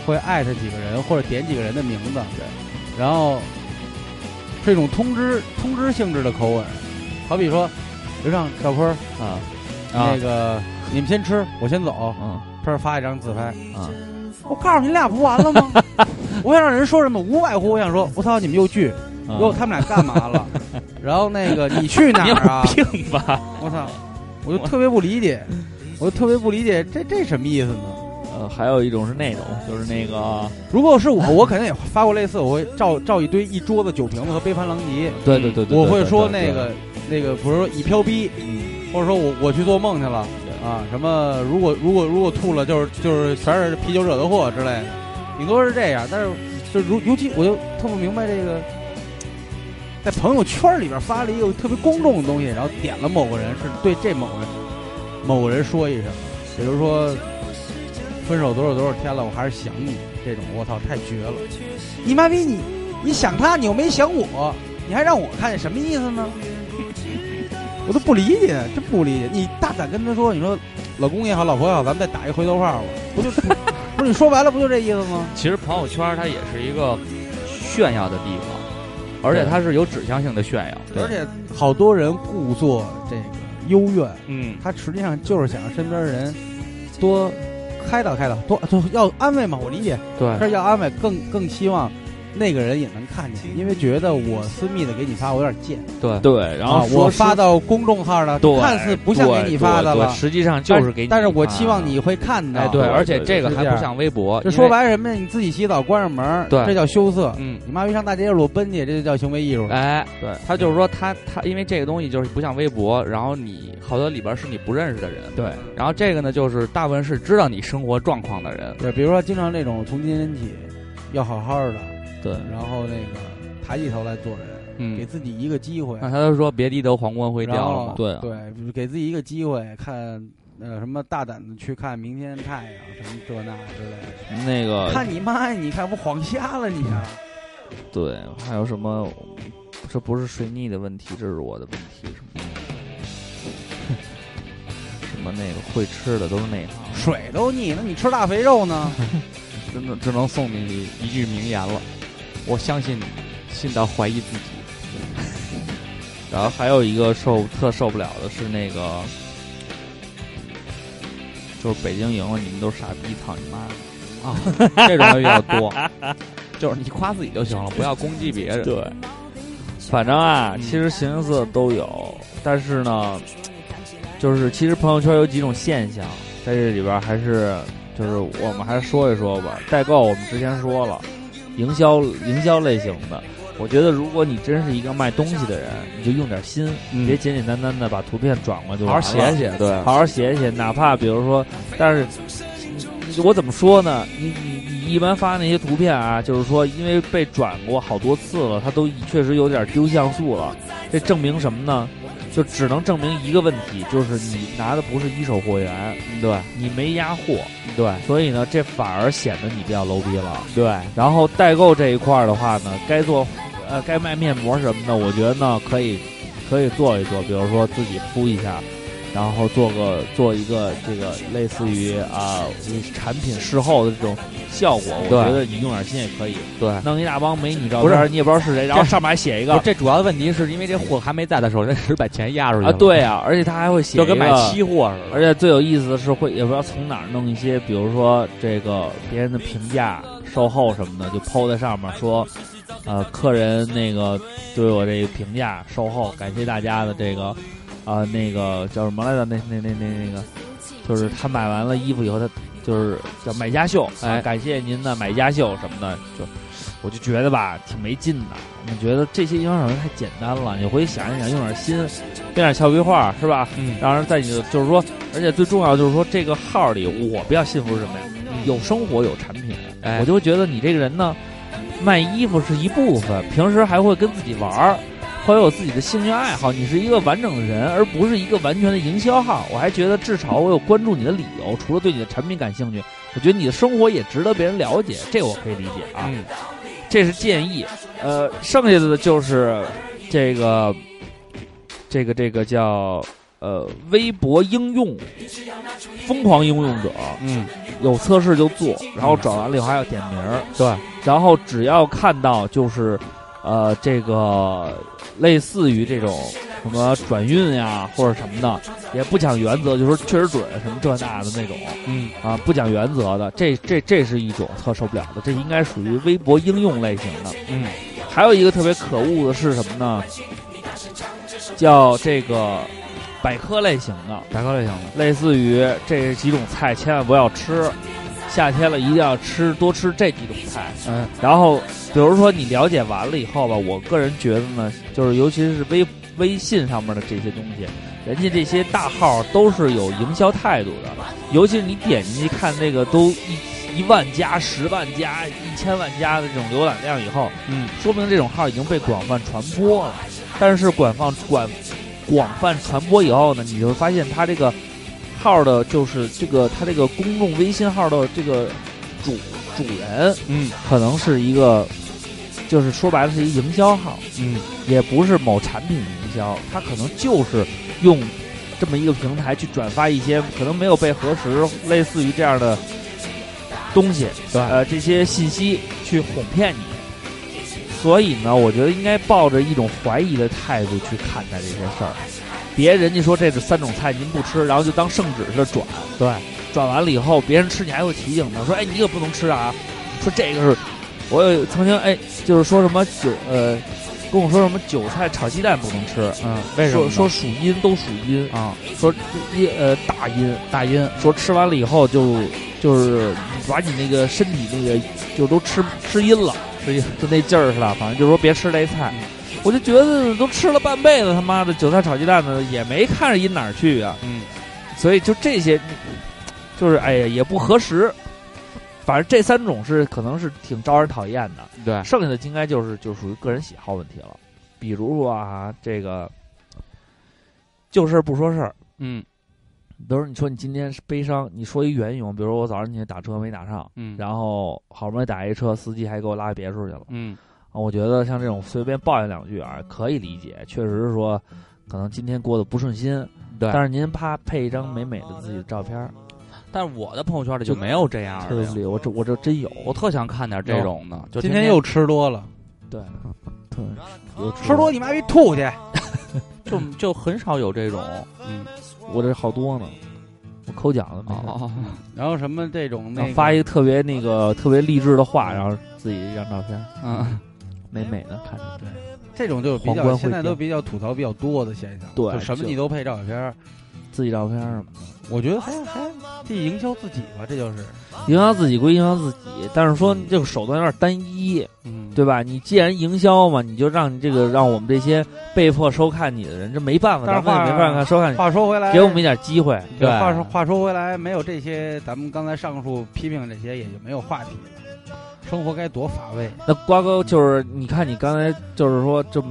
D: 会艾特几个人或者点几个人的名字，对，然后是一种通知通知性质的口吻，好比说刘畅、小坡儿
E: 啊啊
D: 那个你们先吃，我先走，
E: 嗯
D: 这儿发一张自拍
F: 嗯
E: 啊，
D: 我告诉你俩不完了 <laughs> 吗？我想让人说什么，无外乎我想说，我操你们又聚，哟
E: 啊
D: 他们俩干嘛 <laughs> 了？然后那个你去哪儿啊？
E: 病
F: <laughs>
E: 吧？
D: 我操，我就特别不理解，我就特别不理解这这什么意思呢？
E: 呃，还有一种是那种，就是那
F: 嗯
E: 个，嗯
D: 如果是我，我肯定也发过类似，我会照照一堆一桌子酒瓶子和杯盘狼藉，
E: 对对对对，
D: 我
E: 对
D: 会
E: 对
D: 说
E: 对嗯
D: 那个那个，比如说已飘逼，或者说我我去做梦去了啊，什么如果如果如果吐了，就是就是全是啤酒惹的祸之类的，顶多是这样。但是就如尤其我就特不明白这个，在朋友圈里边发了一个特别公众的东西，然后点了某个人，是对这某个人某个人说一声，比如说分手多少多少天了，我还是想你这种，我操，太绝了！你妈逼你，你想他，你又没想我，你还让我看见什么意思呢？ <laughs> 我都不理解，真不理解。你大胆跟他说，你说老公也好，老婆也好，咱们再打一回头炮吧，不 <laughs> 就不是你说白了不就这意思吗？
F: 其实朋友圈它也是一个炫耀的地方，而且它是有指向性的炫耀。
D: 而且好多人故作这个幽怨，
F: 嗯，
D: 他实际上就是想让身边人多开导开导，多就要安慰嘛。我理解，
B: 对
D: <laughs> 这要安慰，更更希望那个人也能看见，因为觉得我私密的给你发，我有点贱。
B: 对，
E: 对，然
D: 啊
E: 后
D: 我
E: 说
D: 发到公众号了，
E: 对
D: 看似不像给你发的
B: 对
D: 了，
B: 实际上就是给你发
D: 但
B: 的，
D: 是我期望你会看到。
B: 哎对，
E: 对
B: 而且
E: 对
B: 这个
D: 是
B: 还
D: 这
B: 不
D: 样
B: 像微博，
D: 这
B: 因
D: 说
B: 为
D: 白了什么呀？你自己洗澡关上门儿，
B: 对
D: 这叫羞涩。
B: 嗯。
D: 你妈逼上大街裸奔去，这就叫行为艺术。
B: 哎，
E: 对，
B: 他就是说他他因为这个东西就是不像微博，然后你好多里边是你不认识的人，
E: 对，
B: 然后这个呢就是大部分是知道你生活状况的人，
D: 对，比如说经常那种从今天起要好好的，
E: 对，
D: 然后那个抬起头来做人，给
B: 嗯，
D: 自己一个机会。
B: 那他就说别低头，皇冠会掉
D: 然
B: 了
D: 后
B: 嘛，
E: 对啊
D: 对，就是给自己一个机会，看呃什么大胆的去看明天太阳什么这那之类的。
E: 那
B: 呃
E: 个
D: 看你妈呀！你看不晃瞎了你啊！
E: 对，还有什么？这不是水逆的问题，这是我的 <laughs> 问题，什么的什么那个会吃的都是那行，
D: 水都腻，那你吃大肥肉
B: <laughs>
D: 呢？
B: 真的只能送你一句名言了，我相信你，信到怀疑自己。
E: 然后还有一个受特受不了的是那个，就是北京赢了，你们都是傻逼，操你妈的！
B: 这种比较
F: <laughs>
B: 多，就是你夸自己就行了，不要攻击别人。
E: 对，反正啊，其实形形色色都有，但是呢，就是其实朋友圈有几种现象，在这里边儿还是就是我们还是说一说吧。代购我们之前说了，营销营销类型的，我觉得如果你真是一个卖东西的人，你就用点心，别简简单单的把图片转过来就
B: 好
E: 完
B: 好
E: 了。
B: 写写，对，
E: 嗯好好写写，哪怕比如说，但是你我怎么说呢？你你你一般发那些图片啊，就是说因为被转过好多次了，它都确实有点丢像素了。这证明什么呢？就只能证明一个问题，就是你拿的不是一手货源，对你没压货，对，所以呢，这反而显得你比较 low 逼了，对。然后代购这一块儿的话呢，该做，呃，该卖面膜什么的，我觉得呢可以可以做一做，比如说自己铺一下，然后做个做一个这个类似于啊、产品事后的这种效果，我
B: 对
E: 觉得你用点心也可以。
B: 对
E: 弄一大帮美女照
B: 不是
E: 片儿，你也不知道是谁，然后上面还写一
B: 不
E: 个
B: 是这主要的问题是因为这货还没在的时候，那只把钱压出去
E: 啊，
B: 了，
E: 对，啊，而且他还会写
B: 就
E: 一
B: 跟
E: 个
B: 买期货似的。
E: 而且最有意思的是会也不知道从哪儿弄一些，比如说这个别人的评价、售后什么的，就抛在上面说，呃，客人那个对我这个评价、售后，感谢大家的这个，啊、那个叫什么来着？那那那那那个，就是他买完了衣服以后，他就是叫买家秀，
B: 哎
E: 啊感谢您的买家秀什么的，就我就觉得吧，挺没劲的。我觉得这些营销手段太简单了，你回去想一想，用点心，编点俏皮话，是吧？
B: 嗯，
E: 让人在你的就是说，而且最重要就是说，这个号里我比较信服是什么呀？
B: 嗯
E: 有生活，有产品，
B: 哎
E: 我就会觉得你这个人呢，卖衣服是一部分，平时还会跟自己玩儿，会有自己的兴趣爱好，你是一个完整的人，而不是一个完全的营销号。我还觉得至少我有关注你的理由，除了对你的产品感兴趣，我觉得你的生活也值得别人了解，这我可以理解啊。
B: 嗯
E: 这是建议。呃，剩下的就是这个，这个这个叫呃微博应用疯狂应用者，
B: 嗯，
E: 有测试就做，然后转完了以后还要点名儿，
D: 对，
E: 然后只要看到就是，呃，这个类似于这种什么转运呀或者什么的，也不讲原则，就说确实准什么这那的那种，
F: 嗯
E: 啊，不讲原则的，这这这是一种特受不了的，这应该属于微博应用类型的。
F: 嗯，
E: 还有一个特别可恶的是什么呢？叫这个百科类型的，
B: 打高类型的，
E: 类似于这几种菜千万不要吃，夏天了一定要吃多吃这几种菜。
B: 嗯，
E: 然后比如说你了解完了以后吧，我个人觉得呢，就是尤其是微微信上面的这些东西，人家这些大号都是有营销态度的，尤其是你点进去看那个都一一万加、十万加、一千万加的这种浏览量以后，
F: 嗯，
E: 说明这种号已经被广泛传播了。但是广泛广广泛传播以后呢，你就会发现它这个号的，就是这个它这个公众微信号的这个主主人，
F: 嗯，
E: 可能是一个，就是说白了是一营销号，
F: 嗯，
E: 也不是某产品营销，它可能就是用这么一个平台去转发一些可能没有被核实，类似于这样的东西，
F: 对
E: 呃，这些信息去哄骗你。所以呢，我觉得应该抱着一种怀疑的态度去看待这些事儿，别人家说这是三种菜您不吃，然后就当圣旨似的转，对，转完了以后别人吃你还会提醒他说，哎，你可不能吃啊，说这个是，我有曾经哎，就是说什么韭呃，跟我说什么韭菜炒鸡蛋不能吃，
F: 嗯，为什么
E: 说
F: 呢？
E: 说属阴都属阴，
F: 啊，
E: 说一呃大阴大阴，说吃完了以后就就是把你那个身体那个就都吃吃阴了，吃阴就那劲儿是吧？反正就是说别吃这菜。
F: 嗯
E: 我就觉得都吃了半辈子，他妈的韭菜炒鸡蛋的也没看着阴哪儿去啊。
F: 嗯，
E: 所以就这些，就是哎呀也不合时。反正这三种是可能是挺招人讨厌的，
F: 对，
E: 剩下的应该就是就属于个人喜好问题了。比如说啊，这个就事儿不说事儿，
F: 嗯
E: 比如你说你今天是悲伤，你说一缘由，比如我早上起来打车没打上，
F: 嗯，
E: 然后好不容易打一车，司机还给我拉别处去了。
F: 嗯
E: 啊，我觉得像这种随便抱怨两句啊，可以理解，确实是说可能今天过得不顺心，
F: 对
E: 但是您啪配一张美美的自己的照片儿，
F: 但是我的朋友圈里就没有啊这样
E: 特
F: 的
E: 别
F: 呀，
E: 理我这我这真
F: <laughs>
E: 有，
F: 我特想看点这种的，就
D: 今
F: 哦天
D: 天又吃多了，
E: 对，特有
D: 吃多你妈逼吐去！
F: 就就很少有这种，嗯，
E: 我这好多呢，我抠脚了没事儿。
F: 哦，
D: 然后什么这种
E: 然
D: 那
E: 后
D: 个
E: 发一个特别那个特别励志的话，然后自己一张照片儿，
F: 嗯，
E: 美美的看着，对
D: 这种就比
E: 皇冠
D: 较
E: 会
D: 现在
E: 变
D: 都比较吐槽比较多的现象，
E: 对
D: 就什么
E: 就
D: 你都配照片儿，
E: 自己照片儿嘛。
D: 我觉得还还这营销自己吧，这就是
E: 营销自己归营销自己，但是说
D: 嗯
E: 这个手段有点单一，
F: 嗯，
E: 对吧？你既然营销嘛，你就让你这个让我们这些被迫收看你的人，这没办法，
D: 但是
E: 咱们也
D: 话
E: 没办法收看你，
D: 话说回来，
E: 给我们一点机会。
F: 对
D: 话说话说回来，没有这些咱们刚才上述批评这些，也就没有话题了。生活该多乏味，
E: 那瓜哥就是，你看你刚才就是说这么，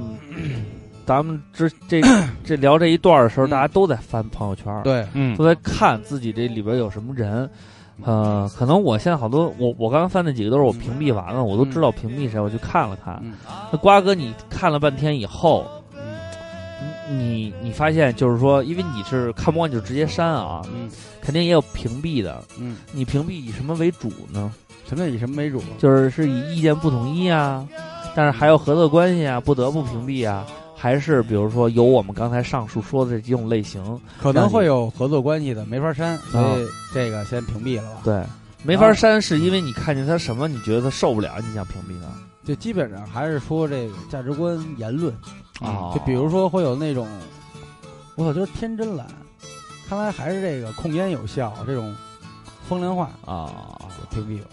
E: 咱们之这这聊这一段的时候，
D: 嗯
E: 大家都在翻朋友圈，
D: 对，
F: 嗯
E: 都在看自己这里边有什么人。
D: 嗯
E: 呃，可能我现在好多，我我刚刚翻那几个都是我屏蔽完了，我都知道屏蔽谁，我去看了看。
D: 嗯
E: 那瓜哥，你看了半天以后，你你发现就是说，因为你是看不惯就直接删啊，
D: 嗯
E: 肯定也有屏蔽的。
D: 嗯，
E: 你屏蔽以什么为主呢？
D: 什么叫以什么为主？
E: 就是是以意见不统一啊，但是还有合作关系啊，不得不屏蔽啊，还是比如说有我们刚才上述说的这几种类型，
D: 可能会有合作关系的，没法删，所以这个先屏蔽了吧。
E: 对，没法删，是因为你看见他什么，你觉得他受不了，你想屏蔽他。
D: 就基本上还是说这个价值观、言论，
F: 嗯
E: 啊
D: 嗯就比如说会有那种，我操，就是天真懒，看来还是这个控烟有效这种风凉话，
E: 啊，
D: 屏蔽了。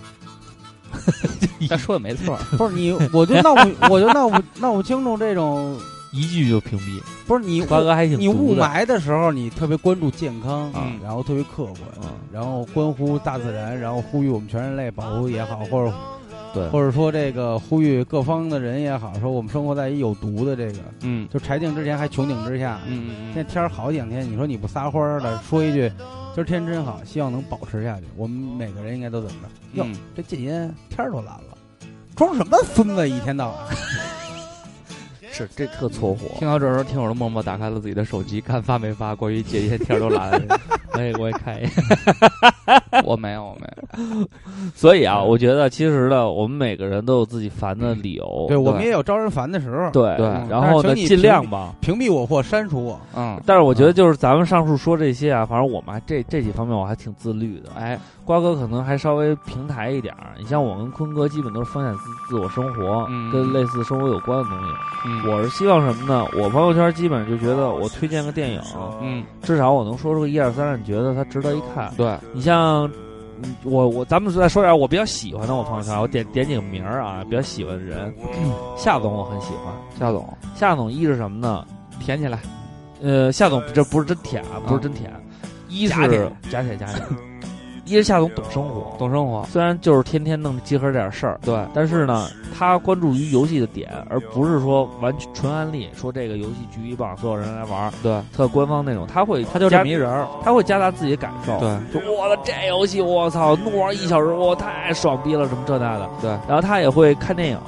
F: 他说的没错，
D: 不是你，我就闹不，我就闹不闹不清楚这种，
E: <laughs> 一句就屏蔽。
D: 不是你
E: 瓜哥还挺
D: 你雾
E: 毒的，
D: 霾的时候，你特别关注健康，
F: 啊
D: 然后特别客观，
E: 嗯
D: 然后关乎大自然，然后呼吁我们全人类保护也好，或者
E: 对
D: 或者说这个呼吁各方的人也好，说我们生活在一有毒的这个，
F: <laughs> 嗯
D: 就柴静之前还穹顶之下，
F: 嗯嗯
D: 现在天儿好几两天，你说你不撒欢儿的说一句，今儿天真好，希望能保持下去。我们每个人应该都怎么着？哟，
F: 嗯
D: 这戒烟天儿都蓝了，装什么孙子一天到晚。
B: 是这特搓
E: <laughs>
B: 火。
E: 听到这时候，听友都默默打开了自己的手机，看发没发关于戒烟条
B: <laughs>
E: 都来了。我
F: 哎
E: 也我也看一眼。
F: 我没有，我没有。
E: 所以啊，我觉得其实呢，我们每个人都有自己烦的理由。
K: 对我们也有招人烦的时候，
E: 对
B: 对
E: 然后呢，
K: 但是请你
E: 尽量吧。
K: 屏蔽我或删除我，
F: 嗯，
E: 但是我觉得就是咱们上述说这些啊，反正我们还这这几方面我还挺自律的。哎，瓜哥可能还稍微平台一点儿。你像我跟坤哥基本都是分享自自我生活，
F: 嗯
E: 跟类似生活有关的东西。
F: 嗯
E: 我是希望什么呢？我朋友圈基本就觉得我推荐个电影，
F: 嗯，
E: 至少我能说出个一二三，让你觉得它值得一看。
F: 对，
E: 你像，嗯我我咱们再说点我比较喜欢的我朋友圈，我点点几个名儿啊，比较喜欢的人。夏总我很喜欢，
F: 夏总
E: 夏总一是什么呢？
F: 舔起来。
E: 呃，夏总这不是真舔啊，不是真舔，一是
F: 假舔
E: 假舔假舔，一是夏总懂生活，
F: 懂生活，
E: 虽然就是天天弄集合这点事儿，
F: 对，
E: 但是呢，他关注于游戏的点，而不是说完全纯安利，说这个游戏局一棒，所有人来玩儿，
F: 对，
E: 特官方那种，他会
F: 他就
E: 加
F: 这么一人儿，
E: 他会夹杂自己的感受，
F: 对，
E: 就我的这游戏，我操，怒玩一小时，我太爽逼了，什么这那的。
F: 对，
E: 然后他也会看电影，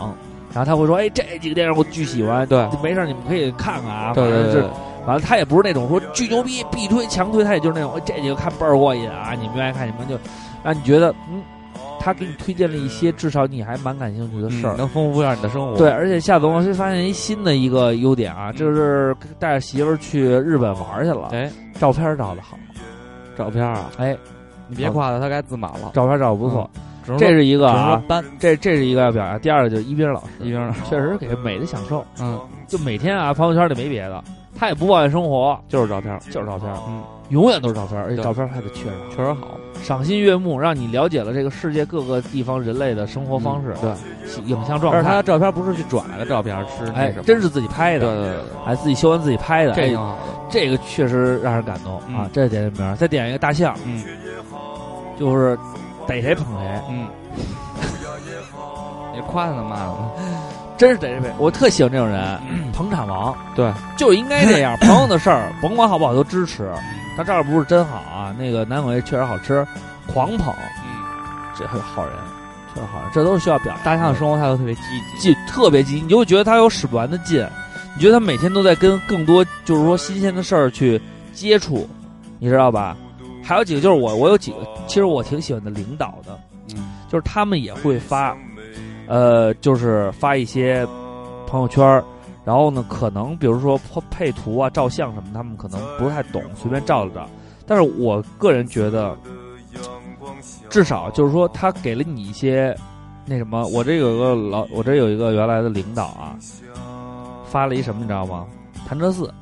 E: 然后他会说，哎，这几个电影我巨喜欢，
F: 对
E: 没事儿你们可以看看啊。
F: 对
E: 反正
F: 对
E: 是
F: 对，
E: 反正他也不是那种说巨牛逼必推强推，他也就是那种哎这几个看倍儿过瘾啊，你们愿意看你们就，让你觉得嗯，他给你推荐了一些至少你还蛮感兴趣的事儿。
F: 嗯能丰富一下你的生活。
E: 对，，而且夏总是发现一新的一个优点啊，就是带着媳妇儿去日本玩去了，
F: 嗯哎，
E: 照片儿照的好，
F: 照片啊，
E: 哎，
F: 你别夸他，他该自满了。
E: 照片照的不错，
F: 只能说
E: 这是一个
F: 只能说
E: 啊，
F: 单
E: 这这是一个要表扬。第二个就是一冰老师，
F: 一边儿呢，
E: 确实给美的享受，
F: 嗯，
E: 就每天啊，朋友圈里没别的，他也不抱怨生活，
F: 就是照片，
E: 就是照片，
F: 嗯，
E: 永远都是照片，而且
F: 对
E: 照片还得确认，
F: 确实好。
E: 赏心悦目，让你了解了这个世界各个地方人类的生活方式，
F: 嗯对，
E: 影像
F: 但
E: 状
F: 是他
E: 态
F: 的，照片不是去转来的照片，是那
E: 哎
F: 什么，
E: 真是自己拍
F: 对对
E: 的，
F: 对对，
E: 哎，自己修完自己拍的，
F: 这
E: 哎
F: 挺，好的。
E: 这个确实让人感动
F: 嗯
E: 啊！这点点名儿，再点一个大象，
F: 嗯，
E: 就是逮谁捧谁，
F: 嗯，你夸他呢，骂他呢？
E: 真是得这辈，我特喜欢这种人，捧场王。
F: 对，
E: 就应该这 <laughs> 样。朋友的事儿，甭管好不好都支持。他这儿不是真好啊，那个南广味确实好吃，狂捧，
F: 嗯，
E: 这是好人，这是好人，这都是需要表扬的。
F: 大象生活态度特别积极。
E: 劲特别急，你就会觉得他有使不完的劲，你觉得他每天都在跟更多就是说新鲜的事儿去接触，你知道吧？还有几个就是我，我有几个，其实我挺喜欢的领导的，
F: 嗯
E: 就是他们也会发，呃，就是发一些朋友圈儿，然后呢，可能比如说配配图啊、照相什么，他们可能不太懂，随便照了照。但是我个人觉得，至少就是说，他给了你一些那什么。我这有个老，我这有一个原来的领导啊，发了一什么，你知道吗？潭柘寺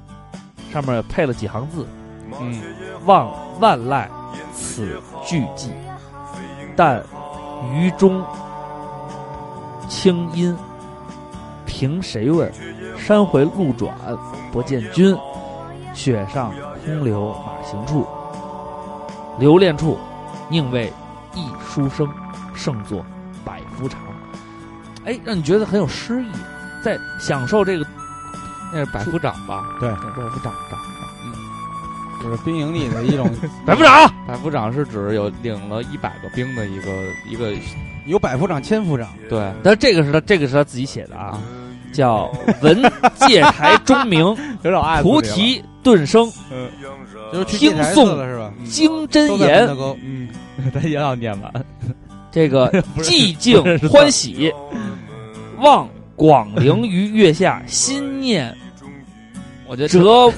E: 上面配了几行字，
F: 嗯，
E: 望万籁此俱寂，但于中清音凭谁问？山回路转不见君，雪上空留马行处。留恋处，宁为一书生，胜作百夫长。哎，让你觉得很有诗意，在享受这个
F: 那是百夫长吧？
E: 百夫长长
K: 就是兵营里的一种，
E: 百夫长。
F: 百夫长是指有领了一百个兵的一个一个，
K: 有百夫长、千夫长，
F: 对，
E: 但这个是他，这个是他自己写的啊，叫“ <laughs> 文 <laughs> 界台钟 <laughs> 鸣，
F: 有点爱
E: 菩提顿生，
K: 就是去
E: 听
K: 电台
E: 颂
K: 寺了是吧？
D: 嗯
E: 经真
K: 都在门
E: 言
K: 头沟，
F: 嗯，他也要念完。”，
E: 这
F: <laughs>
E: 个寂静欢喜，望广陵于月下，心念
F: 我觉得
E: 折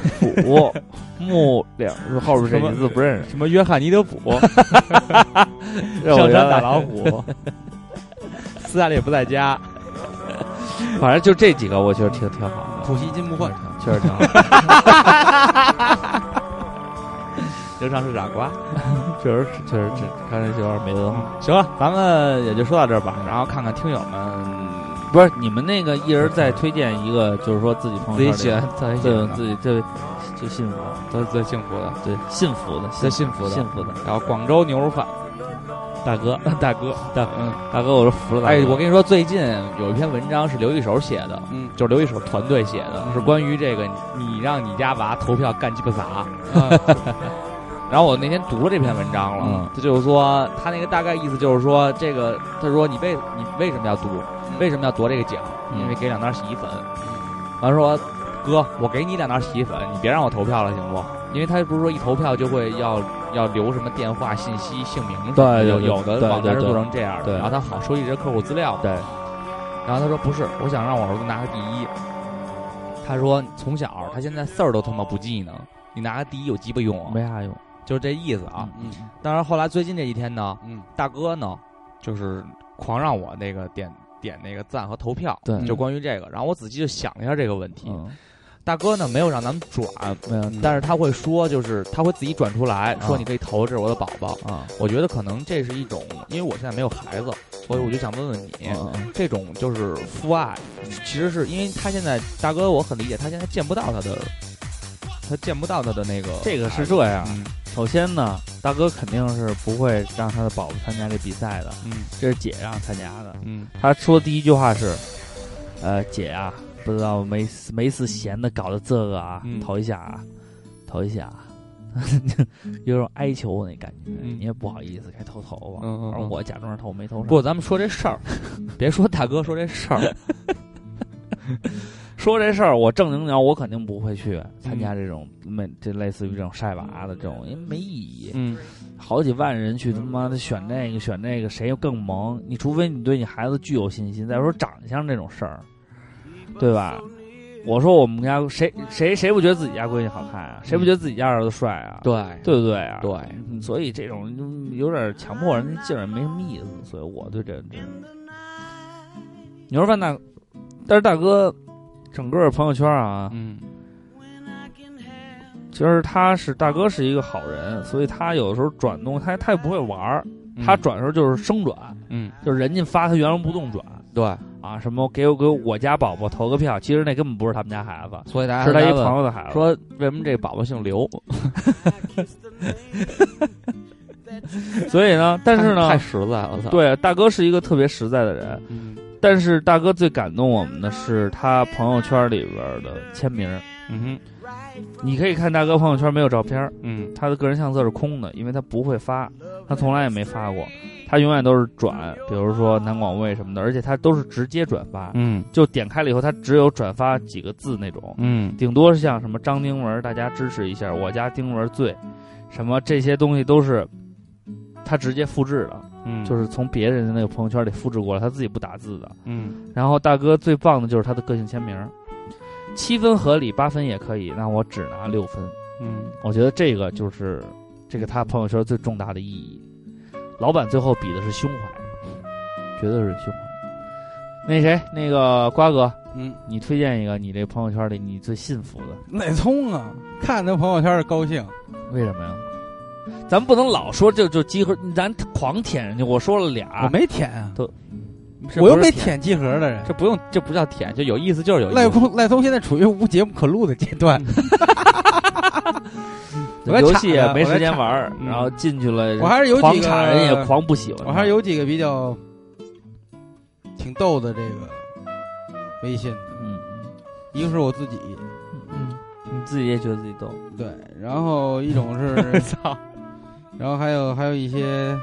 E: 卜木两，后边这几字不认识。
F: 什么约 <laughs> 翰尼
E: <laughs>
F: 德普上山打老
E: <laughs>
F: 虎，斯大林也不在家，
E: 反正就这几个，我觉得挺挺好的，
K: 普希金不
E: <laughs>
K: 换，
B: 嗯
E: 确实挺好的。
F: 刘畅是傻瓜。
E: 确实是，确实是，看这有点没文化。
F: 行了，咱们也就说到这儿吧，然后看看听友们
E: 不是你们那个一人在推荐一个，就是说自己朋
F: 自
E: 友
F: 己
E: 圈里
F: 喜
E: 的
F: 欢自己喜
E: 对
F: 欢
E: 自
F: 的，
E: 己最最幸福的，
F: 都是最幸福的。
E: 对幸福的，
F: 最幸福的
E: 幸福的。
F: 然后广州牛肉饭， <laughs> 大哥，大哥，大嗯。
E: 大哥，我是服了大哥。
F: 哎，我跟你说，最近有一篇文章是刘一手写的，
K: 嗯，
F: 就是刘一手团队写
E: 嗯
F: 的，是关于这个你让你家娃投票干鸡巴啥。 <laughs> 然后我那天读了这篇文章了
E: 啊嗯，
F: 他就是说他那个大概意思就是说，这个
E: 嗯
F: 他说你为你为什么要读，为什么要夺这个奖？因为给两袋洗衣粉。
E: 嗯
F: 完说哥，我给你两袋洗衣粉，你别让我投票了，行不？因为他不是说一投票就会要要留什么电话、信息、姓名什么的，
E: 对
F: 有
E: 对对
F: 有的
E: 对
F: 网站是
E: 对对
F: 做成这样的，
E: 对
F: 然后他好收集这客户资料。
E: 对，
F: 然后他说不是，我想让我儿子拿个第一。他说从小他现在字儿都他妈不记呢，你拿个第一有鸡巴用啊？
E: 没啥用。
F: 就是这意思啊。
D: 嗯
F: 当然后来最近这几天呢，
D: 嗯
F: 大哥呢就是狂让我那个点点那个赞和投票，
B: 嗯
E: 对
F: 就关于这个。然后我仔细就想了一下这个问题，
E: 嗯，
F: 大哥呢没有让咱们转，
E: 没有
F: 但是他会说，就是他会自己转出来，说你可以投，这是我的宝宝。
E: 啊，
F: 嗯我觉得可能这是一种，因为我现在没有孩子，所以我就想问问你，
E: 嗯嗯
F: 这种就是父爱，其实是因为他现在大哥，我很理解，他现在见不到他的，他见不到他的那个，
E: 这个是这样。
F: 嗯
E: 首先呢，大哥肯定是不会让他的宝宝参加这比赛的，
F: 嗯
E: 这是姐让参加的。
F: 嗯
E: 他说第一句话是：“呃，姐啊，不知道没事没事闲的搞的这个啊，
F: 嗯
E: 投一下啊，投一下啊。” <laughs> 有种哀求那感觉，
F: 嗯
E: 你也不好意思该投投吧。
F: 嗯嗯
E: 而
F: 嗯
E: 我假装投没投上。
F: 不，咱们说这事儿，别说大哥说这事儿，
E: 说这事儿，我正经鸟，我肯定不会去参加这种没这类似于这种晒娃的这种，因为没意义。
F: 嗯
E: 好几万人去他妈的选那个选那个，谁更萌？你除非你对你孩子具有信心。再说长相这种事儿，对吧？我说我们家谁谁谁不觉得自己家闺女好看啊？谁不觉得自己家儿子帅啊？
F: 对
E: 对不对啊？
F: 对
E: 嗯，所以这种就有点强迫人家劲儿，没什么意思。所以我对这这，你说范大，但是大哥整个朋友圈啊，
F: 嗯
E: 其实他是大哥是一个好人，所以他有的时候转动他他也不会玩儿，他转的时候就是生转，
F: 嗯
E: 就是人家发他原封不动转
F: 对，
E: 啊，什么给我给我家宝宝投个票，其实那根本不是他们家孩子，
F: 所以大家
E: 是他一
F: 来问
E: 朋友的孩子。
F: 哎说为什么这宝宝姓刘？
E: 所以呢，但是呢
F: 太，实在了，我操！
E: 对大哥是一个特别实在的人，
F: 嗯
E: 但是大哥最感动我们的是他朋友圈里边的签名儿。
F: 嗯
E: 你可以看大哥朋友圈没有照片儿，
F: 哼嗯
E: 他的个人相册是空的，因为他不会发，他从来也没发过，他永远都是转，比如说南广卫什么的，而且他都是直接转发，
F: 嗯
E: 就点开了以后，他只有转发几个字那种，
F: 嗯
E: 顶多是像什么张丁文，大家支持一下，我家丁文最，什么这些东西都是他直接复制的，
F: 嗯
E: 就是从别人的那个朋友圈里复制过来，他自己不打字的。
F: 嗯
E: 然后大哥最棒的就是他的个性签名儿，七分合理，八分也可以，那我只拿六分。
F: 嗯
E: 我觉得这个就是这个他朋友圈最重大的意义。老板最后比的是胸怀，绝对是胸怀。那谁，那个瓜哥，
D: 嗯，
E: 你推荐一个你这朋友圈里你最信服的，
D: 奶葱啊，看他朋友圈儿高兴，
E: 为什么呀？咱不能老说就就集合，咱狂舔人家。我说了俩，
D: 我没舔啊，
E: 都
D: 我又没舔集合的人。
F: 这不用，这不叫舔，就有意思就是有
D: 赖
F: 意思。
D: 空赖聪现在处于无节目可录的阶段，
E: 嗯
D: 我还
E: 游
D: 插
E: 戏也
D: 着
E: 没
D: 我还
E: 时间
D: 插
E: 玩儿，
F: 嗯，
E: 然后进去了，
D: 我还是有
E: 狂
D: 几
E: 插人
D: 个
E: 也狂不喜欢。
D: 我还是有几个比较挺逗的这个微信的，
E: 嗯，
D: 一个是我自己，
E: 嗯，你自己也觉得自己逗，
D: 对，然后一种
E: <laughs>
D: 是
F: 操！
D: 然后还有还有一些，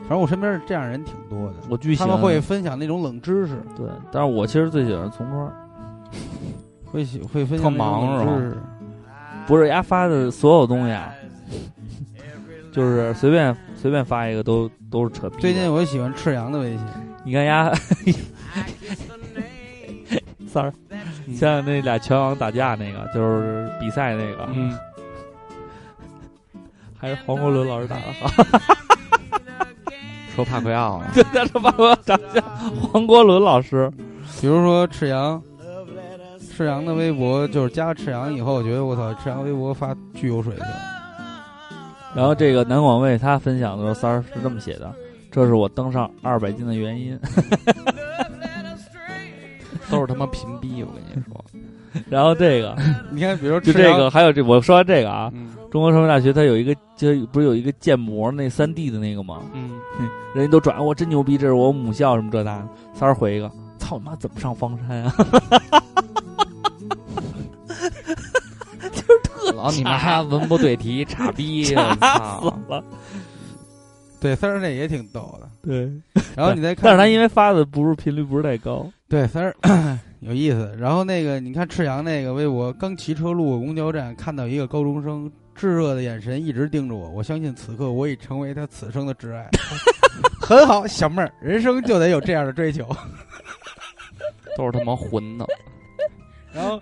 D: 反正我身边这样人挺多的，
E: 我巨喜
D: 他
E: 欢
D: 们会分享那种冷知识，
E: 对，但是我其实最喜欢从哥，
D: 会喜会分
F: 特
D: 享那
F: 忙
D: 种
F: 是吗
D: 冷知识。
E: 不是他发的所有东西啊， <laughs> 就是随便随便发一个都都是扯逼的。
D: 最近我喜欢赤羊的微信，
E: 你看丫
D: <laughs>
E: 三儿，
D: 嗯
E: 像那俩拳王打架那个，就是比赛那个，
F: 嗯，
E: 还是黄国伦老师打的好。 <laughs>
F: 说帕奎奥呢，
E: 对，但是把我长相，黄国伦老师，
D: 比如说赤羊，赤羊的微博就是加了赤羊以后，我觉得我操，赤羊微博发巨有水平。
E: 然后这个南广卫他分享的时候，三儿是这么写的：“这是我登上二百斤的原 <laughs> 因。”
F: <laughs> 都是他妈贫逼，我跟你说。
E: 然后这个
D: 你看，比如说
E: 就
D: 赤
E: 这
D: 羊
E: 个，还有这我说完这个啊，
F: 嗯
E: 中国传媒大学它有一个，就是不是有一个建模那三 D 的那个吗？
F: 嗯
E: 人家都转我真牛逼，这是我母校什么这那的。三儿回一个，操你妈，怎么上方山啊？
F: 老你妈文不对题，傻 <laughs> 逼！我操！
D: 对三儿那也挺逗的，
E: <laughs> <laughs> 对，
D: 然后你再看，
E: 但是他因为发的不是频率不是太高，
D: 对三儿， <coughs> 有意思。然后那个，你看赤阳那个微博，刚骑车路过公交站，看到一个高中生炙热的眼神一直盯着我，我相信此刻我已成为他此生的挚
E: <laughs>
D: 爱。很好，小妹儿，人生就得有这样的追求。
B: 都是他妈混的。
D: 然后，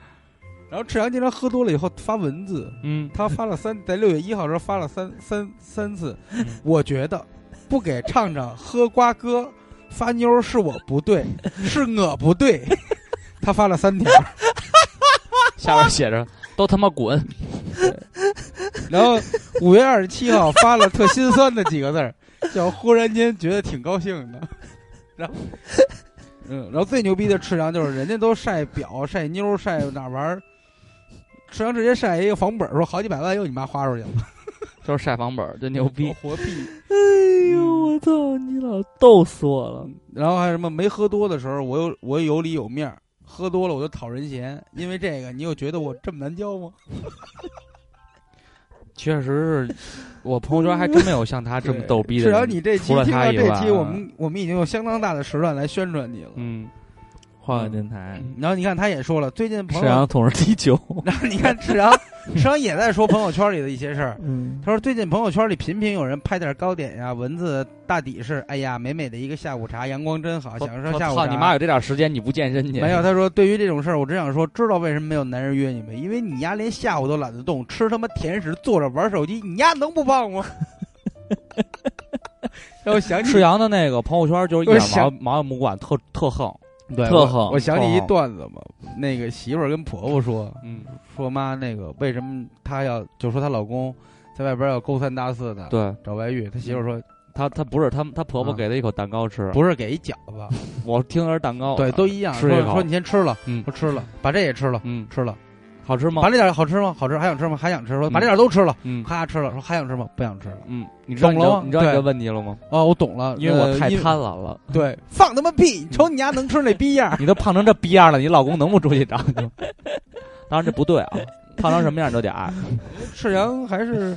D: 然后赤阳经常喝多了以后发文字，
B: 嗯，
D: 他发了三，在六月一号的时候发了三
B: <laughs>
D: 三三次。
B: 嗯
D: 我觉得不给畅畅喝瓜哥发妞儿是我
B: <laughs>
D: 不对，是我不对。他发了三条，
B: 下边写着“都他妈滚
D: 然后五月二十七号发了特心酸的几个字儿，叫“忽然间觉得挺高
B: <laughs>
D: 兴的”。然后，嗯，然后最牛逼的赤阳就是人家都晒表、晒妞儿、晒哪儿玩儿，赤阳直接晒一个房本儿，说好几百万又你妈花出去了，”，
B: 就是晒房本儿，真牛逼。
D: 活逼。
E: 哎呦，我操！你老逗死我了。
D: 然后还有什么没喝多的时候，我有我有理有面儿；喝多了我就讨人嫌，因为这个你又觉得我这么难教吗？
B: 确实是，我朋友圈还真没有像他这么
D: <laughs> 对
B: 逗逼的
D: 至少
F: 嗯
B: 人。
D: 你这期
B: 除了
D: 听
B: 他
D: 到
B: 以
D: 这
B: 外啊
D: 期，我们我们已经有相当大的时段来宣传你了。
E: 嗯，换个电台，
B: 嗯
D: 然后你看他也说了，最近朋
E: 沈
B: 啊
D: 友，
E: 阳统
B: <laughs>
E: 治第九。
D: <laughs> 然后你看赤阳，赤阳也在说朋友圈里的一些事儿。
E: 嗯，
D: 他说最近朋友圈里频频有人拍点糕点呀，文字大抵是哎呀美美的一个下午茶，阳光真好，
F: 我
D: 想说
F: 我
D: 下午
F: 操
D: 茶。
F: 你妈！有这点时间你不健身去？
D: 没有，，他说对于这种事儿，我只想说，知道为什么没有男人约你们？因为你丫连下午都懒得动，吃他妈甜食，坐着玩手机，你丫能不胖吗？让我想起
F: 赤阳的那个朋友圈就是一
D: 我
F: 点毛
D: 想
F: 毛也不管，特特横。
D: 对
E: 特
D: 我
E: 横
D: 我想起一
F: 特横
D: 段子嘛，那个媳妇儿跟婆婆说，
F: 嗯，
D: 说妈那个为什么她要就说她老公在外边要勾三搭四的
B: 对嗯
D: 找外遇，她媳妇儿说
B: 他，他不是他，他婆婆
D: 啊
B: 给他一口蛋糕吃，
D: 不是给一饺子，
B: 我听的是蛋糕，
D: 对，都一样，
B: 吃
D: 说
B: 一口
D: 说你先吃了，
B: 嗯
D: 说吃了，把这也吃了，
B: 嗯，
D: 吃了，
B: 好吃吗
D: 把？这点儿好吃吗？好吃，还想吃吗？还想吃，说
B: 嗯
D: 把这点儿都吃了。
B: 嗯
D: 咔吃了，说还想吃吗？不想吃了。
B: 嗯，你知道你
D: 懂了吗
B: 的你知道你
D: 对
B: 的问题了吗？
D: 哦，我懂了，
B: 因为我
D: 呃
B: 太
D: 因
B: 贪婪了，，
D: <laughs> 对，放他妈屁！你瞅你丫能吃那逼样
B: <laughs>
D: 儿
B: 你都胖成这逼样了，你老公能不出去找你吗？当然这不对
F: <laughs>
B: 啊，胖成什么样你都得爱。
D: 赤阳还 <laughs> 是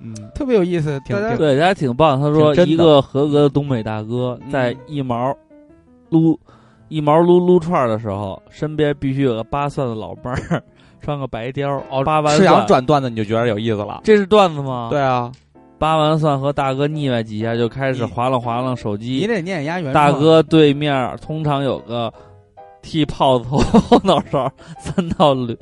B: 嗯，
D: 特别有意思。
B: 挺
D: 大家
B: <laughs> 挺
E: 对，他挺棒。他说
B: 挺真的
E: 一个合格的东北大哥
D: 嗯
E: 在一毛撸一毛撸撸串儿的时候，身边必须有个扒蒜的老妹儿， <laughs> 穿个白貂，扒完
B: 赤阳
E: 蒜。
B: 哦转段子你就觉得有意思了。
E: 这是段子吗？，
B: 对啊，
E: 扒完蒜和大哥腻歪几下，就开始划拉划拉手
D: 你
E: 机。
D: 得念丫原
E: 大
D: 创，
E: 哥对面儿通常有个剃泡头 <laughs> 后脑勺，三道捋，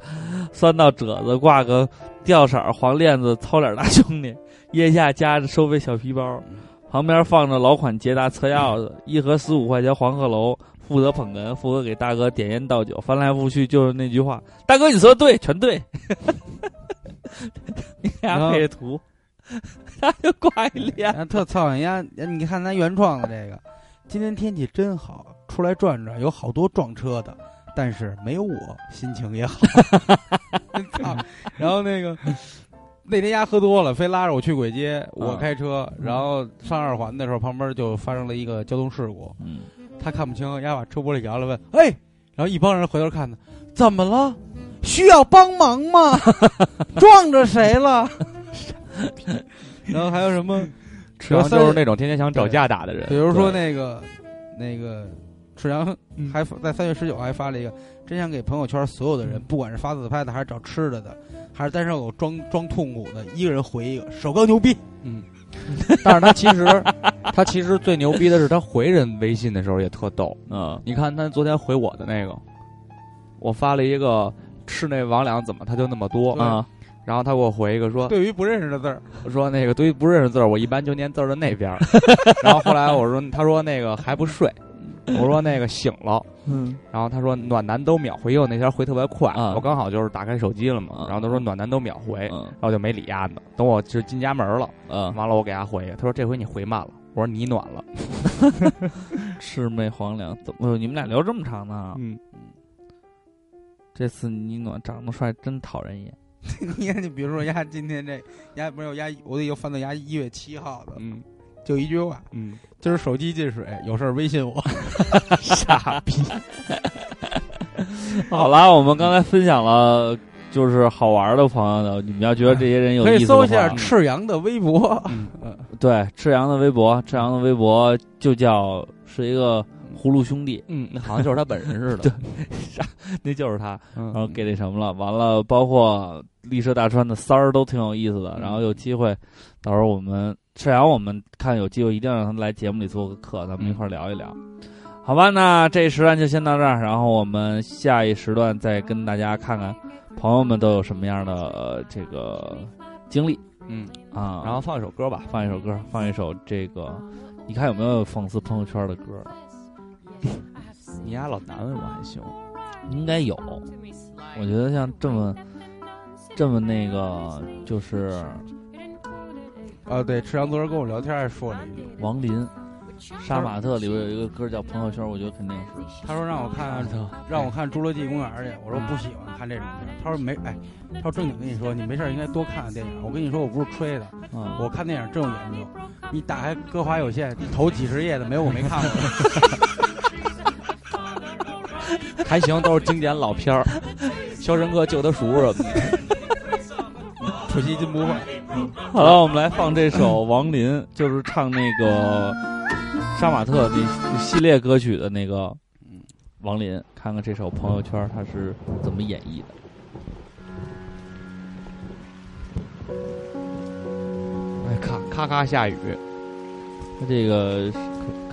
E: 三道褶子，挂个吊色儿黄链子，操脸大兄弟，腋下夹着收费小皮包，
D: 嗯
E: 旁边放着老款捷达车钥匙，一盒十五块钱黄鹤楼。负责捧哏，负责给大哥点烟倒酒，翻来覆去就是那句话：“大哥，你说的对，全对。” <laughs> 你给
D: 然后
E: 他配图， <laughs> 他就挂一脸。
D: 啊特操人家。你看咱原创的这个，今天天气真好，出来转转，有好多撞车的，但是没有我，心情也好。 <laughs> 操！然后那个。那天丫喝多了，非拉着我去鬼街，我
E: 啊
D: 开车，然后上二环的时候，旁边就发生了一个交通事故，
E: 嗯，
D: 他看不清，丫把车玻璃摇了，问：“哎！”然后一帮人回头看他，怎么了？需要帮忙吗？ <laughs> 撞着谁了？ <laughs> 然后还有什么？
F: 赤阳就是那种天天想找架打的
E: 呃
F: 人。
D: 比如说那个那个赤阳还发在三月十九还发了一个，真想给朋友圈所有的人，不管是发自拍的，还是找吃的的，还是单身狗装装痛苦的，一个人回一个，手高牛逼。
F: 但是他其实他其实最牛逼的是他回人微信的时候也特逗。
E: 嗯，
F: 你看他昨天回我的那个，我发了一个吃那王两怎么他就那么多
E: 啊，
F: 然后他给我回一个说
D: 对于不认识的字儿，
F: 说那个对于不认识字儿，我一般就念字儿的那边 <laughs> 儿。然后后来我说他说那个还不 <laughs> 睡，我说那个醒了。
E: 嗯，
F: 然后他说暖男都秒回，因为我那天回特别快，
E: 啊
F: 我刚好就是打开手机了嘛。
E: 啊
F: 然后他说暖男都秒
D: 哎
F: 回，
E: 嗯
F: 然后就没理丫的。等我就进家门了，
E: 嗯，
F: 完了我给他回，他说这回你回慢了。我说你暖了， <laughs>
E: 魑魅魍魉，怎么你们俩聊这么长呢？
F: 嗯，
E: 这次你暖长得帅，真讨
D: <laughs>
E: 人厌。
D: <laughs> 你看，你比如说丫今天这丫不是有丫，我得又翻到丫一月七号的，
F: 嗯
D: 就一句话，
F: 嗯，
D: 今儿手机进水，有事儿微信我。
F: 傻逼，
E: 好啦，我们刚才分享了就是好玩的朋友的，你们要觉得这些人有
D: 可
E: 意
D: 以
E: 思的
D: 搜
E: 话，嗯
D: 一下赤阳的微博，
E: 对赤阳的微博，赤阳的微博就叫是一个葫芦兄弟，
F: 嗯，那好像就是他本人似的。对，
E: 那就是他，
F: 嗯
E: 然后给那什么了，完了，包括丽舍大川的三儿都挺有意思
F: 嗯
E: 的，然后有机会，到时候我们赤阳，我们看有机会一定要让他们来节目里做个客，咱们一块儿聊一聊。好吧，那这一时段就先到这儿，然后我们下一时段再跟大家看看朋友们都有什么样的、呃这个经历
F: 嗯，
E: 啊。
F: 然后放一首歌吧。
E: 放一首歌，放一首这个，你看有没有讽刺朋友圈的歌？
F: <laughs> 你丫老难为我还行，
E: 应该有。我觉得像这么这么那个，就是
D: 啊，对，赤阳昨天跟我聊天还说了一句，
E: 王林《杀马特》里边有一个歌叫《朋友圈》，我觉得肯定是。
D: 他说让我看让我看《侏罗纪公园》去，我说
F: 嗯
D: 不喜欢看这种片儿。他说没，哎，他说正经跟你说，你没事儿应该多看看电影。我跟你说，我不是吹的，
E: 啊，
D: 我看电影真有研究。你打开歌华有线头几十页的，没有我没看过。 <laughs>
F: 还行，都是经典老片儿，《肖申克救他赎》什么的。
D: 普希金不会，
E: 好了，我们来放这
F: <laughs>
E: 首王林，就是唱那个《杀马特》那系列歌曲的那个王林，看看这首《朋友圈》他是怎么演绎的。
F: 哎，咔咔咔下雨，
E: 他这个是可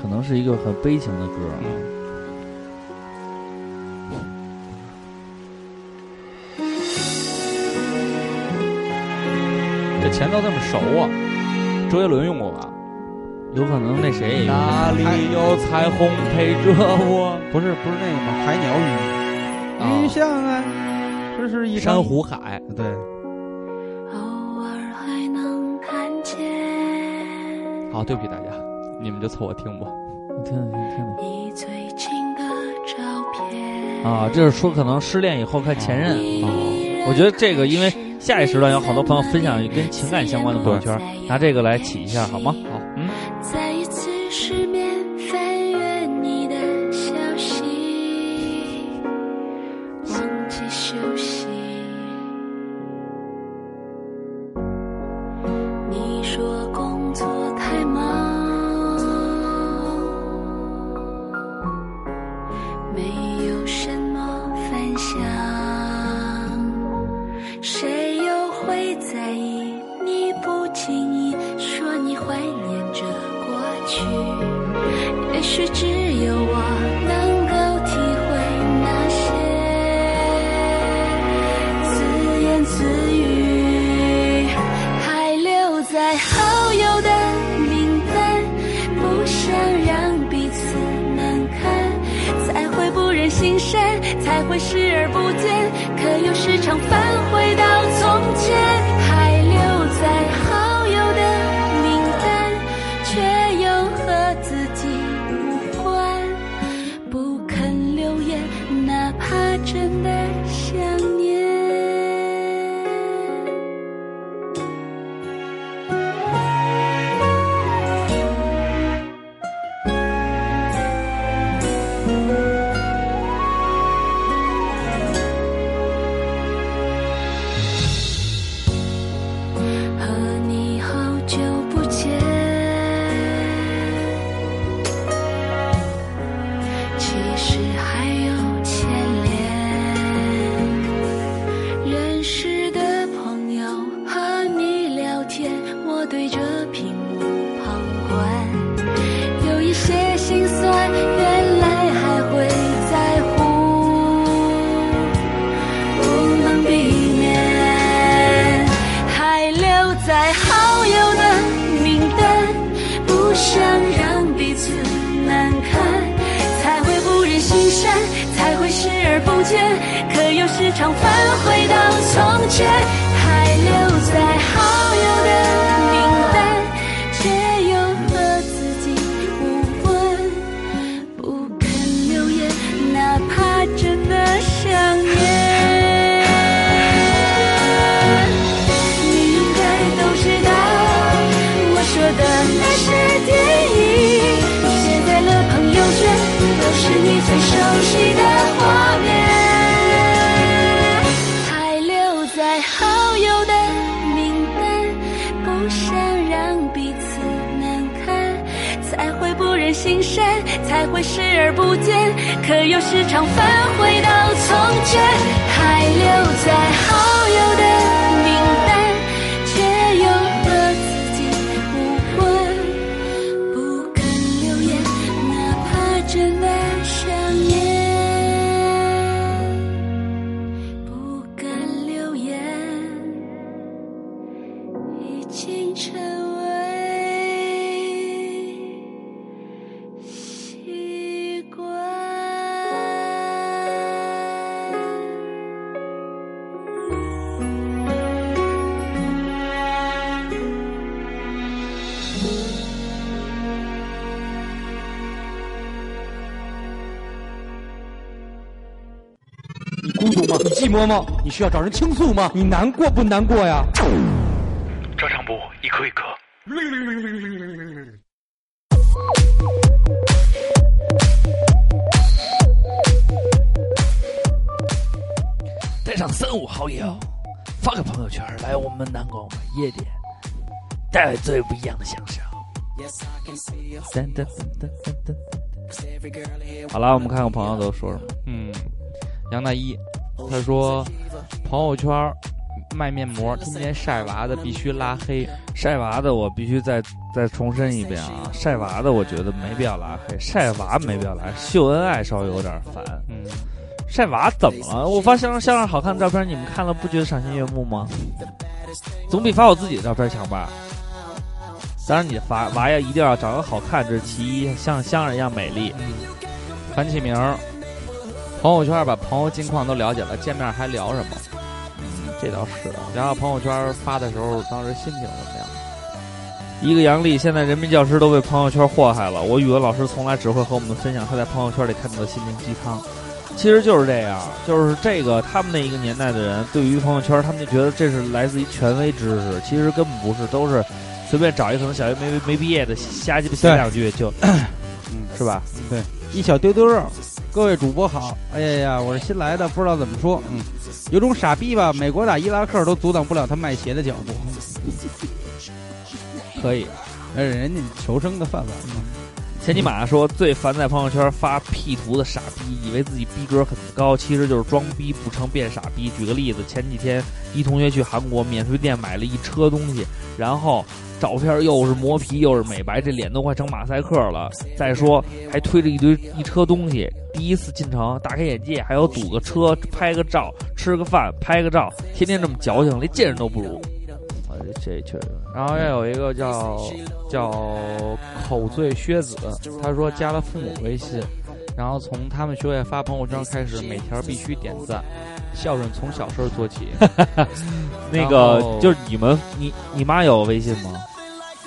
E: 可能是一个很悲情的歌啊。
F: 这前奏这么熟啊？周杰伦用过吧？
E: 有可能那
B: 哎
E: 谁也用过
F: 哪里有彩虹陪着我？
D: 不是不是那个吗？海鸟语，鱼
F: 啊，
D: 像啊，这是一张
F: 珊。瑚海，
D: 对，
G: 偶尔还能看见
F: 好，对不起大家，你们就凑合嗯听吧。
E: 我听听听听
G: 你最近的照片。
E: 啊，这是说可能失恋以后看前
F: 嗯
E: 任啊。我觉得这个，因为下一时段有好多朋友分享跟情感相关的朋友圈，拿这个来起一下好吗？好，嗯，
G: 再一次失眠，翻阅你的消息，忘记休息。你说工作太忙，没有什么分享，谁又会在意？你不经意说你怀念着过去。也许只有我能够体会那些自言自语，还留在好友的名单，不想让彼此难堪，才会不忍心删，才会视而不见，可又时常返回到从前，还留在好友的名单，却又和自己无关，不肯留言，哪怕真的想念。和你好久不见，其实还有牵连。认识的朋友和你聊天，我对着屏幕旁观，有一些心酸，原来还会在乎。不能避免，还留在好友的名单，不想让彼此难堪，才会不忍心删，才会视而不见，可又时常返回到从前，还留在好友的名单，却又和自己无关。不肯留言，哪怕真的想念。你应该都知道，我说的那是电影，写在了朋友圈，都是你最熟悉的画面，还留在好友的名单，不想让彼此难堪，才会不忍心删，才会会视而不见，可又时常返回到从前，还留在好友的名单，却又和自己无关。不肯留言，哪怕真的想念。不敢留言，已经成为习惯。
K: 你孤独吗？你寂寞吗？你需要找人倾诉吗？你难过不难过呀？
L: 照常补，一颗一颗。
E: 带上三五好友，发个朋友圈来我们南广夜店，带来最不一样的享受。好了，我们看看朋友都说什么。
F: 嗯，杨大一，他说朋友圈儿卖面膜，天天晒娃的必须拉黑。
E: 晒娃的，我必须再再重申一遍啊！晒娃的，我觉得没必要拉黑，晒娃没必要拉黑，秀恩爱稍微有点烦。
F: 嗯，
E: 晒娃怎么了？我发相相上好看的照片，你们看了不觉得赏心悦目吗？总比发我自己的照片强吧？当然，你发娃要一定要长得好看，这是其一，像香儿一样美丽。
F: 樊启明儿，朋友圈儿把朋友近况都了解了，见面还聊什么？
E: 嗯，这倒是啊。
F: 聊聊朋友圈儿发的时候，当时心情怎么样？
E: 一个杨丽，现在人民教师都被朋友圈祸害了。我语文老师从来只会和我们分享他在朋友圈里看到的心灵鸡汤，其实就是这样，就是这个他们那一个年代的人，对于朋友圈，他们就觉得这是来自于权威知识，其实根本不是，都是随便找一个可能小学没没毕业的瞎鸡巴写
D: 对
E: 两句就，是吧？
D: 一小丢丢肉。各位主播好，哎呀呀，我是新来的，不知道怎么说，嗯，有种傻逼吧，美国打伊拉克都阻挡不了他卖鞋的脚步，
E: 可以。
D: 那是哎人家求生的范围嘛。
E: 前尼玛说最烦在朋友圈发 P 图的傻逼，以为自己逼格很高，其实就是装逼不成变傻逼。举个例子，前几天一同学去韩国免税店买了一车东西，然后照片又是磨皮又是美白，这脸都快成马赛克了。再说还推着一堆一车东西，第一次进城大开眼界，还有堵个车拍个照，吃个饭拍个照，天天这么矫情，连见人都不如。啊，这确实，
F: 然后又有一个叫叫口醉靴子，他说加了父母微信，然后从他们学会发朋友圈开始，每条必须点赞，孝顺从小事儿做起。 <laughs>
E: 那
F: 然
E: 个
F: 后
E: 就是你们，你你妈有微信吗？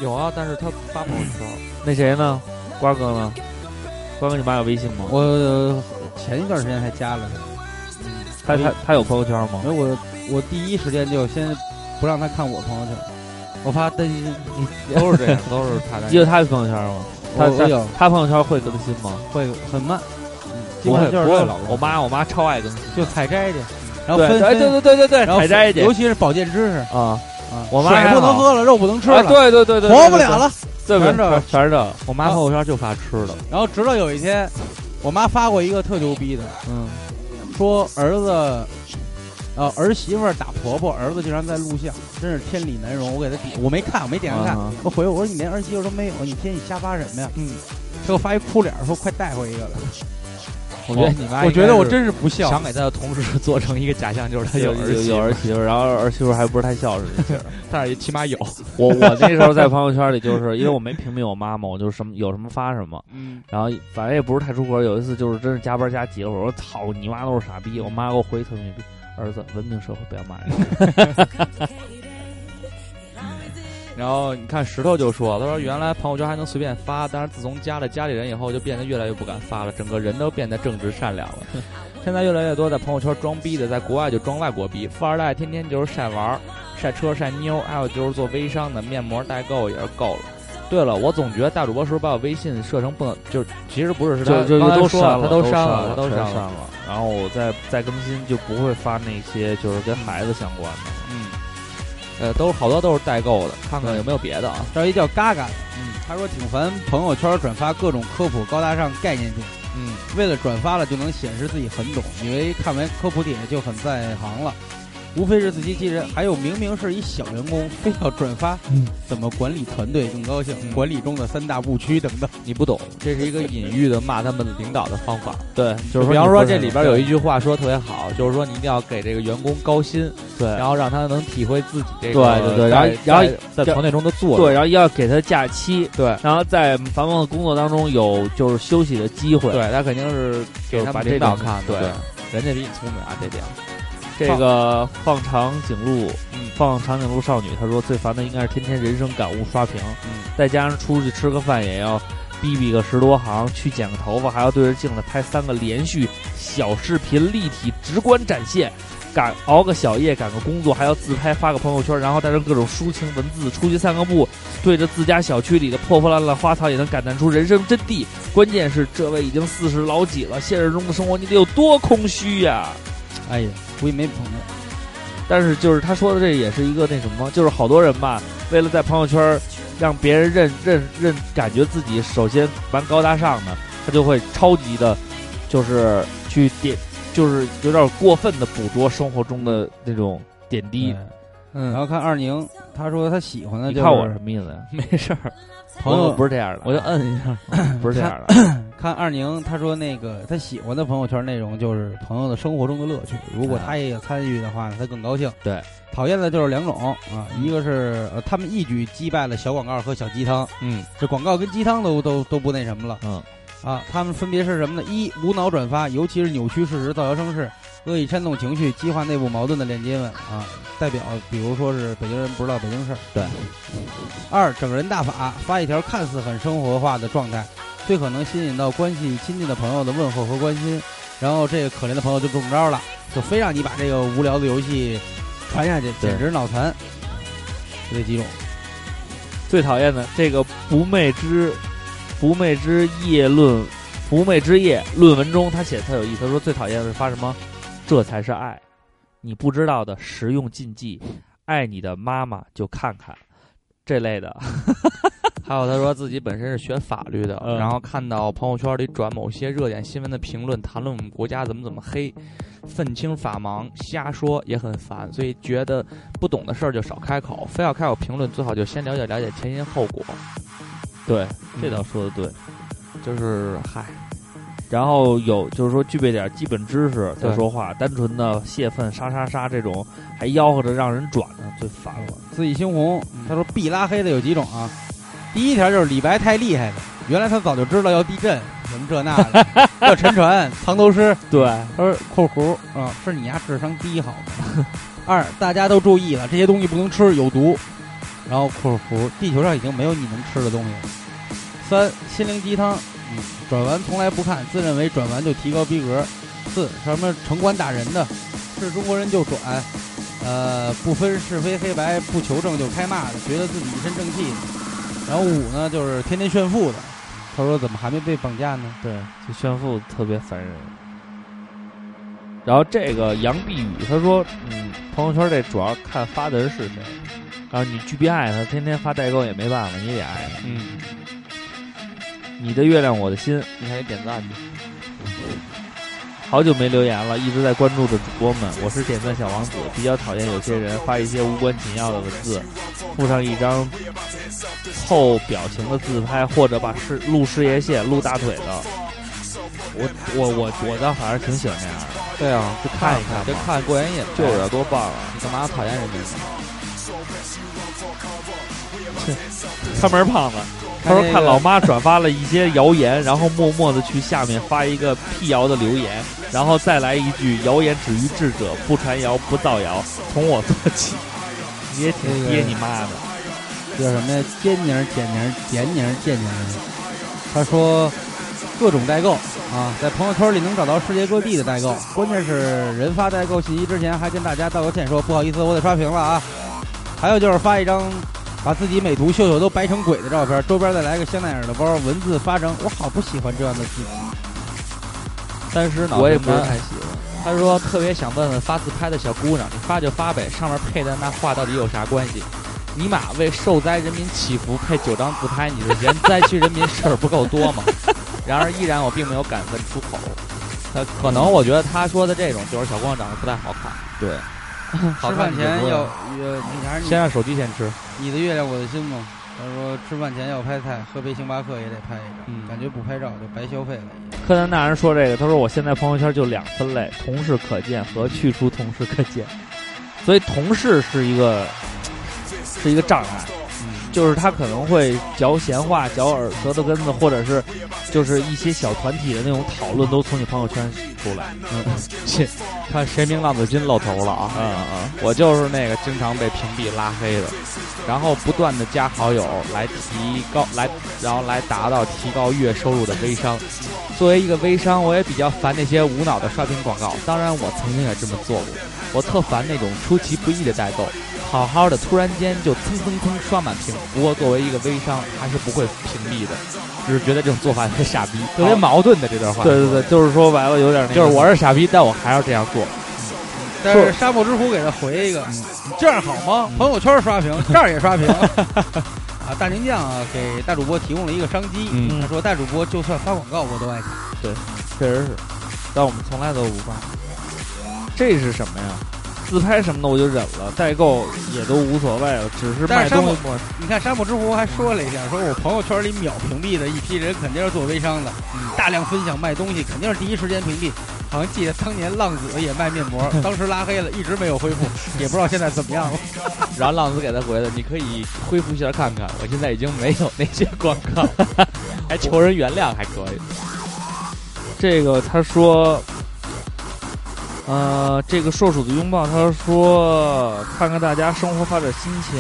F: 有啊，但是他不发朋友圈，
E: 那谁呢？瓜哥呢？瓜哥，你妈有微信吗？
D: 我呃前一段时间还加了，
E: 他他他有朋友圈吗
D: 因？为我我第一时间就先不让他看我朋友圈，我怕担心
F: 都是这样，都是他
E: 只
F: 的。
E: 有他有朋友圈吗？他
D: 我我有
E: 他他朋友圈会更新吗？
D: <laughs> 会很慢，基
E: 嗯不
D: 本上
E: 会
D: 就是
E: 不会
D: 老，
E: 我妈我妈超爱更新。
D: 就采摘去，然后
E: 对哎
D: 分
E: 对
D: 分，
E: 对对对对对，
D: 然后
E: 采摘去
D: 尤其是保健知识
E: 啊！
D: 啊，
E: 我妈
D: 水
E: 还
D: 不能
E: 好
D: 喝了，肉不能吃
E: 啊
D: 了，
E: 对对对对，
D: 活不了了。
E: 对，对
D: 全是这
E: 对
D: 个
E: 全是这个。
F: 我妈朋友圈就发吃的，
D: 然后直到有一天，我妈发过一个特牛逼的，
E: 嗯，
D: 说儿子，呃，儿媳妇儿打婆婆，儿子居然在录像，真是天理难容。我给他点，我没看，我没点开看
E: 啊哈。
D: 我回我说你连儿媳妇都没有，你天你瞎发什么呀？嗯，结果发一哭脸，说快带回一个来。
F: 我觉得你妈，
D: 我觉得我真是不孝。
F: 想给他的同事做成一个假象，就是他
E: 有
F: 儿
E: 有
F: 媳
E: 有
F: 妇，
E: 儿媳妇，然后儿媳妇还不是太孝顺。
F: 但是起码有。
E: 我我那时候在朋友圈里，就是因为我没屏蔽我妈嘛，我就什么有什么发什么，
F: 嗯，
E: 然后反正也不是太出格。有一次就是真是加班加急了，我说操你妈都是傻逼，我妈给我回特别逼，儿子文明社会不要骂人。
F: 然后你看石头就说，他说原来朋友圈还能随便发，但是自从加了家里人以后，就变得越来越不敢发了，整个人都变得正直善良
E: <laughs>
F: 了。现在越来越多在朋友圈装逼的，在国外就装外国逼，富二代天天就是晒玩儿、
E: 嗯
F: 晒车、晒妞，还有就是做微商的，面膜代购也是够了。对了，我总觉得大主播是不是把我微信设成不能，就是其实不是，是他
E: 就就
F: 刚才
E: 都
F: 说
E: 删
F: 他
E: 都
F: 都删
E: 了，
F: 他
E: 都
F: 都
E: 删
F: 删
E: 了。然后我再再更新就不会发那些就是跟孩子相关的。
F: 嗯，
E: 呃，都好多都是代购的，看看有没有别的啊。
D: 这儿一叫嘎嘎，嗯，他说挺烦朋友圈转发各种科普高大上概念点，
E: 嗯，
D: 为了转发了就能显示自己很懂，以为看完科普帖就很在行了，无非是自欺欺人。还有明明是一小员工，非要转发，怎么管理团队更高效？管理中的三大误区等等。
E: 你不懂，这是一个隐喻的骂他们领导的方法。对，
B: 就
E: 就
B: 是是比
E: 说你
B: 方
E: 不
B: 说
E: 是
B: 这里边有一句话说得特别好，就是说你一定要给这个员工高薪，
E: 对
B: 然后让他能体会自己这
E: 对
B: 个
E: 对对
B: 在
E: 然后然后
B: 在在团队中的作用。
E: 对，然后要给他假期，
B: 对
E: 然后在繁忙的工作当中有就是休息的机会。
B: 对，他肯定是
E: 就
B: 给
E: 是
B: 他
E: 把
B: 们
E: 这
B: 领导
E: 种
B: 看的，
E: 对
B: 人家比你聪明啊，这点
E: 这个放长颈鹿，放长颈鹿少女，她说最烦的应该是天天人生感悟刷屏，
B: 嗯
E: 再加上出去吃个饭也要逼逼个十多行，去剪个头发还要对着镜子拍三个连续小视频，立体直观展现。赶熬个小夜，赶个工作，还要自拍发个朋友圈，然后带着各种抒情文字出去散个步，对着自家小区里的破破烂烂花草也能感叹出人生真谛。关键是这位已经四十老几了，现实中的生活你得有多空虚呀、
D: 哎呀，我也没啊朋友，
E: 但是就是他说的这也是一个那什么，就是好多人吧，为了在朋友圈儿让别人认认认，感觉自己首先蛮高大上的，他就会超级的，就是去点，就是有点过分的捕捉生活中的那种点滴。
D: 嗯，然后看二宁，他说他喜欢的
E: 你
D: 就
E: 看我
D: 是
E: 什么意思啊呀？
B: 没事儿，
D: 朋
E: 我
D: 友
E: 不是这样的，
B: 我就摁一下。
E: 不是这样的。
D: 看二宁，他说那个他喜欢的朋友圈内容就是朋友的生活中的乐趣，如果他也有参与的话，他更高兴。
B: 啊对，嗯
D: 讨厌的就是两种啊，一个是呃他们一举击败了小广告和小鸡汤，
B: 嗯，
D: 这广告跟鸡汤都都都不那什么了，
B: 嗯，
D: 啊，他们分别是什么呢？一无脑转发，尤其是扭曲事实、造谣生事，恶意煽动情绪、激化内部矛盾的链接们啊，代表比如说是北京人不知道北京事儿。
B: 对。
D: 二整人大法，发一条看似很生活化的状态，最可能吸引到关系亲近的朋友的问候和关心，然后这个可怜的朋友就中招了，就非让你把这个无聊的游戏传下去，
B: 对
D: 简直脑残。就这几种，
E: 最讨厌的这个不寐之不寐之夜论不寐之夜论文中，他写的特有意思，他说最讨厌的是发什么，这才是爱，你不知道的实用禁忌，爱你的妈妈就看看这类的， <laughs>
B: 还有他说自己本身是学法律的，
E: 嗯
B: 然后看到朋友圈里转某些热点新闻的评论，谈论我们国家怎么怎么黑，愤青法盲，瞎说也很烦，所以觉得不懂的事儿就少开口，非要开口评论，最好就先了解了解前因后果。
E: 对，这倒说的对。
B: 就是嗨，
E: 然后有就是说具备点基本知识再
B: 对
E: 说话，单纯的泄愤杀杀杀这种还吆喝着让人转呢，最烦了。
D: 自己猩红，他说必拉黑的有几种啊？第一条就是李白太厉害了，原来他早就知道要地震，什么这那的，要沉船、藏头诗。
E: 对，
D: 他说（括弧）啊，是你丫智商低好吗？ <laughs> 二，大家都注意了，这些东西不能吃，有毒。然后（括弧）地球上已经没有你能吃的东西了。三，心灵鸡汤，嗯，转完从来不看，自认为转完就提高逼格。四，什么城管打人的，是中国人就转，哎呃，不分是非黑白，不求证就开骂的，觉得自己一身正气的。然后五呢，就是天天炫富的。他说：“怎么还没被绑架呢
E: 对，就炫富特别烦人。然后这个杨碧宇他说，嗯，朋友圈这主要看发的人是谁，然后你具别爱他，天天发代购也没办法，你也得爱他。
B: 嗯，
E: 你的月亮我的心，
B: 你还得点赞呢。
E: 好久没留言了，一直在关注着主播们，我是点赞小王子，比较讨厌有些人发一些无关紧要的文字，附上一张后表情的自拍，或者把视露事业线、露大腿的。我我我我倒还是挺喜欢这样的，
B: 对啊，
E: 就看一看
B: 这
E: 嘛。
B: 看过眼瘾，
E: 就是啊
B: 多棒啊！你干嘛讨厌人家呢？
E: <laughs> 看门胖子，他说
D: 看这个
E: 看老妈转发了一些谣言，然后默默的去下面发一个辟谣的留言，然后再来一句“谣言止于智者，不传谣，不造谣，从我做起”，你也挺
D: 这个
E: 爹你妈的。？”
D: 叫什么呀？尖宁、简宁、简宁、贱宁。他说：“各种代购啊，在朋友圈里能找到世界各地的代购，关键是人发代购信息之前还跟大家道个歉，说不好意思，我得刷屏了啊。还有就是发一张把自己美图秀秀都白成鬼的照片，周边再来个香奈儿的包，文字发成我好不喜欢这样的字。
B: 但是呢，
E: 我也不是太
B: 喜欢。他说特别想问问发自拍的小姑娘，你发就发呗，上面配的那话到底有啥关系？尼玛为受灾人民祈福配九张自拍，你是嫌灾区人民事儿不够多吗？ <laughs> 然而依然我并没有敢问出口。他可能我觉得他说的这种就是小姑娘长得不太好看，
E: 对，
B: 好
D: 吃
B: 看
D: 饭
B: 你
D: 前
B: 就不
D: 要
B: 问
D: 要那啥，
B: 先
D: 你
B: 让手机先吃。
D: 你的月亮我的心嘛。他说吃饭前要拍菜，喝杯星巴克也得拍一张，
B: 嗯
D: 感觉不拍照就白消费了。
E: 柯南大人说这个，他说我现在朋友圈就两分类：同事可见和去除同事可见。所以同事是一个是一个障碍，就是他可能会嚼闲话、嚼耳舌头根子，或者是就是一些小团体的那种讨论，都从你朋友圈出来。
B: <laughs> 切，看谁名浪子金露头了啊！
E: 啊啊！
B: 我就是那个经常被屏蔽拉黑的，然后不断的加好友来提高来，然后来达到提高月收入的微商。作为一个微商，我也比较烦那些无脑的刷屏广告。当然，我曾经也这么做过。我特烦那种出其不意的代购，好好的突然间就蹭蹭蹭刷满屏。不过作为一个微商，还是不会屏蔽的，只是觉得这种做法特傻逼，特别矛盾的这段话。
E: 对对对，就是说白了有点那个，
B: 就是我是傻逼，但我还 <laughs> 要这样做。
D: 但是沙漠之狐给他回
B: <laughs>
D: 一个，你这样好吗？
B: 嗯
D: 朋友圈刷屏，这儿也刷屏。啊，大宁酱啊，给大主播提供了一个商机。
B: 嗯
D: 他说大主播就算发广告我都爱你。
E: 确实是，但我们从来都不发。这是什么呀？自拍什么的我就忍了，代购也都无所谓了，只是
D: 但
E: 卖
D: 是他
E: 东
D: 们
E: 西不
D: 你看沙漠之狐还说了一下，说我朋友圈里秒屏蔽的一批人肯定是做微商的，
E: 嗯
D: 大量分享卖东西，肯定是第一时间屏蔽。好像记得当年浪子也卖面
E: <laughs>
D: 膜，当时拉黑了，一直没有恢复，也不知道现在怎么样了。
B: 然后浪子给他回的，你可以恢复一下看看，我现在已经没有那些广告了，还求人原谅还可以。
E: 这个他说，呃，这个硕鼠的拥抱，他说看看大家生活发展心情，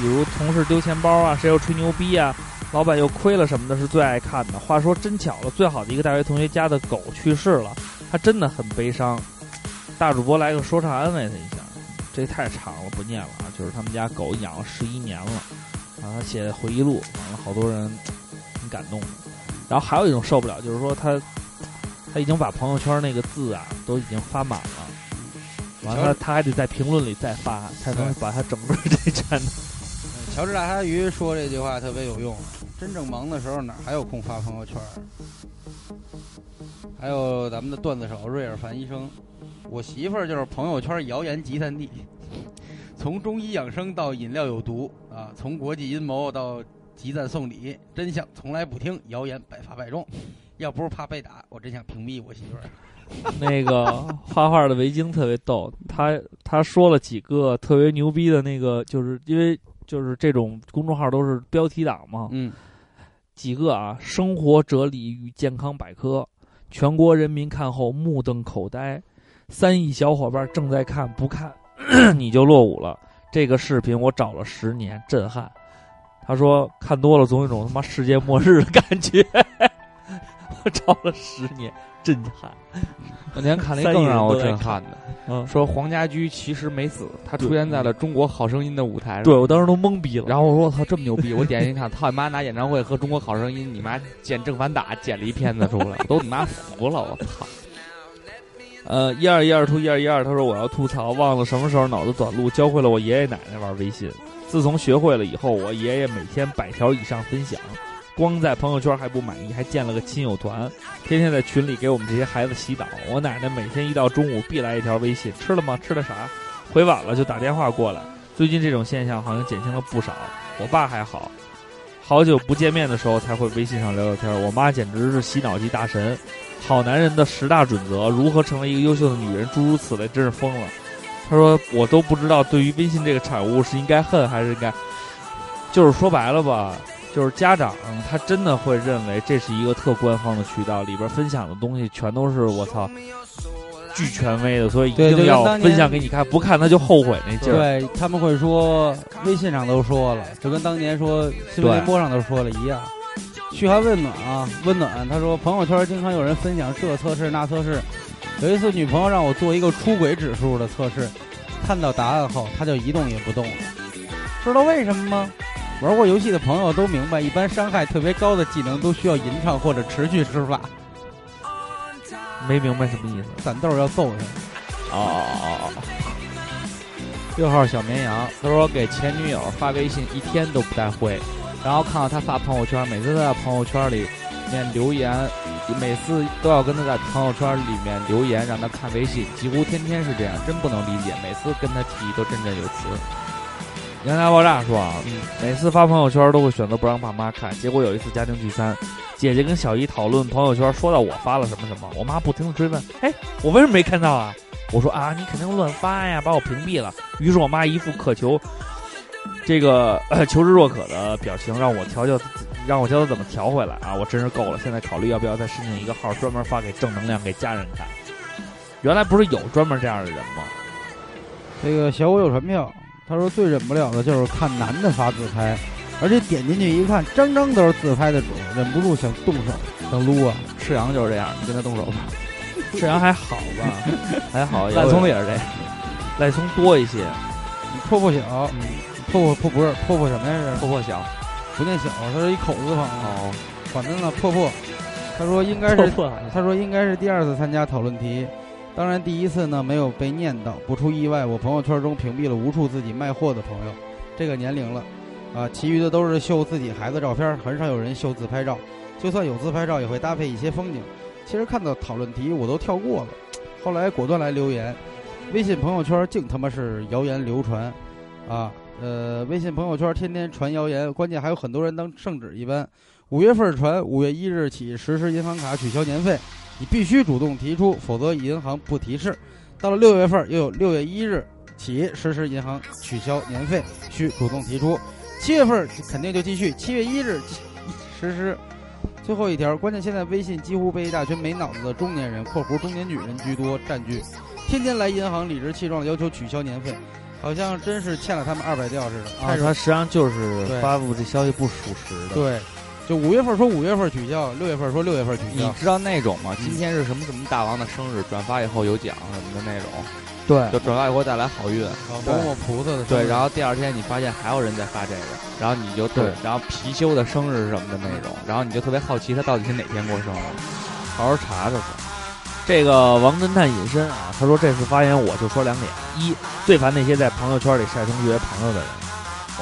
E: 比如同事丢钱包啊，谁又吹牛逼啊，老板又亏了什么的，是最爱看的。话说真巧了，最好的一个大学同学家的狗去世了，他真的很悲伤。大主播来个说唱安慰他一下，这太长了，不念了啊。就是他们家狗养了十一年了，然后他写的回忆录，完了好多人很感动。然后还有一种受不了，就是说他他已经把朋友圈那个字啊都已经发满了，完了他还得在评论里再发，才能把他整个这全
D: 乔治大鲨鱼说这句话特别有用，真正忙的时候哪还有空发朋友圈儿？还有咱们的段子手瑞尔凡医生，我媳妇儿就是朋友圈谣言集散地，从中医养生到饮料有毒啊，从国际阴谋到集赞送礼，真相从来不听，谣言百发百中。要不是怕被打，我真想屏蔽我媳妇儿。
E: 那个画画的维京特别逗，他他说了几个特别牛逼的那个，就是因为就是这种公众号都是标题党嘛，
D: 嗯，
E: 几个啊，生活哲理与健康百科，全国人民看后目瞪口呆，三亿小伙伴正在看，不看 <clears throat> 你就落伍了。这个视频我找了十年，震撼。他说看多了总有一种他妈世界末日的感觉， <laughs> 我找了十年，震撼。
B: 那天看了一更让我震撼
E: 嗯
B: 的，说黄家驹其实没死，他出现在了中国好声音的舞台上。
E: 对我当时都懵逼了。
B: 然后我说我操这么牛逼，我点进去看，操你妈拿演唱会和中国好声音，你妈剪正反打剪了一片子出来，都你妈服了，我操！
E: 呃，一二一二兔一二一二，他说我要吐槽，忘了什么时候脑子短路，教会了我爷爷奶奶玩微信。自从学会了以后，我爷爷每天百条以上分享，光在朋友圈还不满意，还建了个亲友团，天天在群里给我们这些孩子洗脑。我奶奶每天一到中午必来一条微信，吃了吗？吃的啥？回晚了就打电话过来。最近这种现象好像减轻了不少。我爸还好，好久不见面的时候才会微信上聊聊天。我妈简直是洗脑机大神。好男人的十大准则，如何成为一个优秀的女人，诸如此类，真是疯了。他说：“我都不知道对于微信这个产物是应该恨还是应该，就是说白了吧，就是家长他真的会认为这是一个特官方的渠道，里边分享的东西全都是我操，巨权威的，所以一
D: 对就
E: 定
D: 跟
E: 要
D: 当年
E: 分享给你看，不看他就后悔那劲儿。
D: 对他们会说，微信上都说了，就跟当年说新闻联播上都说了一样。嘘寒问暖啊，温暖。他说朋友圈经常有人分享这测试那测试。有一次女朋友让我做一个出轨指数的测试，看到答案后，她就一动也不动了。知道为什么吗？玩过游戏的朋友都明白，一般伤害特别高的技能都需要吟唱或者持续施法。
E: 没明白什么意思。
D: 散豆要揍他。
B: 哦哦哦哦。六号小绵羊，他说给前女友发微信一天都不太会，然后看到他发朋友圈，每次都在朋友圈里面留言，每次都要跟他在朋友圈里面留言，让他看微信，几乎天天是这样，真不能理解。每次跟他提都振振有词。
E: 杨家爆炸说啊，
B: 嗯
E: 每次发朋友圈都会选择不让爸妈看，结果有一次家庭聚餐，姐姐跟小姨讨论朋友圈，说到我发了什么什么，我妈不停的追问，哎，我为什么没看到啊？我说啊，你肯定乱发呀，把我屏蔽了。于是我妈一副渴求这个、呃求知若渴的表情，让我调教，让我教她怎么调回来啊！我真是够了，现在考虑要不要再申请一个号，专门发给正能量给家人看。原来不是有专门这样的人吗？
D: 这个小五有传票，他说最忍不了的就是看男的发自拍，而且点进去一看，张张都是自拍的主，忍不住想动手，想撸啊。
B: 赤羊就是这样，你跟他动
E: <laughs>
B: 手吧。
E: 这人还好吧？
B: 还好，
E: 烂葱
B: 也是这样。
E: 赖松多一些，
D: 你破破小，破破破不是破破什么呀？
B: 破破小
D: 是不念小，他是一口字旁啊，
B: 哦，
D: 反正呢破破。他说应该是他说应该是第二次参加讨论题，当然第一次呢没有被念到，不出意外，我朋友圈中屏蔽了无数自己卖货的朋友，这个年龄了，啊，其余的都是秀自己孩子照片，很少有人秀自拍照，就算有自拍照也会搭配一些风景。其实看到讨论题我都跳过了，后来果断来留言，微信朋友圈净他妈是谣言流传，啊，呃，微信朋友圈天天传谣言，关键还有很多人当圣旨一般。五月份传，五月一日起实施银行卡取消年费，你必须主动提出，否则银行不提示。到了六月份，又有六月一日起实施银行取消年费，需主动提出。七月份肯定就继续，七月一日实施。最后一条，关键现在微信几乎被一大群没脑子的中年人（括弧中年女人居多）占据，天天来银行理直气壮的要求取消年费，好像真是欠了他们二百吊似的。
E: 啊
D: 太，
E: 他实际上就是
D: 对
E: 发布这消息不属实的。
D: 对，就五月份说五月份取消，六月份说六月份取
B: 你
D: 消。
B: 知道那种吗？今天是什么什么大王的生日，转发以后有奖什么的那种，
D: 对
B: 就转发以后带来好运。
D: 某某菩萨的
B: 对，然后第二天你发现还有人在发这个，然后你就
E: 对，
B: 然后貔貅的生日什么的那种，然后你就特别好奇他到底是哪天过生日，好好查查去。
E: 这个王侦探隐身啊，他说这次发言我就说两点：一，最烦那些在朋友圈里晒同学朋友的人。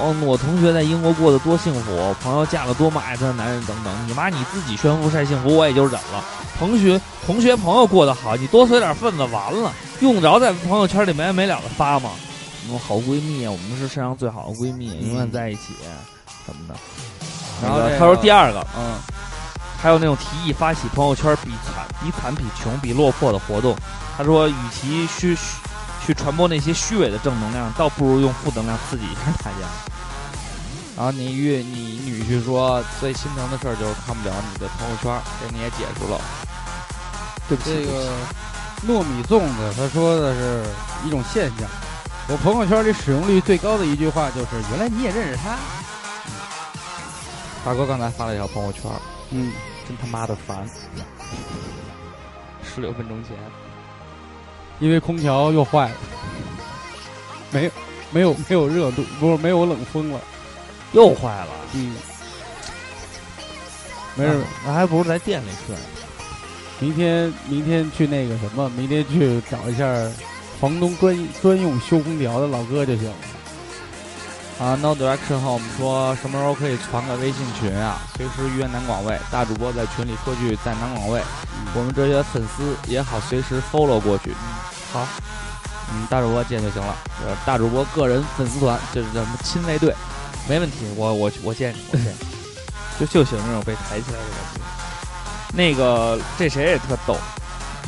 E: 哦，我同学在英国过得多幸福，朋友嫁了多么爱她的男人等等。你妈你自己炫富晒幸福，我也就忍了。同学同学朋友过得好，你多随点份子完了，用着在朋友圈里没完没了的发吗？我们好闺蜜，我们是世上最好的闺蜜，永远在一起，什么的。
B: 然后
E: 那个
B: 这个
E: 他说第二个，
B: 嗯，
E: 还有那种提议发起朋友圈比惨、比惨、比穷、比落魄的活动。他说，与其虚虚去传播那些虚伪的正能量，倒不如用负能量刺激一下大家。
B: 然后你与你女婿说最心疼的事儿就是看不了你的朋友圈，这你也解释了。对不
D: 这个糯米粽子，他说的是一种现象。我朋友圈里使用率最高的一句话就是“原来你也认识他
B: 大哥刚才发了一条朋友圈，”。
D: 嗯，
B: 真他妈的烦。十六分钟前，
D: 因为空调又坏了，没有没有没有热度，不是没有冷风了。
E: 又坏了，
D: 嗯，没事，
E: 那还不如在店里睡。
D: 明天明天去那个什么，明天去找一下房东专专用修空调的老哥就行了。
B: 啊、n o Direction Home 说什么时候可以传个微信群啊？随时约南广卫，大主播在群里说句在南广卫，我们这些粉丝也好随时 follow 过去。好，嗯，大主播见就行了。呃，大主播个人粉丝团就是咱们亲卫队，
E: 没问题，我我我见你，我见你，
B: <laughs>
E: 就就喜欢这种被抬起来的感觉。那个这谁也特逗，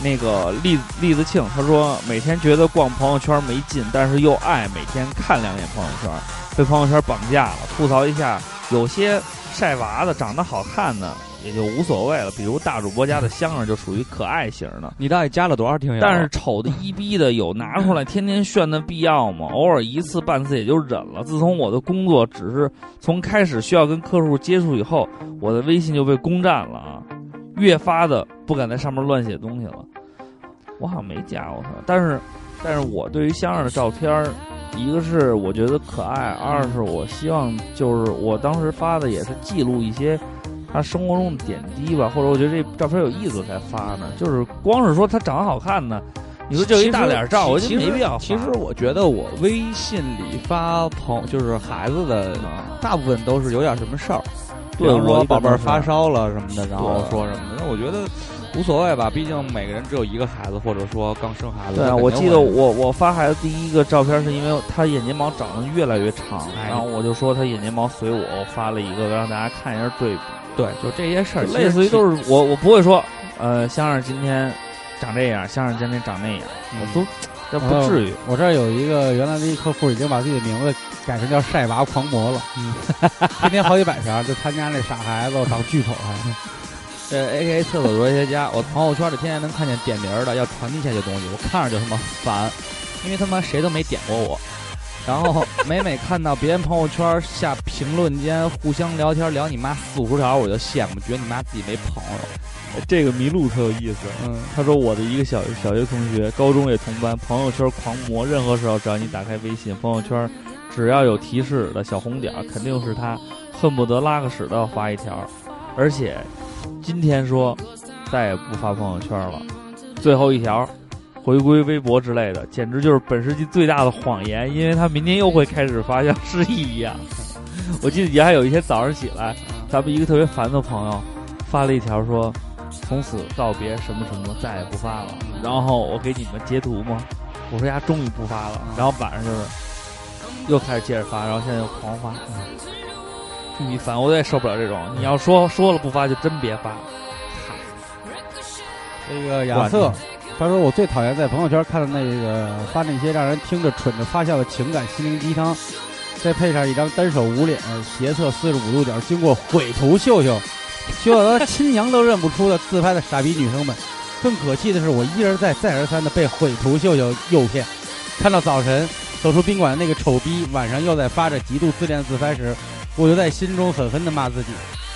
E: 那个栗子栗子庆他说每天觉得逛朋友圈没劲，但是又爱每天看两眼朋友圈，被朋友圈绑架了。吐槽一下，有些晒娃的长得好看的也就无所谓了，比如大主播家的香儿就属于可爱型的。
B: 你到底加了多少听友？啊
E: 但是丑的一逼的有拿出来天天炫的必要吗？偶尔一次半次也就忍了。自从我的工作只是从开始需要跟客户接触以后，我的微信就被攻占了啊，越发的不敢在上面乱写东西了。我好像没加我操，但是但是我对于香儿的照片儿，一个是我觉得可爱，二是我希望就是我当时发的也是记录一些他生活中的点滴吧，或者我觉得这照片有意思才发呢。就是光是说他长得好看呢，你说就一大脸照，我
B: 其
E: 觉
B: 实
E: 得没必要发。
B: 其实我觉得我微信里发朋就是孩子的，大部分都是有点什么事儿，比
E: 对
B: 方
E: 我
B: 说
E: 一
B: 宝
E: 般
B: 贝儿
E: 都是
B: 发烧了什么的，然后
E: 对
B: 说什么的。那我觉得无所谓吧，毕竟每个人只有一个孩子，或者说刚生孩子。
E: 对
B: 那
E: 啊，
B: 肯
E: 我
B: 定
E: 记
B: 会
E: 得我我发孩子第一个照片是因为他眼睫毛长得越来越长，
B: 哎
E: 然后我就说他眼睫毛随我，我发了一个让大家看一下对比，
B: 对，就这些事儿，
E: 类似于都是我我不会说，呃，香儿今天长这样，香儿今天长那样，我都这
B: 嗯
E: 不至于。
D: 我这儿有一个原来的一客户，已经把自己的名字改成叫“晒娃狂魔”了，嗯， <laughs> 天天好几百条，就他家那傻孩子，我长巨丑还。
B: 这 A K A 厕所哲学家，我朋友圈里天天能看见点名儿的，要传递下去的东西，我看着就他妈烦，因为他妈谁都没点过我。然 <laughs> 后每每看到别人朋友圈下评论间互相聊天聊你妈四五十条，我就羡慕，觉得你妈自己没朋友。
E: 这个麋鹿特有意思，
B: 嗯，
E: 他说我的一个小小学同学，高中也同班，朋友圈狂魔，任何时候只要你打开微信朋友圈，只要有提示的小红点儿，肯定是他，恨不得拉个屎都要发一条，而且今天说再也不发朋友圈了，最后一条。回归微博之类的，简直就是本世纪最大的谎言，因为他明天又会开始发，像失忆一样。 <laughs> 我记得也还有一天早上起来，咱们一个特别烦的朋友发了一条说，从此告别什么什么，再也不发了。然后我给你们截图嘛，我说呀，终于不发了。然后晚上就是又开始接着发，然后现在又狂发，嗯巨逼烦，我也受不了这种。你要说说了不发，就真别发。
D: 这个亚瑟，他说我最讨厌在朋友圈看到那个发那些让人听着蠢着发笑的情感心灵鸡汤，再配上一张单手捂脸、斜侧四十五度角经过毁图秀秀， <laughs> 秀到他亲娘都认不出的自拍的傻逼女生们。更可气的是，我一而再、再而三的被毁图秀秀诱骗。看到早晨走出宾馆那个丑逼，晚上又在发着极度自恋的自拍时，我就在心中狠狠地骂自己：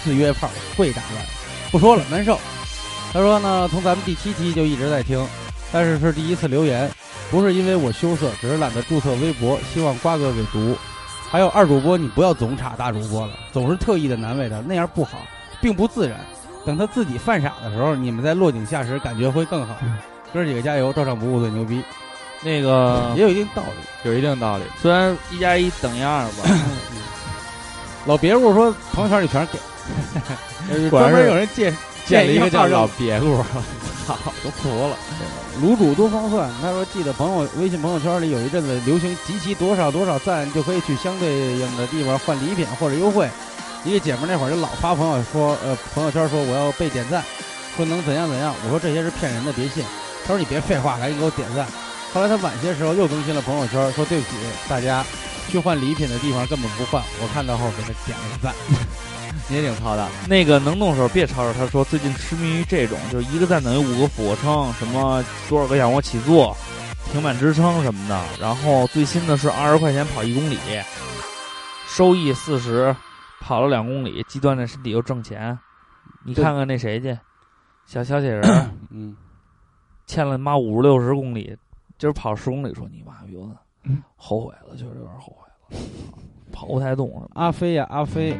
D: 自约炮，会打扮。不说了，难受。他说呢，从咱们第七期就一直在听，但是是第一次留言，不是因为我羞涩，只是懒得注册微博，希望瓜哥给读。还有二主播，你不要总插大主播了，总是特意的难为他，那样不好，并不自然。等他自己犯傻的时候，你们在落井下石，感觉会更好。哥几个加油，照常不误最牛逼，
E: 那个
D: 也有一定道 <laughs> 理。
B: 有一定道理。
E: 虽然一加一等于二吧，
D: 老别户说朋友圈里全是给，
B: 果然
D: 专
B: 是
D: 门有人介 <laughs>
B: 建
E: <laughs>
B: 立一个叫
D: 号
B: 老别户，
D: 操，都服了。卤煮多方算，他啊说记得朋友微信朋友圈里有一阵子流行集齐多少多少赞就可以去相对应的地方换礼品或者优惠。一个姐们儿那会儿就老发朋友说，呃，朋友圈说我要被点赞，说能怎样怎样。我说这些是骗人的，别信。他说你别废话，赶紧给我点赞。后来他晚些时候又更新了朋友圈，说对不起大家，去换礼品的地方根本不换。我看到后给他点了个赞。 <laughs>
B: 你也挺操蛋。
E: 那个能动的时候别吵吵。他说最近痴迷于这种，就是一个赞等于五个俯卧撑，什么多少个仰卧起坐、平板支撑什么的。然后最新的是二十块钱跑一公里，收益四十，跑了两公里，极端的身体又挣钱。你看看那谁去，小小铁人儿
D: 嗯，
E: 欠了妈五十六十公里，今儿跑十公里，说你妈逼我后悔了，确实有点后悔了，跑不太动了。
D: 阿飞呀、阿飞，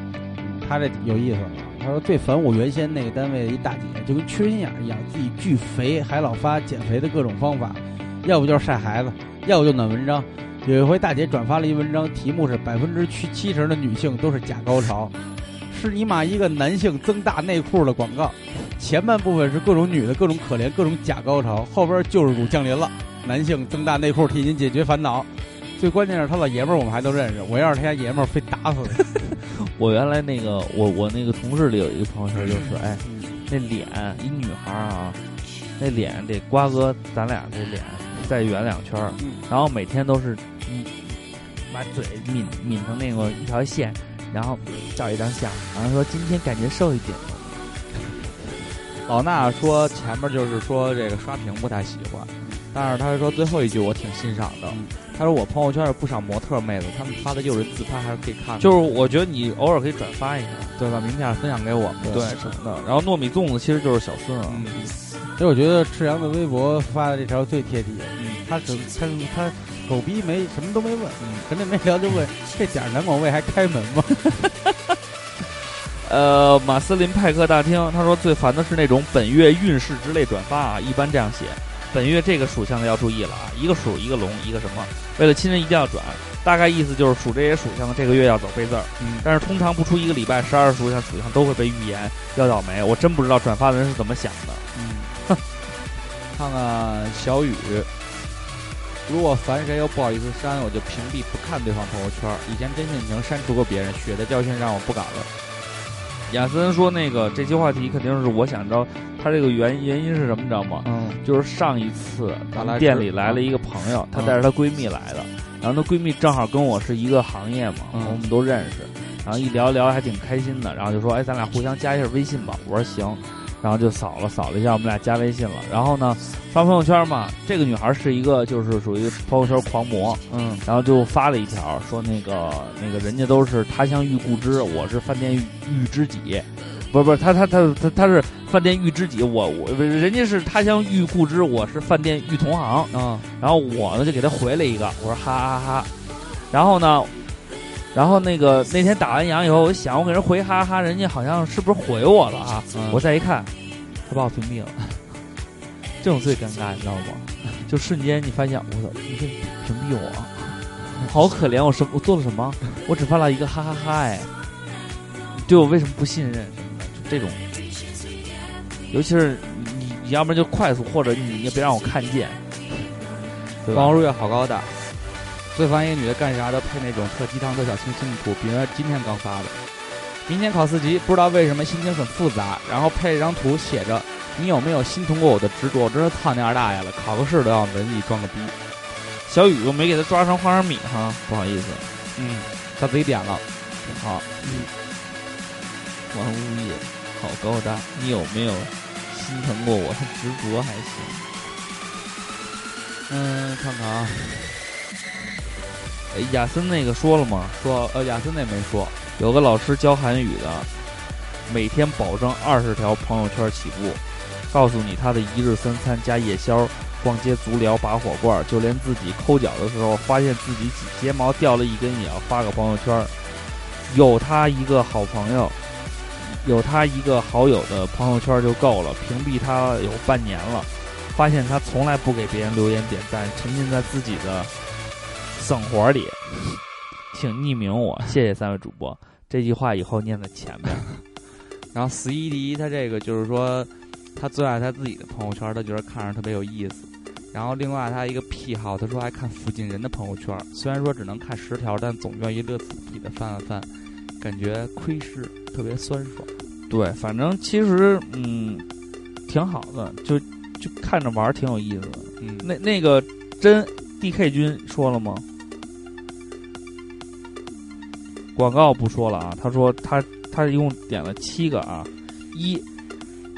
D: 他这有意思了。他说最烦我原先那个单位一大姐，就跟缺心眼儿一样，自己巨肥，还老发减肥的各种方法，要不就是晒孩子，要不就暖文章。有一回大姐转发了一文章，题目是百分 <laughs> 之七七十的女性都是假高潮，是尼玛一个男性增大内裤的广告。前半部分是各种女的各种可怜各种假高潮，后边救世主降临了，男性增大内裤替您解决烦恼。最关键是他老爷们儿我们还都认识，我要是他家爷们儿，非打死他。
E: 我原来那个我我那个同事里有一个朋友圈
B: 嗯
E: 就是，哎，那脸一女孩儿啊，那脸得瓜哥咱俩这脸再圆两圈儿，
B: 嗯
E: 然后每天都是嗯，把嘴抿抿成那个一条线，然后照一张相，然后说今天感觉瘦一点。
B: <laughs> 老衲说前面就是说这个刷屏不太喜欢，但是他说最后一句我挺欣赏的。
E: 嗯
B: 他说我朋友圈有不少模特妹子，她们发的诱人自拍还是可以看的，
E: 就是我觉得你偶尔可以转发一下，
B: 对吧？明
E: 啊
B: 天分享给我们，
E: 对什么的。然后糯米粽子其实就是小孙啊，
B: 嗯，
D: 其实我觉得赤阳的微博发的这条最贴地，
B: 嗯
D: 他只他他狗逼没什么都
B: <laughs>
D: 没问，跟那没聊就问这点儿南广卫还开门吗？
E: 呃，马斯林派克大厅，他说最烦的是那种本月运势之类转发啊，一般这样写，本月这个属相的要注意了啊，一个属一个龙一个什么，为了亲人一定要转，大概意思就是属这些属相的这个月要走背字儿，
F: 嗯
E: 但是通常不出一个礼拜，十二属相属相都会被预言要倒霉，我真不知道转发的人是怎么想的。
B: 嗯 <laughs> 看看小雨，如果烦谁又不好意思删，我就屏蔽不看对方朋友圈。以前真性情删除过别人，血的教训让我不敢了。
E: 亚森说：“那个这期话题肯定是我想知道他这个原原因是什么，你知道吗？
B: 嗯，
E: 就是上一次
B: 他
E: 咱
B: 来啊
E: 们店
B: 吃
E: 里来了一个朋友，
B: 嗯
E: 她带着她闺蜜来的，然后她闺蜜正好跟我是一个行业嘛，
B: 嗯
E: 我们都认识，然后一聊聊还挺开心的，然后就说哎，咱俩互相加一下微信吧，我说行，然后就扫了扫了一下，我们俩加微信了，然后呢发朋友圈嘛，这个女孩是一个就是属于朋友圈狂魔，
B: 嗯，
E: 然后就发了一条说那个那个人家都是他乡遇故知，我是饭店遇遇知己。不是不是，他他他他他是饭店遇知己，我我不是人家是他乡遇故知，我是饭店遇同行。
B: 嗯，
E: 然后我呢就给他回了一个，我说哈哈哈。然后呢，然后那个那天打完烊以后，我想我给人回哈哈，人家好像是不是回我了啊？我再一看，他把我屏蔽了。这种最尴尬，你知道吗？就瞬间你发现，我操，你这屏蔽我，啊好可怜，我什我做了什么？我只发了一个哈哈哈哎，你对我为什么不信任什么的？就这种，尤其是你，你要不然就快速，或者你也别让我看见。对吧
B: 王如月好高大，最烦一个女的干啥都配那种特鸡汤、特小清新的图，比如说今天刚发的，明天考四级，不知道为什么心情很复杂，然后配了一张图写着“你有没有心疼过我的执着？”我真是操你二大爷了，考个试都要文艺装个逼，
E: 小雨，我没给他抓成花生米哈，不好意思，
B: 嗯，他自己点了，
E: 好。王无业，好高大，你有没有心疼过我？他执着还行。
B: 嗯，看看啊，
E: 哎，亚森那个说了吗？
B: 说呃雅森那没说，
E: 有个老师教韩语的，每天保证二十条朋友圈起步，告诉你他的一日三餐加夜宵、逛街、足疗、拔火罐，就连自己抠脚的时候发现自己睫毛掉了一根也要发个朋友圈。有他一个好朋友，有他一个好友的朋友圈就够了，屏蔽他有半年了，发现他从来不给别人留言点赞，沉浸在自己的生活里。请匿名我，谢谢三位主播。这句话以后念在前面。
B: 然后十一第一，他这个就是说，他最爱他自己的朋友圈，他觉得看着特别有意思。然后另外他一个癖好，他说爱看附近人的朋友圈，虽然说只能看十条，但总愿意乐自己的翻了翻，感觉窥视特别酸爽。
E: 对，反正其实嗯，挺好的，就就看着玩儿挺有意思的。
B: 嗯，
E: 那那个真 D K 君说了吗？广告不说了啊，他说他他一共点了七个啊，一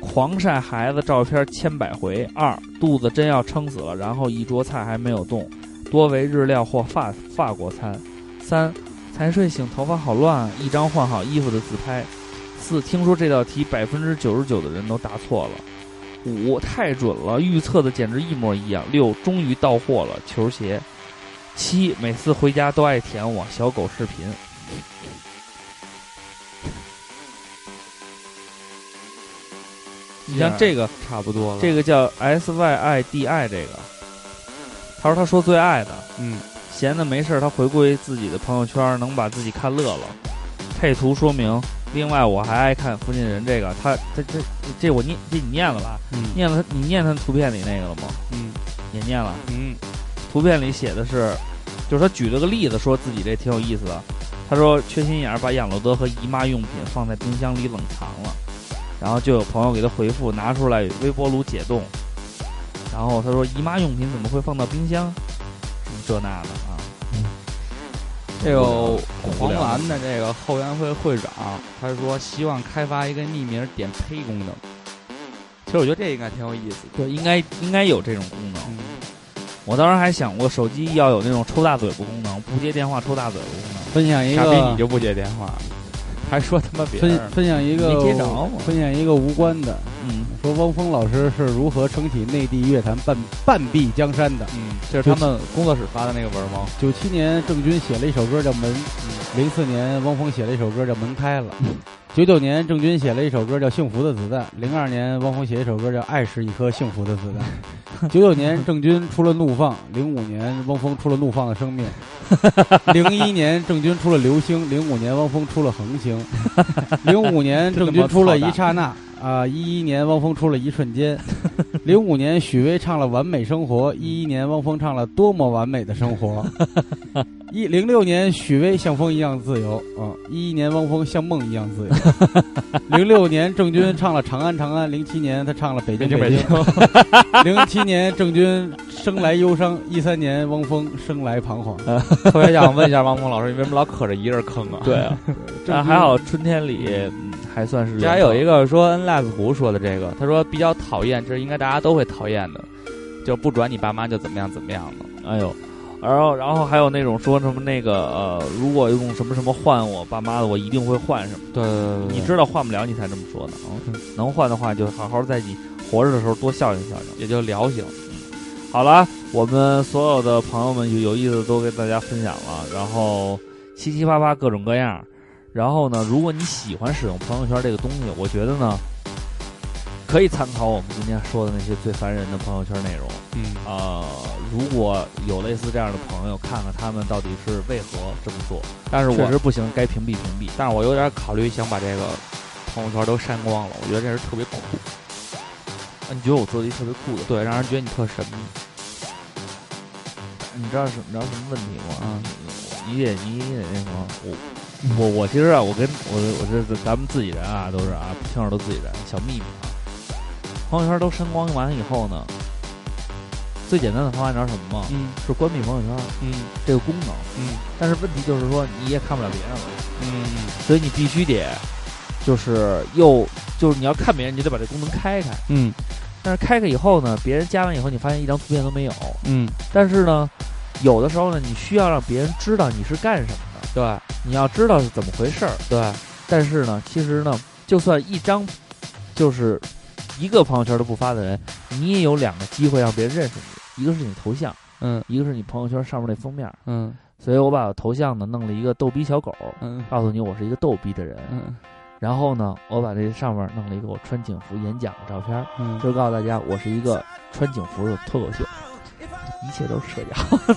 E: 狂晒孩子照片千百回，二肚子真要撑死了，然后一桌菜还没有动，多为日料或法法国餐，三才睡醒头发好乱，一张换好衣服的自拍，四听说这道题百分之九十九的人都答错了。五太准了，预测的简直一模一样。六终于到货了，球鞋。七每次回家都爱舔我，小狗视频。你像这个，
B: 差不多了。
E: 这个叫 S Y I D I 这个，他说他说最爱的，
B: 嗯，
E: 闲的没事儿，他回归自己的朋友圈，能把自己看乐了。配图说明。另外，我还爱看附近人这个，他他这这我念这你念了吧？
B: 嗯
E: 念了他你念他图片里那个了吗？
B: 嗯
E: 也念了。
B: 嗯
E: 图片里写的是，就是他举了个例子，说自己这挺有意思的。他说缺心眼儿把养乐多和姨妈用品放在冰箱里冷藏了，然后就有朋友给他回复拿出来微波炉解冻。然后他说姨妈用品怎么会放到冰箱？什么这那的啊？
B: 这个
E: 无
B: 黄
E: 聊
B: 蓝的这个后援会会长，他说希望开发一个匿名点呸功能。其实我觉得这应该挺有意思的。
E: 对，应该应该有这种功能。我当时还想过手机要有那种抽大嘴巴功能，不接电话抽大嘴巴功能。
D: 分享一
B: 傻逼，你
D: 个
B: 就不接电话，还说他妈别人
D: 分。分享一个
E: 没接着我
D: 分享一个无关的，
E: 嗯，
D: 说汪峰老师是如何撑起内地乐坛半半壁江山的。
B: 嗯，这是他们工作室发的那个文吗？
D: 九七年郑钧写了一首歌叫《门》，零四年汪峰写了一首歌叫《门开了》， <laughs> 九九年，郑钧写了一首歌叫《幸福的子弹》；零二年，汪峰写一首歌叫《爱是一颗幸福的子 <laughs> 弹》。九九年，郑钧出了《怒放》；零五年，汪峰出了《怒放的生命》； <laughs> 零一年，郑钧出了《流星》；零五年，汪峰出了《恒 <laughs> 星》；零五年，郑钧出了一刹那。啊，一一年汪峰出了一瞬间，零五年许巍唱了《完美生活》，一一年汪峰唱了《多么完美的生活》， <laughs> 一零六年许巍像风一样自由，啊，一一年汪峰像梦一样 <laughs> 自由，零六年郑钧唱了《长安长安》，零七年他唱了《北京北
E: <laughs>
D: 京》，零七年郑钧生来忧伤，一三年汪峰生来彷徨，
B: 特别想问一下王峰老师，你为什么老可着一人坑 <laughs> 啊？
E: 对啊，但还好春天里嗯还算是
B: 这还有一
E: 个
B: 个说恩赖子湖说的这个，他说比较讨厌，这是应该大家都会讨厌的，就不转你爸妈就怎么样怎么样了。
E: 哎呦，然后然后还有那种说什么那个呃，如果用什么什么换我爸妈的，我一定会换什么。
B: 对对嗯
E: 你知道换不了，你才这么说的啊。能换的话，就好好在你活着的时候多孝敬孝敬。
B: 也就聊行。
E: 嗯好了，我们所有的朋友们有有意思的都给大家分享了，然后七七八八各种各样。然后呢，如果你喜欢使用朋友圈这个东西，我觉得呢，可以参考我们今天说的那些最烦人的朋友圈内容。
B: 嗯，
E: 呃，如果有类似这样的朋友，看看他们到底是为何这么做。
B: 但是
E: 确
B: 我
E: 实不行，该屏蔽屏蔽。
B: 但是我有点考虑想把这个朋友圈都删光了，我觉得这是特别酷，
E: 啊你觉得我做的一特别酷的？
B: 对，让人觉得你特神秘。
E: 你知道什你知道什么问题吗？
B: 嗯
E: 你得你得那什么，我我我其实啊，我跟我我这这咱们自己人啊，都是啊，听着都自己人，小秘密啊。朋友圈都删光完以后呢，最简单的方法你知道什么吗？
B: 嗯
E: 是关闭朋友圈
B: 嗯
E: 这个功能。
B: 嗯
E: 但是问题就是说，你也看不了别人了，
B: 嗯
E: 所以你必须得，就是又就是你要看别人，你得把这功能开开。
B: 嗯
E: 但是开开以后呢，别人加完以后，你发现一张图片都没有。
B: 嗯，
E: 但是呢，有的时候呢，你需要让别人知道你是干什么的，
B: 对
E: 你要知道是怎么回事儿。
B: 对，
E: 但是呢，其实呢，就算一张就是一个朋友圈都不发的人，你也有两个机会让别人认识你，一个是你头像，
B: 嗯
E: 一个是你朋友圈上面那封面。
B: 嗯
E: 所以我把我头像呢弄了一个逗逼小狗，
B: 嗯
E: 告诉你我是一个逗逼的人。
B: 嗯
E: 然后呢，我把这上面弄了一个我穿警服演讲的照片，
B: 嗯，
E: 就告诉大家我是一个穿警服的脱口秀，一切都是社交，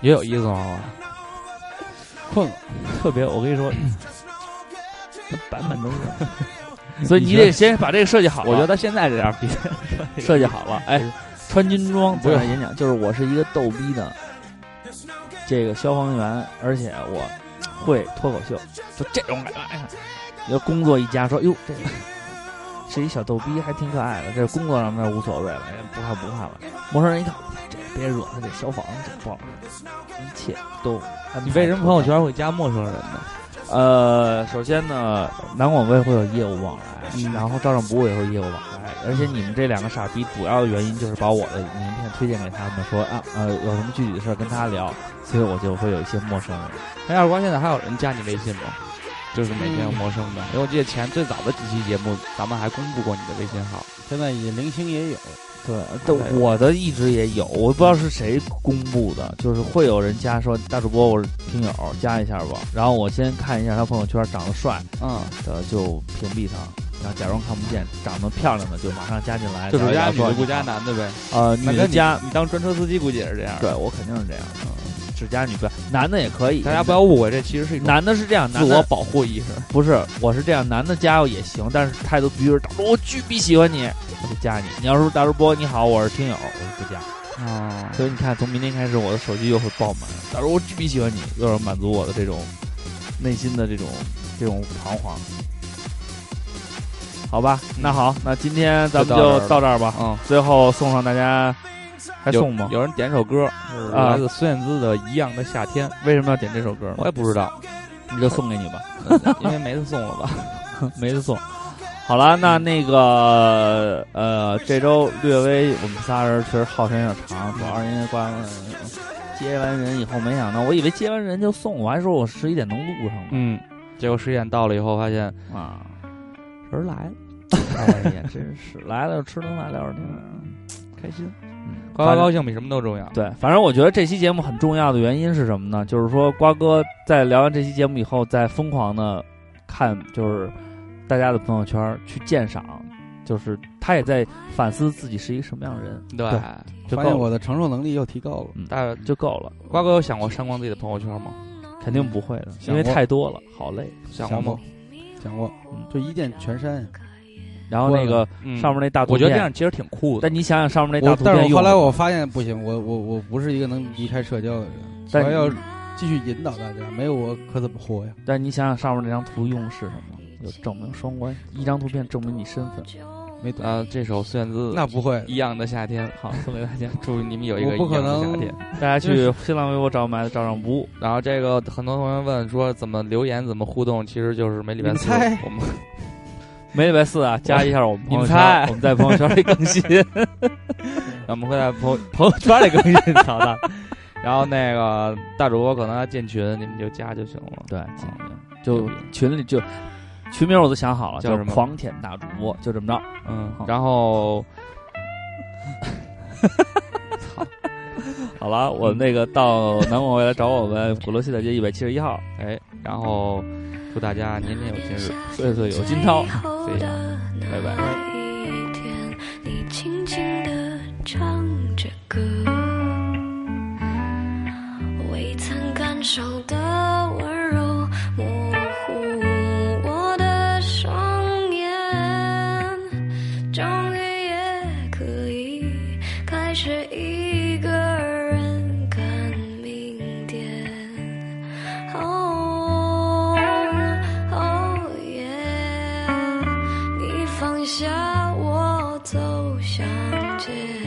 B: 也有意思啊吗？
D: 困了。
E: 特别我跟你说，板板正正。 <laughs> 所以你得先把这个设计好了，啊
B: 我觉得现在这样比
E: <laughs> 设计好了，哎，穿军装
B: 不
E: 在
B: 用
E: 那演讲，就是我是一个逗逼的这个消防员，而且我会脱口秀，就这种感觉。哎呀，要工作一家说，哟，这个是一小逗逼，还挺可爱的。这工作上面无所谓了，哎不怕不怕了。陌生人一看，哦这别惹他，这消防这不好，一切都安排妥
B: <laughs>
E: 当。
B: 你为什么朋友圈会加陌生人呢？
E: 呃，首先呢，南广卫会有业务往来，
B: 嗯
E: 然后招商部也会有业务往来，而且你们这两个傻逼，主要的原因就是把我的名片推荐给他们，说啊，呃，有什么具体的事儿跟他聊，所以我就会有一些陌生人。
B: 哎，二瓜现在还有人加你微信吗？就是每
E: 嗯
B: 天有陌生的，因为我记得前最早的几期节目，咱们还公布过你的微信号。
D: 现在也零星也有，
E: 对，但我的一直也有，我不知道是谁公布的，就是会有人加说大主播，我是听友，加一下吧。然后我先看一下他朋友圈长得帅
B: 嗯，
E: 的就屏蔽他，然后假装看不见；长得漂亮的就马上加进来，
B: 就是
E: 然
B: 加
E: 后
B: 女
E: 说
B: 的不加男的呗。
E: 呃女的加
B: 你当专车司机估计也是这样。
E: 对，我肯定是这样，嗯，只加女不加，男的也可以。
B: 大家不要误会，这其实是一种
E: 男的是这样，
B: 自
E: 男
B: 我
E: 的
B: 保护意识。
E: 不是，我是这样，男的加我也行，但是态度必须是，大主播我巨逼喜欢你，我就加你。你要是大主播你好，我是听友，我就不加。
B: 哦，
E: 所以你看，从明天开始，我的手机又会爆满。大主播我巨逼喜欢你，又要满足我的这种内心的这种这种彷徨。好吧，那好，那今天咱
B: 嗯就
E: 们
B: 到这
E: 就
B: 儿
E: 到这儿吧。
B: 嗯，
E: 最后送上大家，还
B: 有
E: 送吗？
B: 有人点首歌，是
E: 啊
B: 来自孙燕姿的《一样的夏天》，
E: 为什么要点这首歌？
B: 我也不知道，
E: 你就送给你吧。
B: <laughs> 因为没得送了吧？
E: <laughs> 没得送。好了，那那个呃，这周略微我们仨人确实耗时间有点长，主要是因为关了接完人以后，没想到我以为接完人就送，我还说我十一点能录上呢。
B: 嗯，结果十一点到了以后，发现
E: 啊，
B: 人来了，
E: 哎呀，真是 <laughs> 来了就吃顿饭聊会儿天儿，
B: 开心，
E: 嗯
B: 高高高兴比什么都重要。
E: 对，反正我觉得这期节目很重要的原因是什么呢？就是说瓜哥在聊完这期节目以后，在疯狂的看就是大家的朋友圈去鉴赏，就是他也在反思自己是一个什么样的人，
B: 对
E: 对就
D: 发现
E: 够了，
D: 我的承受能力又提高了。
B: 但
E: 就够了，
B: 瓜哥有想过删光自己的朋友圈吗？
E: 肯定不会的，因
D: 想
E: 为
D: 过
E: 太多了，好累。
B: 想过
D: 想
B: 吗
D: 过？，想过，就一键全删。
E: 然后那个
B: 嗯
E: 上面那大图
B: 我觉
E: 片，
B: 得这样其实挺酷的。
E: 但你想想上面那大
D: 我，
E: 图
D: 但是
E: 片
D: 我
E: 用
D: 后来
E: 了
D: 我发现不行，我我我不是一个能离开社交的人，
E: 但
D: 我要继续引导大家，没有我可怎么活呀？
E: 但你想想上面那张图用的是什么？有证明双关，一张图片证明你身份。呃
D: 没懂，
B: 啊，这首孙燕姿
D: 那不会
B: 《一样的夏天》好送给大家，祝你们有一
D: 我
B: 个一
D: 不可
B: 样的夏
D: 能
B: 天。
E: 大家去新浪微博找买的照上不？
B: 然后这个很多同学问说怎么留言怎么互动，其实就是每礼拜
D: 你
B: 四
D: 猜
B: 我们
E: 每礼拜四啊，加一下我们朋友
B: 你
E: 圈
B: 猜，
E: 我们在朋友圈里更新。
B: 我们会
D: <laughs>
B: 在朋友 <laughs> 朋友圈里更新操蛋。然后那个大主播可能要建群，你们就加就行了。
E: 对，行就群里就群名我都想好了，
B: 叫
E: 叫
B: 什么
E: 狂舔大主播，就这么着。
B: 嗯
E: 好，
B: 然后
E: 好了，我那个到南广未来找我们，鼓楼西大街一百七十一号，
B: 哎，然后祝大家年年有今日。
E: 岁岁有今朝。
B: 这样拜拜
G: 一天，你轻轻地唱着歌，未曾感受的温柔模糊我的双眼，终于也可以开始一个人看明天。哦哦耶！你放下我，走向街。哦，Oh，Oh